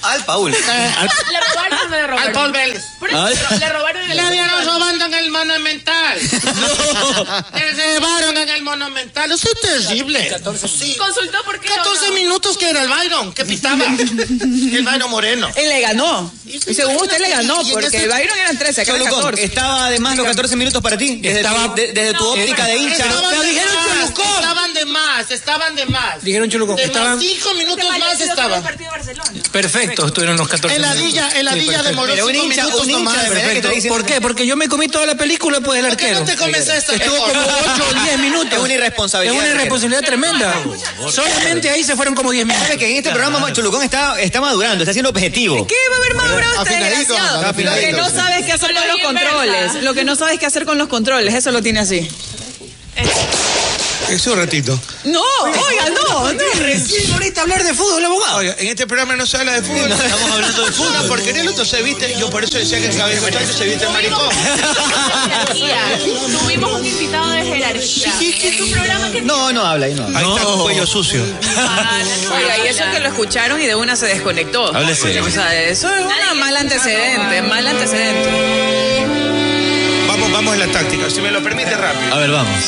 Al Paul. al, Le robaron, le robaron. Ah. al Paul Vélez. Por eso, Ay. le robaron el- Le dieron robando en el monumental. Le llevaron en el monumental. Eso es terrible. ¿Consultó por qué? 14 minutos que era el Byron, que pitaba. el Byron Moreno. Y le ganó. Y según usted le ganó, porque el Byron eran 13, acá eran Cholucón, 14. estaba además los 14 minutos para ti. Desde, Estaba- tu, de- desde tu No, óptica de hincha. estaban Pero de- dijeron- Dijeron Cholucón. Estaban de más, estaban de más. Dijeron Cholucón. De Estaban- más, cinco minutos Este más valió estaban. el partido de Barcelona. Perfecto, estuvieron los 14 En la villa, en la villa demoró Pero un cinco hincha, minutos un hincha, nomás. de verdad que Perfecto. te dice- ¿Por qué? Porque yo me comí toda la película, pues, del ¿Por qué arquero. no te comes esta? Estuvo como 8 o 10 minutos. Es una irresponsabilidad Es una del arquero. irresponsabilidad tremenda. Solamente ahí se fueron como 10 minutos. que en este programa Cholucón está, está madurando, está siendo objetivo. ¿Qué va a haber madurado usted, Afinadito, desgraciado? Lo afinadito. que no sabes qué hacer con los controles. Lo que no sabes qué hacer con los controles. Eso lo tiene así. Es un ratito. No, oiga, no. no. Recién ahorita hablar de fútbol, abogado. Oiga, en este programa no se habla de fútbol. estamos hablando de fútbol. Una porquería el otro se viste. Yo por eso decía que el cabello muchacho se viste maricón. Jerarquía. Tuvimos un invitado de jerarquía. Es un programa que. No, no habla ahí, no. Ahí está con cuello sucio. Oiga, y eso que lo escucharon y de una se desconectó. Háblese. O sea, eso es un mal antecedente, mal antecedente. Vamos, vamos en la táctica, si me lo permite rápido. A ver, vamos.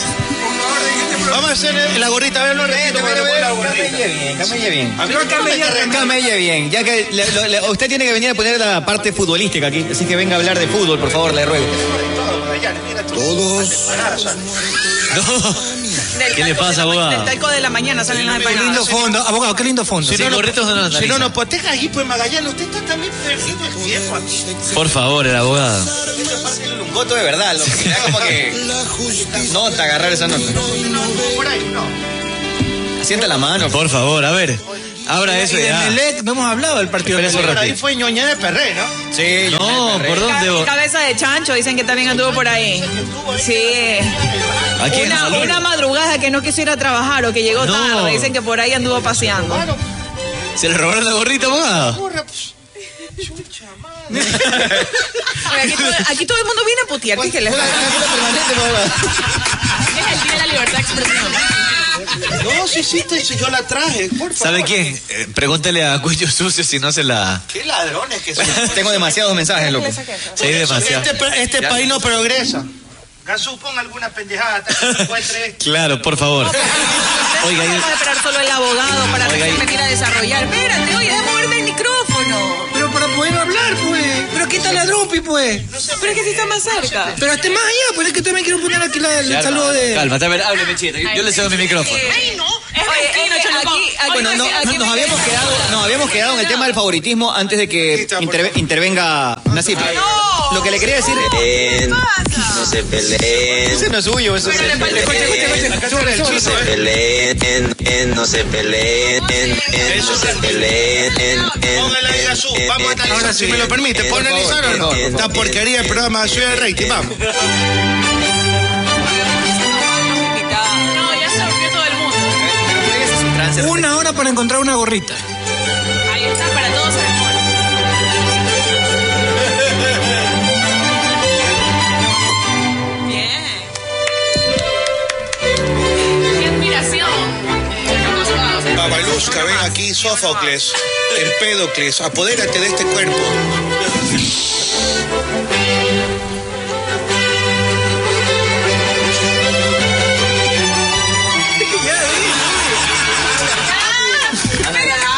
Vamos a hacer eh, la gorrita, a ver, lo repito, pero voy a la gorrita. Camelle bien. A mí no me Camelle, bien. Ya que le- lo- le- usted tiene que venir a poner la parte futbolística aquí. Así que venga a hablar de fútbol, por favor, le ruego. Todos. Del ¿Qué le talco pasa, de la ma- abogado? Del talco de la mañana salen las Qué lindo empanadas. fondo, abogado, qué lindo fondo. Si no, no- Si no, no, puede. pues te ahí, pues Magallanes, usted está también perdiendo el tiempo aquí. Por favor, el abogado. Un voto de verdad, lo que da como que. Nota, agarrar esa nota. Por ahí, no. Sienta la mano. Por favor, a ver. Ahora eso Y de ya. Melec no hemos hablado del partido. Espera eso Pero ahí rápido. fue ñoña de Perré, ¿no? Sí, No, ¿por dónde? Ca- vos? Cabeza de chancho, dicen que también anduvo por ahí. Sí. ¿A quién? Una, Salud. una madrugada que no quisiera trabajar o que llegó No. tarde. Dicen que por ahí anduvo paseando. ¿Se le robaron la gorrita, abogado? Oye, Aquí todo, aquí todo el mundo viene a putear. ¿Qué es que les Es el día de la libertad de expresión. No, sí, sí, te- sí, yo la traje, por favor. ¿Sabe quién? Eh, Pregúntele a Cuello Sucio si no se la. Qué ladrones que son. Tengo demasiados mensajes, loco. Sí, demasiado. Este, pa- este Ya. país no progresa. Gasú, pon alguna pendejada hasta que se encuentre. Claro, por favor. Oiga, Vamos a esperar solo el abogado para Oiga, recién y- venir a desarrollar. Espérate, oye, déjame moverme el micrófono. Pero para poder hablar, pues. Pero quita la drupi, pues. Pero es que si está más cerca. Pero esté más allá, pues es que también quiero poner aquí la- el Ya, saludo de. Cálmate, a ver, hábleme, chino. Yo, yo le cedo mi micrófono. Ay, no. Es Oye, mezquino, oye, Cholucón. aquí- aquí- Oye, Bueno, no, aquí- no, nos, habíamos quedado, nos habíamos quedado en el tema del favoritismo antes de que interve- intervenga Nasip. Lo que le quería decir. pasa? se peleen. Ese no es suyo, eso es. No se peleen, en, no se peleen, en, no se peleen. Póngale ahí Gasú, vamos a analizar. Ahora, si me lo permite, ¿puedo analizar o no? Esta porquería del programa de Ciudad de Rating, vamos. No, ya se volvió todo el mundo. Una hora para encontrar una gorrita. Ahí está, para todos el amor. Bien. Qué admiración. Babalusca, ven aquí, Sófocles, Empédocles, apodérate de este cuerpo.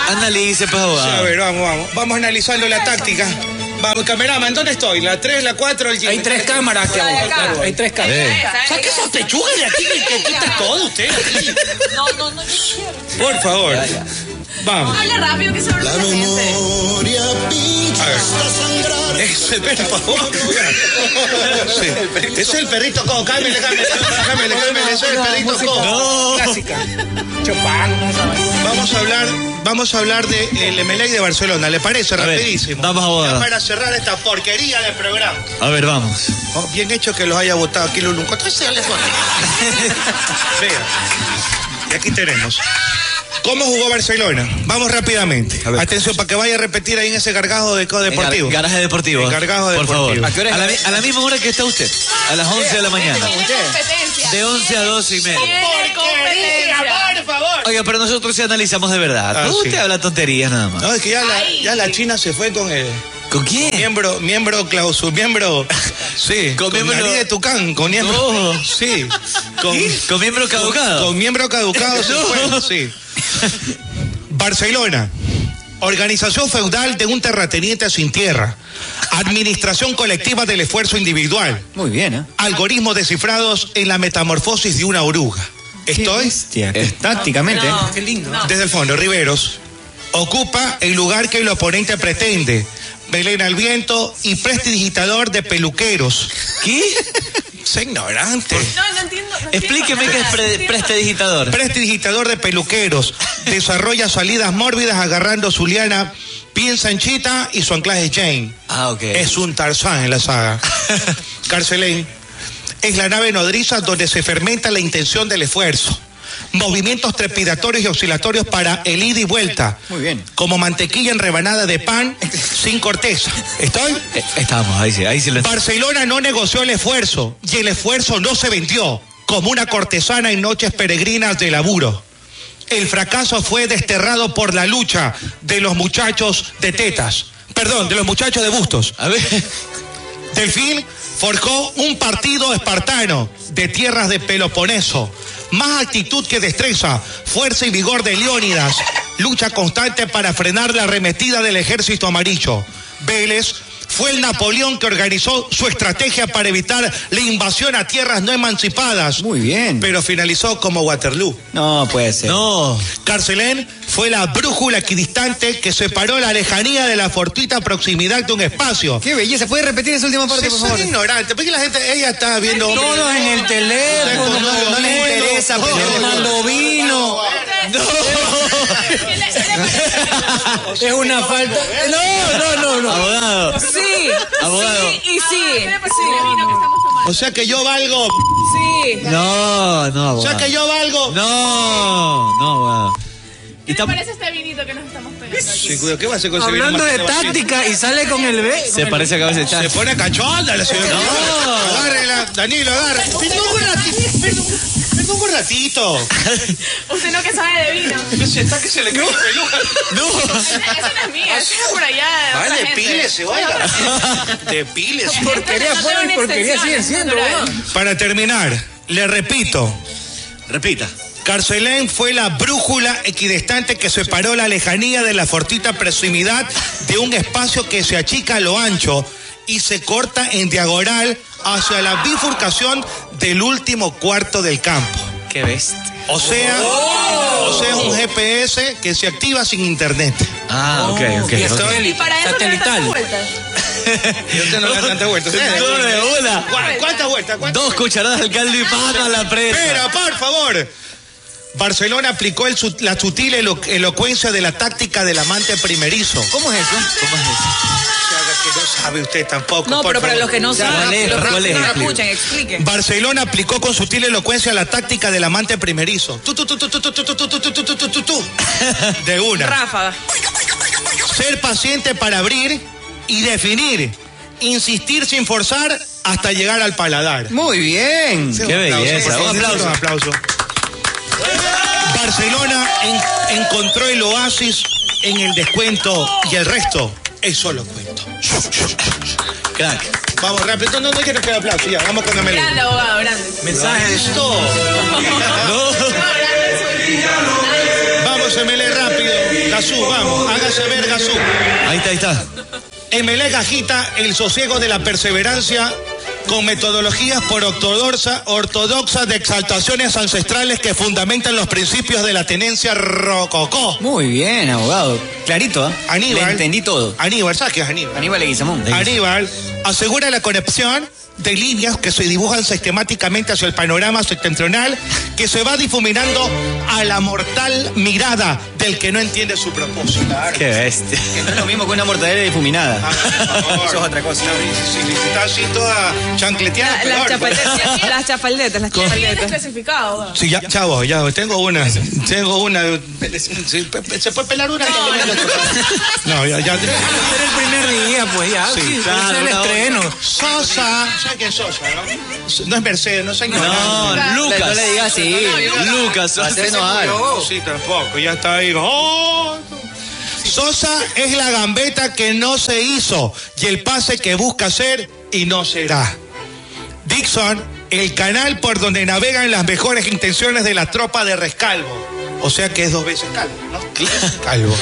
Analice, pues, abogado. a ver, vamos, vamos. Vamos analizando la táctica. Vamos, cameraman, ¿dónde estoy? ¿La 3, la 4? Hay tres cámaras aquí, abogado. Claro, hay tres cámaras. Saque esos pechugas de aquí, que que quita todo usted. aquí. No, no, no, yo quiero. Por favor. Vamos. Habla rápido que se volvió la gente. A ver. Ese perro, por favor. Sí. Ese es el perrito cojo. Cámbiale, cámbiale, cámbiale, cámbiale. Ese es el perrito cojo. Clásica. Vamos a hablar, vamos a hablar de el Emelec de Barcelona. ¿Le parece? A ver, Rapidísimo. vamos Ya a abogado. para cerrar esta porquería de programa. A ver, vamos. Oh, bien hecho que los haya votado aquí, Lulunco. Entonces, se les vota. Vea. Y aquí tenemos. ¿Cómo jugó Barcelona? Vamos rápidamente. Atención, para que vaya a repetir ahí en ese gargajo de co- deportivo. gar- garaje deportivo. En gargajo Por deportivo. favor. ¿A, la, mi- a la misma hora que está usted. A las 11 de la Este mañana. De 11 a 12 y media. por favor. Oiga, pero nosotros sí analizamos de verdad. Ah, Usted sí. habla tonterías nada más. No, es que ya la, ya la China se fue con el. ¿Con quién? Miembro, miembro clausur, miembro. Sí, con, miembro miembro- de Tucán, con miembro. Sí. Con, ¿Con miembro caducado? Con, miembro caducado se fue, No. sí. Barcelona. Organización feudal de un terrateniente sin tierra. Administración colectiva del esfuerzo individual. Muy bien, ¿eh? Algoritmos descifrados en la metamorfosis de una oruga. Estoy. Estáticamente. No, qué lindo. Desde el fondo, Riveros. Ocupa el lugar que el oponente pretende. Belén al viento y prestidigitador de peluqueros. ¿Qué? Soy ignorante. No, no entiendo. no Explíqueme entiendo qué es nada, pre- no entiendo. prestidigitador. Prestidigitador de peluqueros. Desarrolla salidas mórbidas agarrando su liana. Piensa en Chita y su anclaje Jane. Ah, ok. Es un Tarzán en la saga. Carcelén. Es la nave nodriza donde se fermenta la intención del esfuerzo. Movimientos trepidatorios y oscilatorios para el ida y vuelta. Muy bien. Como mantequilla en rebanada de pan sin corteza. ¿Estoy? Eh, Estamos, ahí sí, ahí sí lo Barcelona no negoció el esfuerzo y el esfuerzo no se vendió como una cortesana en noches peregrinas de laburo. El fracaso fue desterrado por la lucha de los muchachos de tetas. Perdón, de los muchachos de bustos. A ver. Delfín forjó un partido espartano de tierras de Peloponeso. Más actitud que destreza, fuerza y vigor de Leónidas. Lucha constante para frenar la arremetida del ejército amarillo. Vélez fue el Napoleón que organizó su estrategia para evitar la invasión a tierras no emancipadas. Muy bien. Pero finalizó como Waterloo. No puede ser. No. Carcelén fue la brújula equidistante que separó la lejanía de la fortuita proximidad de un espacio. Qué belleza. ¿Puede repetir esa última parte, Sí, por son favor? ignorantes. Porque la gente, ella está viendo. Todos en el teléfono, Ustedes con- no- no les interesa, No, pero- Fernando Vino. No. Es una falta. No, no, no, no. Abogado. Sí. Abogado. Sí y sí. Sí. O sea que yo valgo. Sí. No, no, O sea abogado. que yo valgo. No, no, abogado. Y ¿Qué tam- me parece este vinito que nos estamos pegando aquí? Sí, cuidado, ¿qué va a hacer con ese Hablando de vino? Martín? táctica y sale con el B. Se parece que a veces Se pone cachonda la señora. No. Agárrela, Danilo, agárrela. Perdón un ratito. Perdón, perdón un ratito. Usted no que sabe de vino. Está que se le cae peluca. Esa esa no es mía, esa es por allá. de otra gente. Otra Depiles. gente. Esto no tiene extensiones, natural. Para terminar, le repito. Repita. Carcelén fue la brújula equidistante que separó la lejanía de la fortita proximidad de un espacio que se achica a lo ancho y se corta en diagonal hacia la bifurcación del último cuarto del campo. Qué bestia. O sea, o sea, es un GPS que se activa sin internet. Ah, ok, Oh, ok. Y estoy- Y para eso no le da tantas vueltas. Yo te no le da tantas vueltas. Todo de bola. ¿Cuá- ¿Cuántas vueltas? ¿Cuántas? Dos cucharadas al caldo y pata a la presa. Espera, por favor. Barcelona aplicó el su- la sutil elo- elocuencia de la táctica del amante primerizo. ¿Cómo es eso? ¿Cómo es eso? Que Ah. no sabe usted tampoco. No, por pero para favor. los que no saben, ¿Cuál es? los que ¿Cuál es? no Explique. escuchan, expliquen. Barcelona aplicó con sutil elocuencia la táctica del amante primerizo. Tú, tú, tú, tú, tú, tú, tú, tú, tú, tú, tú, tú, tú, tú, tú. De una. Ráfaga. Ser paciente para abrir y definir. Insistir sin forzar hasta llegar al paladar. Muy bien. Sí, un aplauso, por favor, sí, Un aplauso. Barcelona en- encontró el oasis en el descuento y el resto es solo cuento. Crack. Vamos rápido. No, no, no quiero que aplauso. Ya, vamos con la melena. Grande, abogado, grande. Mensaje. Listo. Vamos, Emelé, rápido. Gazú, vamos. Hágase ver, Gazú. Ahí está, ahí está. Emelé Gajita, el sosiego de la perseverancia con metodologías por ortodoxa, ortodoxas de exaltaciones ancestrales que fundamentan los principios de la tenencia rococó. Muy bien, abogado. Clarito, ¿ah? Aníbal. Le entendí todo. Aníbal, ¿sabes qué es Aníbal? Aníbal Leguizamón. Aníbal asegura la conexión de líneas que se dibujan sistemáticamente hacia el panorama septentrional que se va difuminando a la mortal mirada del que no entiende su propósito. Qué bestia. Que no es lo mismo que una mortadela difuminada. Eso es otra cosa. Está así toda chancleteada. Las peor. chapaletas, las chapaletas, las Con- chapaletas. clasificado? Sí, ya, chavo, ya, tengo una, tengo una. sí, pe- pe- ¿Se puede pelar una? No, ya, ya. Era el primer día, pues ya. Sí, Sí, claro, es el una hora. estreno. Sosa. ¿Sabes quién es Sosa, no? No es Mercedes, no soy No, Lucas. Lucas. Sí, tampoco, ya está ahí. ¡Oh! Sosa es la gambeta que no se hizo y el pase que busca ser y no será. Dixon, el canal por donde navegan las mejores intenciones de la tropa de Rescalvo. O sea que es dos veces calvo, ¿no? Calvo.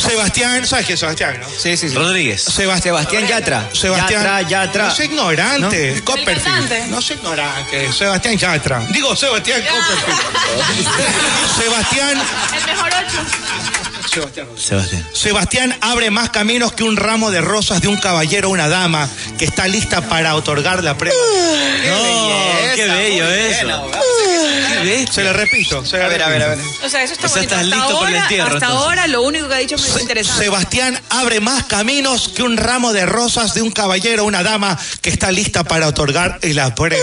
Sebastián, ¿sabes quién es Sebastián, no? Sí, sí, sí. Rodríguez. Sebastián Yatra. Sebastián. Yatra, Yatra. No soy ignorante. ¿No? Copperfield. No soy ignorante. Eh, Sebastián Yatra. Digo Sebastián Copperfield. Sebastián. El mejor ocho. Sebastián. Sebastián. Sebastián abre más caminos que un ramo de rosas de un caballero o una dama que está lista para otorgar la premia. Ah. No, qué bello eso. Se lo repito. se lo A ver, a ver, a ver. O sea, eso está O sea, bonito. estás hasta listo para el ahora, entierro, hasta entonces. ahora lo único que ha dicho me es interesante. Sebastián abre más caminos que un ramo de rosas de un caballero o una dama que está lista para otorgar la prueba.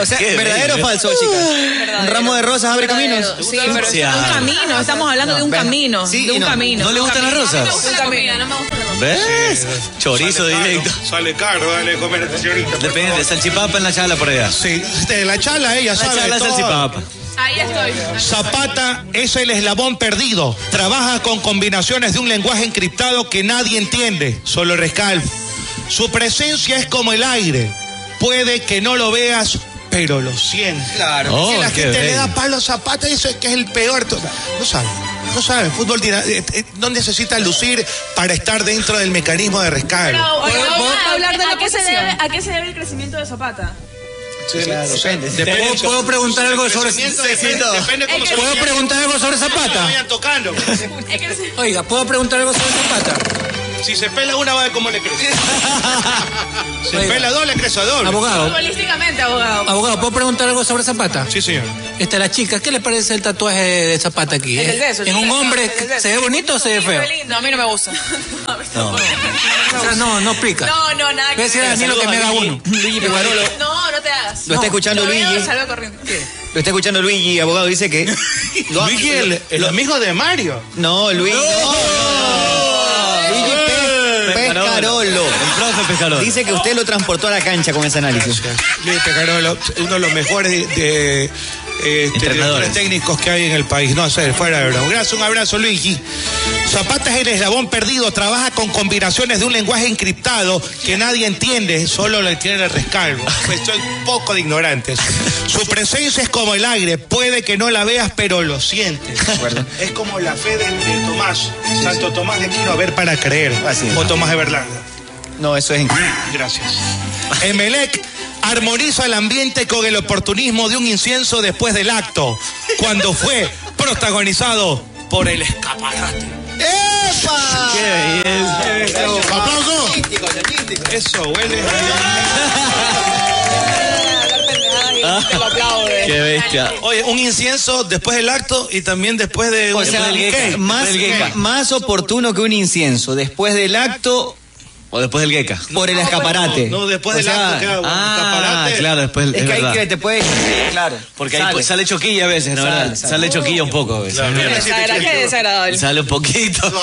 O sea, ¿verdadero o falso, chicas? Un ramo de rosas abre caminos. Sí, pero es un Claro. camino, estamos hablando de un ven. camino, Sí de y un no. camino. ¿No le de un gustan las camino. A mí rosas? me gusta la comida, no me gusta la comida. ¿Ves? Chorizo directo. sale caro, dale comer a señorita. Depende, salchipapa en la chala por allá. Sí, de Este, la chala ella La sabe chala es todo. salchipapa. Ahí estoy. Zapata es el eslabón perdido. Trabaja con combinaciones de un lenguaje encriptado que nadie entiende, solo Rescalvo. Su presencia es como el aire. Puede que no lo veas, pero lo sientes. Claro. Oh, la qué gente le da bello. palo Zapata y eso es que es el peor. to- No sabe. No sabe, el fútbol tira- eh, eh, no necesita lucir para estar dentro del mecanismo de rescalvo. Pero, oye, ¿Puedo- vamos puedo a hablar de la ¿a qué se posición? debe- ¿A qué se debe el crecimiento de Zapata? Depende. ¿Puedo, puedo preguntar algo sobre cómo se- ¿Puedo preguntar algo sobre Zapata? tocando. Oiga, ¿puedo preguntar algo sobre Zapata? Si se pela una, va a ver cómo le crece. se Oiga. pela dos, le crece a dos. Abogado. Futbolísticamente, abogado. Abogado, ¿puedo preguntar algo sobre Zapata? Sí, señor. Esta la chica, ¿qué le parece el tatuaje de Zapata aquí? El eh? del beso, el ¿En un del beso, hombre el del beso. Ah, se ve bonito o se ve feo? No, a mí no me gusta. No. O sea, no, no pica. No, no, nada Voy a decir a Danilo que me haga uno. Luigi Pivarolo. No, no te hagas. Lo está escuchando Lo veo, Luigi. salgo corriendo. Lo está escuchando Luigi, abogado, dice que. Luigi, el, el amigo de Mario. ¡Oh! No, Luigi. Luigi Pe- Pescarolo. Dice que usted lo transportó a la cancha con ese análisis. Luis Pecarolo, uno de los mejores de, de, este, directores técnicos que hay en el país. No, sé, fuera de broma. Gracias, un abrazo, Luigi. Zapata es el eslabón perdido, trabaja con combinaciones de un lenguaje encriptado que nadie entiende, solo lo tiene el rescalvo. Pues soy poco de ignorantes. Su presencia es como el aire, puede que no la veas, pero lo sientes. Es como la fe de, de Tomás, Santo Tomás de Aquino, a ver para creer, o Tomás de Berlanga. No, eso es en. Gracias. Emelec armoniza el ambiente con el oportunismo de un incienso después del acto, cuando fue protagonizado por el escaparate. ¡Epa! ¡Aplauso! Eso huele. Qué bestia. Oye, un incienso después del acto y también después de O sea, más, más oportuno que un incienso. Después del acto. O después del Geka. Por el escaparate. No, no, después O del sea, acto queda un Ah, escaparate. claro, después. Es que ahí que te puedes. Claro. Porque ahí pues, sale choquilla a veces, ¿no? Sale, ¿verdad? sale. Sale, choquilla un poco a veces. Desagradable, qué desagradable. Sale un poquito. Pero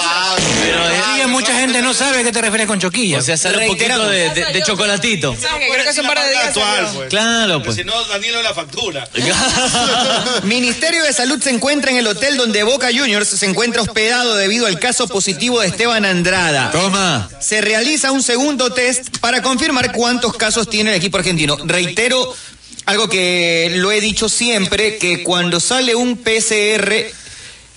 es- Todavía mucha gente no sabe a qué te refieres con choquilla. o sea, sale un poquito de, de- de chocolatito. ¿Sabes qué? Creo que hace un par de días salió. Claro, pues. no, Danilo la factura. Ministerio de Salud se encuentra en el hotel donde Boca Juniors se encuentra hospedado debido al caso positivo de Esteban Andrada. Toma. Se realiza un segundo test para confirmar cuántos casos tiene el equipo argentino. Reitero algo que lo he dicho siempre, que cuando sale un PCR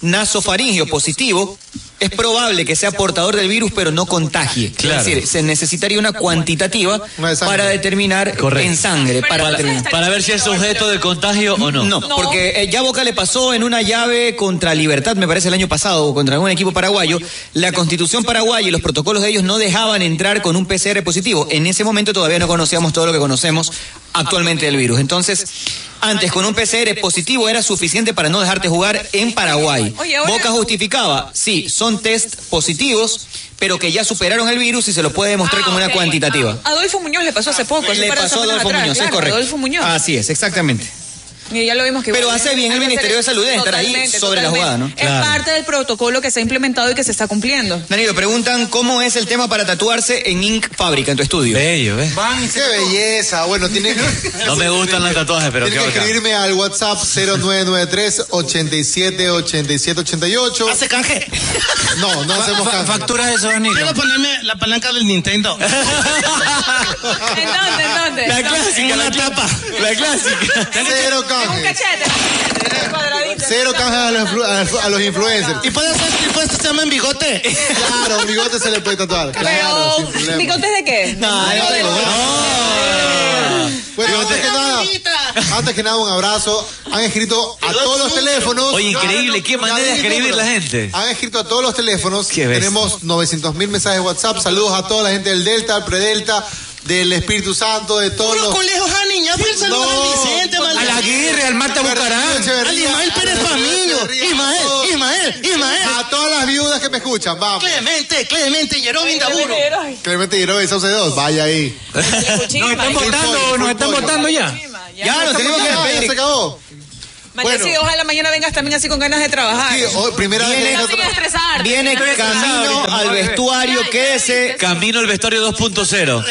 nasofaringio positivo, es probable que sea portador del virus, pero no contagie. Claro. Es decir, se necesitaría una cuantitativa para determinar Correcto. en sangre. Para, Eh, Para- determinar. para ver si es sujeto de contagio o no. No, porque eh, ya Boca le pasó en una llave contra Libertad, me parece el año pasado, o contra algún equipo paraguayo. La constitución paraguaya y los protocolos de ellos no dejaban entrar con un PCR positivo. En ese momento todavía no conocíamos todo lo que conocemos actualmente del virus. Entonces, antes con un PCR positivo era suficiente para no dejarte jugar en Paraguay. Oye, ahora- Boca justificaba, sí, son test positivos, pero que ya superaron el virus y se lo puede Ah, demostrar como una cuantitativa. A Adolfo Muñoz le pasó hace poco. hace un Ah, Le par de pasó a semanas Adolfo atrás, Muñoz, claro, es correcto. Adolfo Muñoz. Así es, exactamente. Mira, ya lo vimos que Pero igual- hace bien el hay que Ministerio de hacer- Salud de estar ahí Totalmente, sobre la jugada, ¿no? totalmente. Claro. Es parte del protocolo que se ha implementado y que se está cumpliendo. Danilo, preguntan cómo es el tema para tatuarse en Ink Fábrica, en tu estudio. Bello, ¿eh? Qué belleza. Bueno, tiene que, No me gustan los tatuajes, pero qué tiene que bacán. escribirme al WhatsApp 0993 87 87 88. ¿Hace canje? No, no hacemos canje. Facturas de souvenirs. Quiero ponerme la palanca del Nintendo. ¿En dónde? ¿En dónde? La clásica, En la tapa. La clásica. Cero Un canje. cachete. un cuadradito. Cero canje a los, influ- a los influencers. Y puede ser que se llama en bigote. Claro, un bigote se le puede tatuar. Claro, sin Pero, problema. ¿bigotes de qué? No, no tengo. Bueno, Pues, antes que nada, antes que nada, un abrazo. Han escrito a todos los teléfonos. Oye, increíble, qué manera de escribir la gente. Han escrito a todos los teléfonos. Qué bestia. Tenemos 900 mil mensajes de WhatsApp. Saludos a toda la gente del Delta, del Predelta, del Espíritu Santo, de todos Puros los. colegios a niña, fue el saludo No. al Vicente, maldito. A la Aguirre, al Marta Bucarán. Al Ismael Pérez Pamiño, Ismael, Ismael, Ismael. A todas las viudas que me escuchan, vamos. Clemente, Clemente, Jerome Indaburo. Clemente Guiró y Sauce 2, vaya ahí. ¿Nos están votando o nos están votando ya? Ya, nos tenemos que despedir. se acabó. Mañana sí, ojalá mañana vengas también así con ganas de trabajar. Sí, hoy, primera vez Viene- que- No sin estresar. Viene camino al vestuario, quédese. Camino al vestuario 2.0.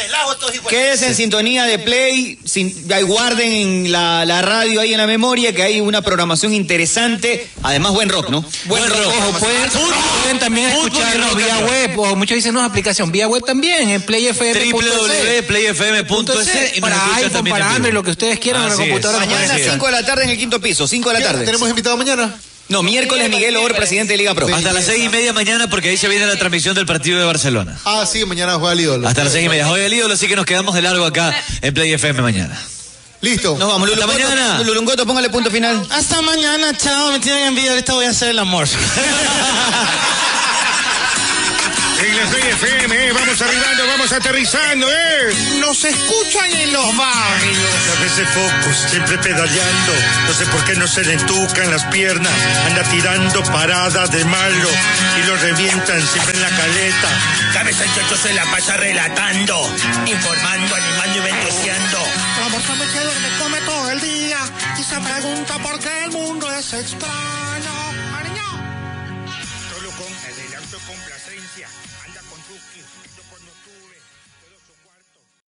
Quédese en sintonía de Play, sin- ahí guarden en la, la radio ahí en la memoria que hay una programación interesante, además buen rock, ¿no? Buen, rock. Ojo, pueden, pueden también escucharnos vía web, o muchos dicen no, aplicación, vía web también, en playfm.es. www.playfm.es y nos Para escuchan iPhone, también en vivo. para Android, lo que ustedes quieran, en la Así es. computadora. como Mañana quieran. 5 de la tarde en el quinto piso, 5 de la tarde. ¿Tenemos invitado mañana? No, miércoles Miguel Obor, presidente de Liga Pro. Hasta las seis y media mañana porque ahí se viene la transmisión del partido de Barcelona. Ah, sí, mañana juega el ídolo. Hasta las seis y media. Hoy el ídolo, así que nos quedamos de largo acá en Play FM mañana. Listo. Nos vamos, Lula, mañana. Lulungoto, póngale punto final. Hasta mañana, chao. Me tienen envidia. Ahorita voy a hacer el amor. En la Play FM, eh, vamos arribando, vamos aterrizando, ¿eh? Nos escuchan en los barrios. A veces focos, siempre pedaleando. No sé por qué no se le entucan las piernas. Anda tirando parada de malo y lo revientan siempre en la caleta. Cabeza el chocho se la pasa relatando, informando, animando y ventoseando. La morsa que duerme come todo el día y se pregunta por qué el mundo es extraño. Ariño. Solo con adelanto complacencia. Anda con Tuki.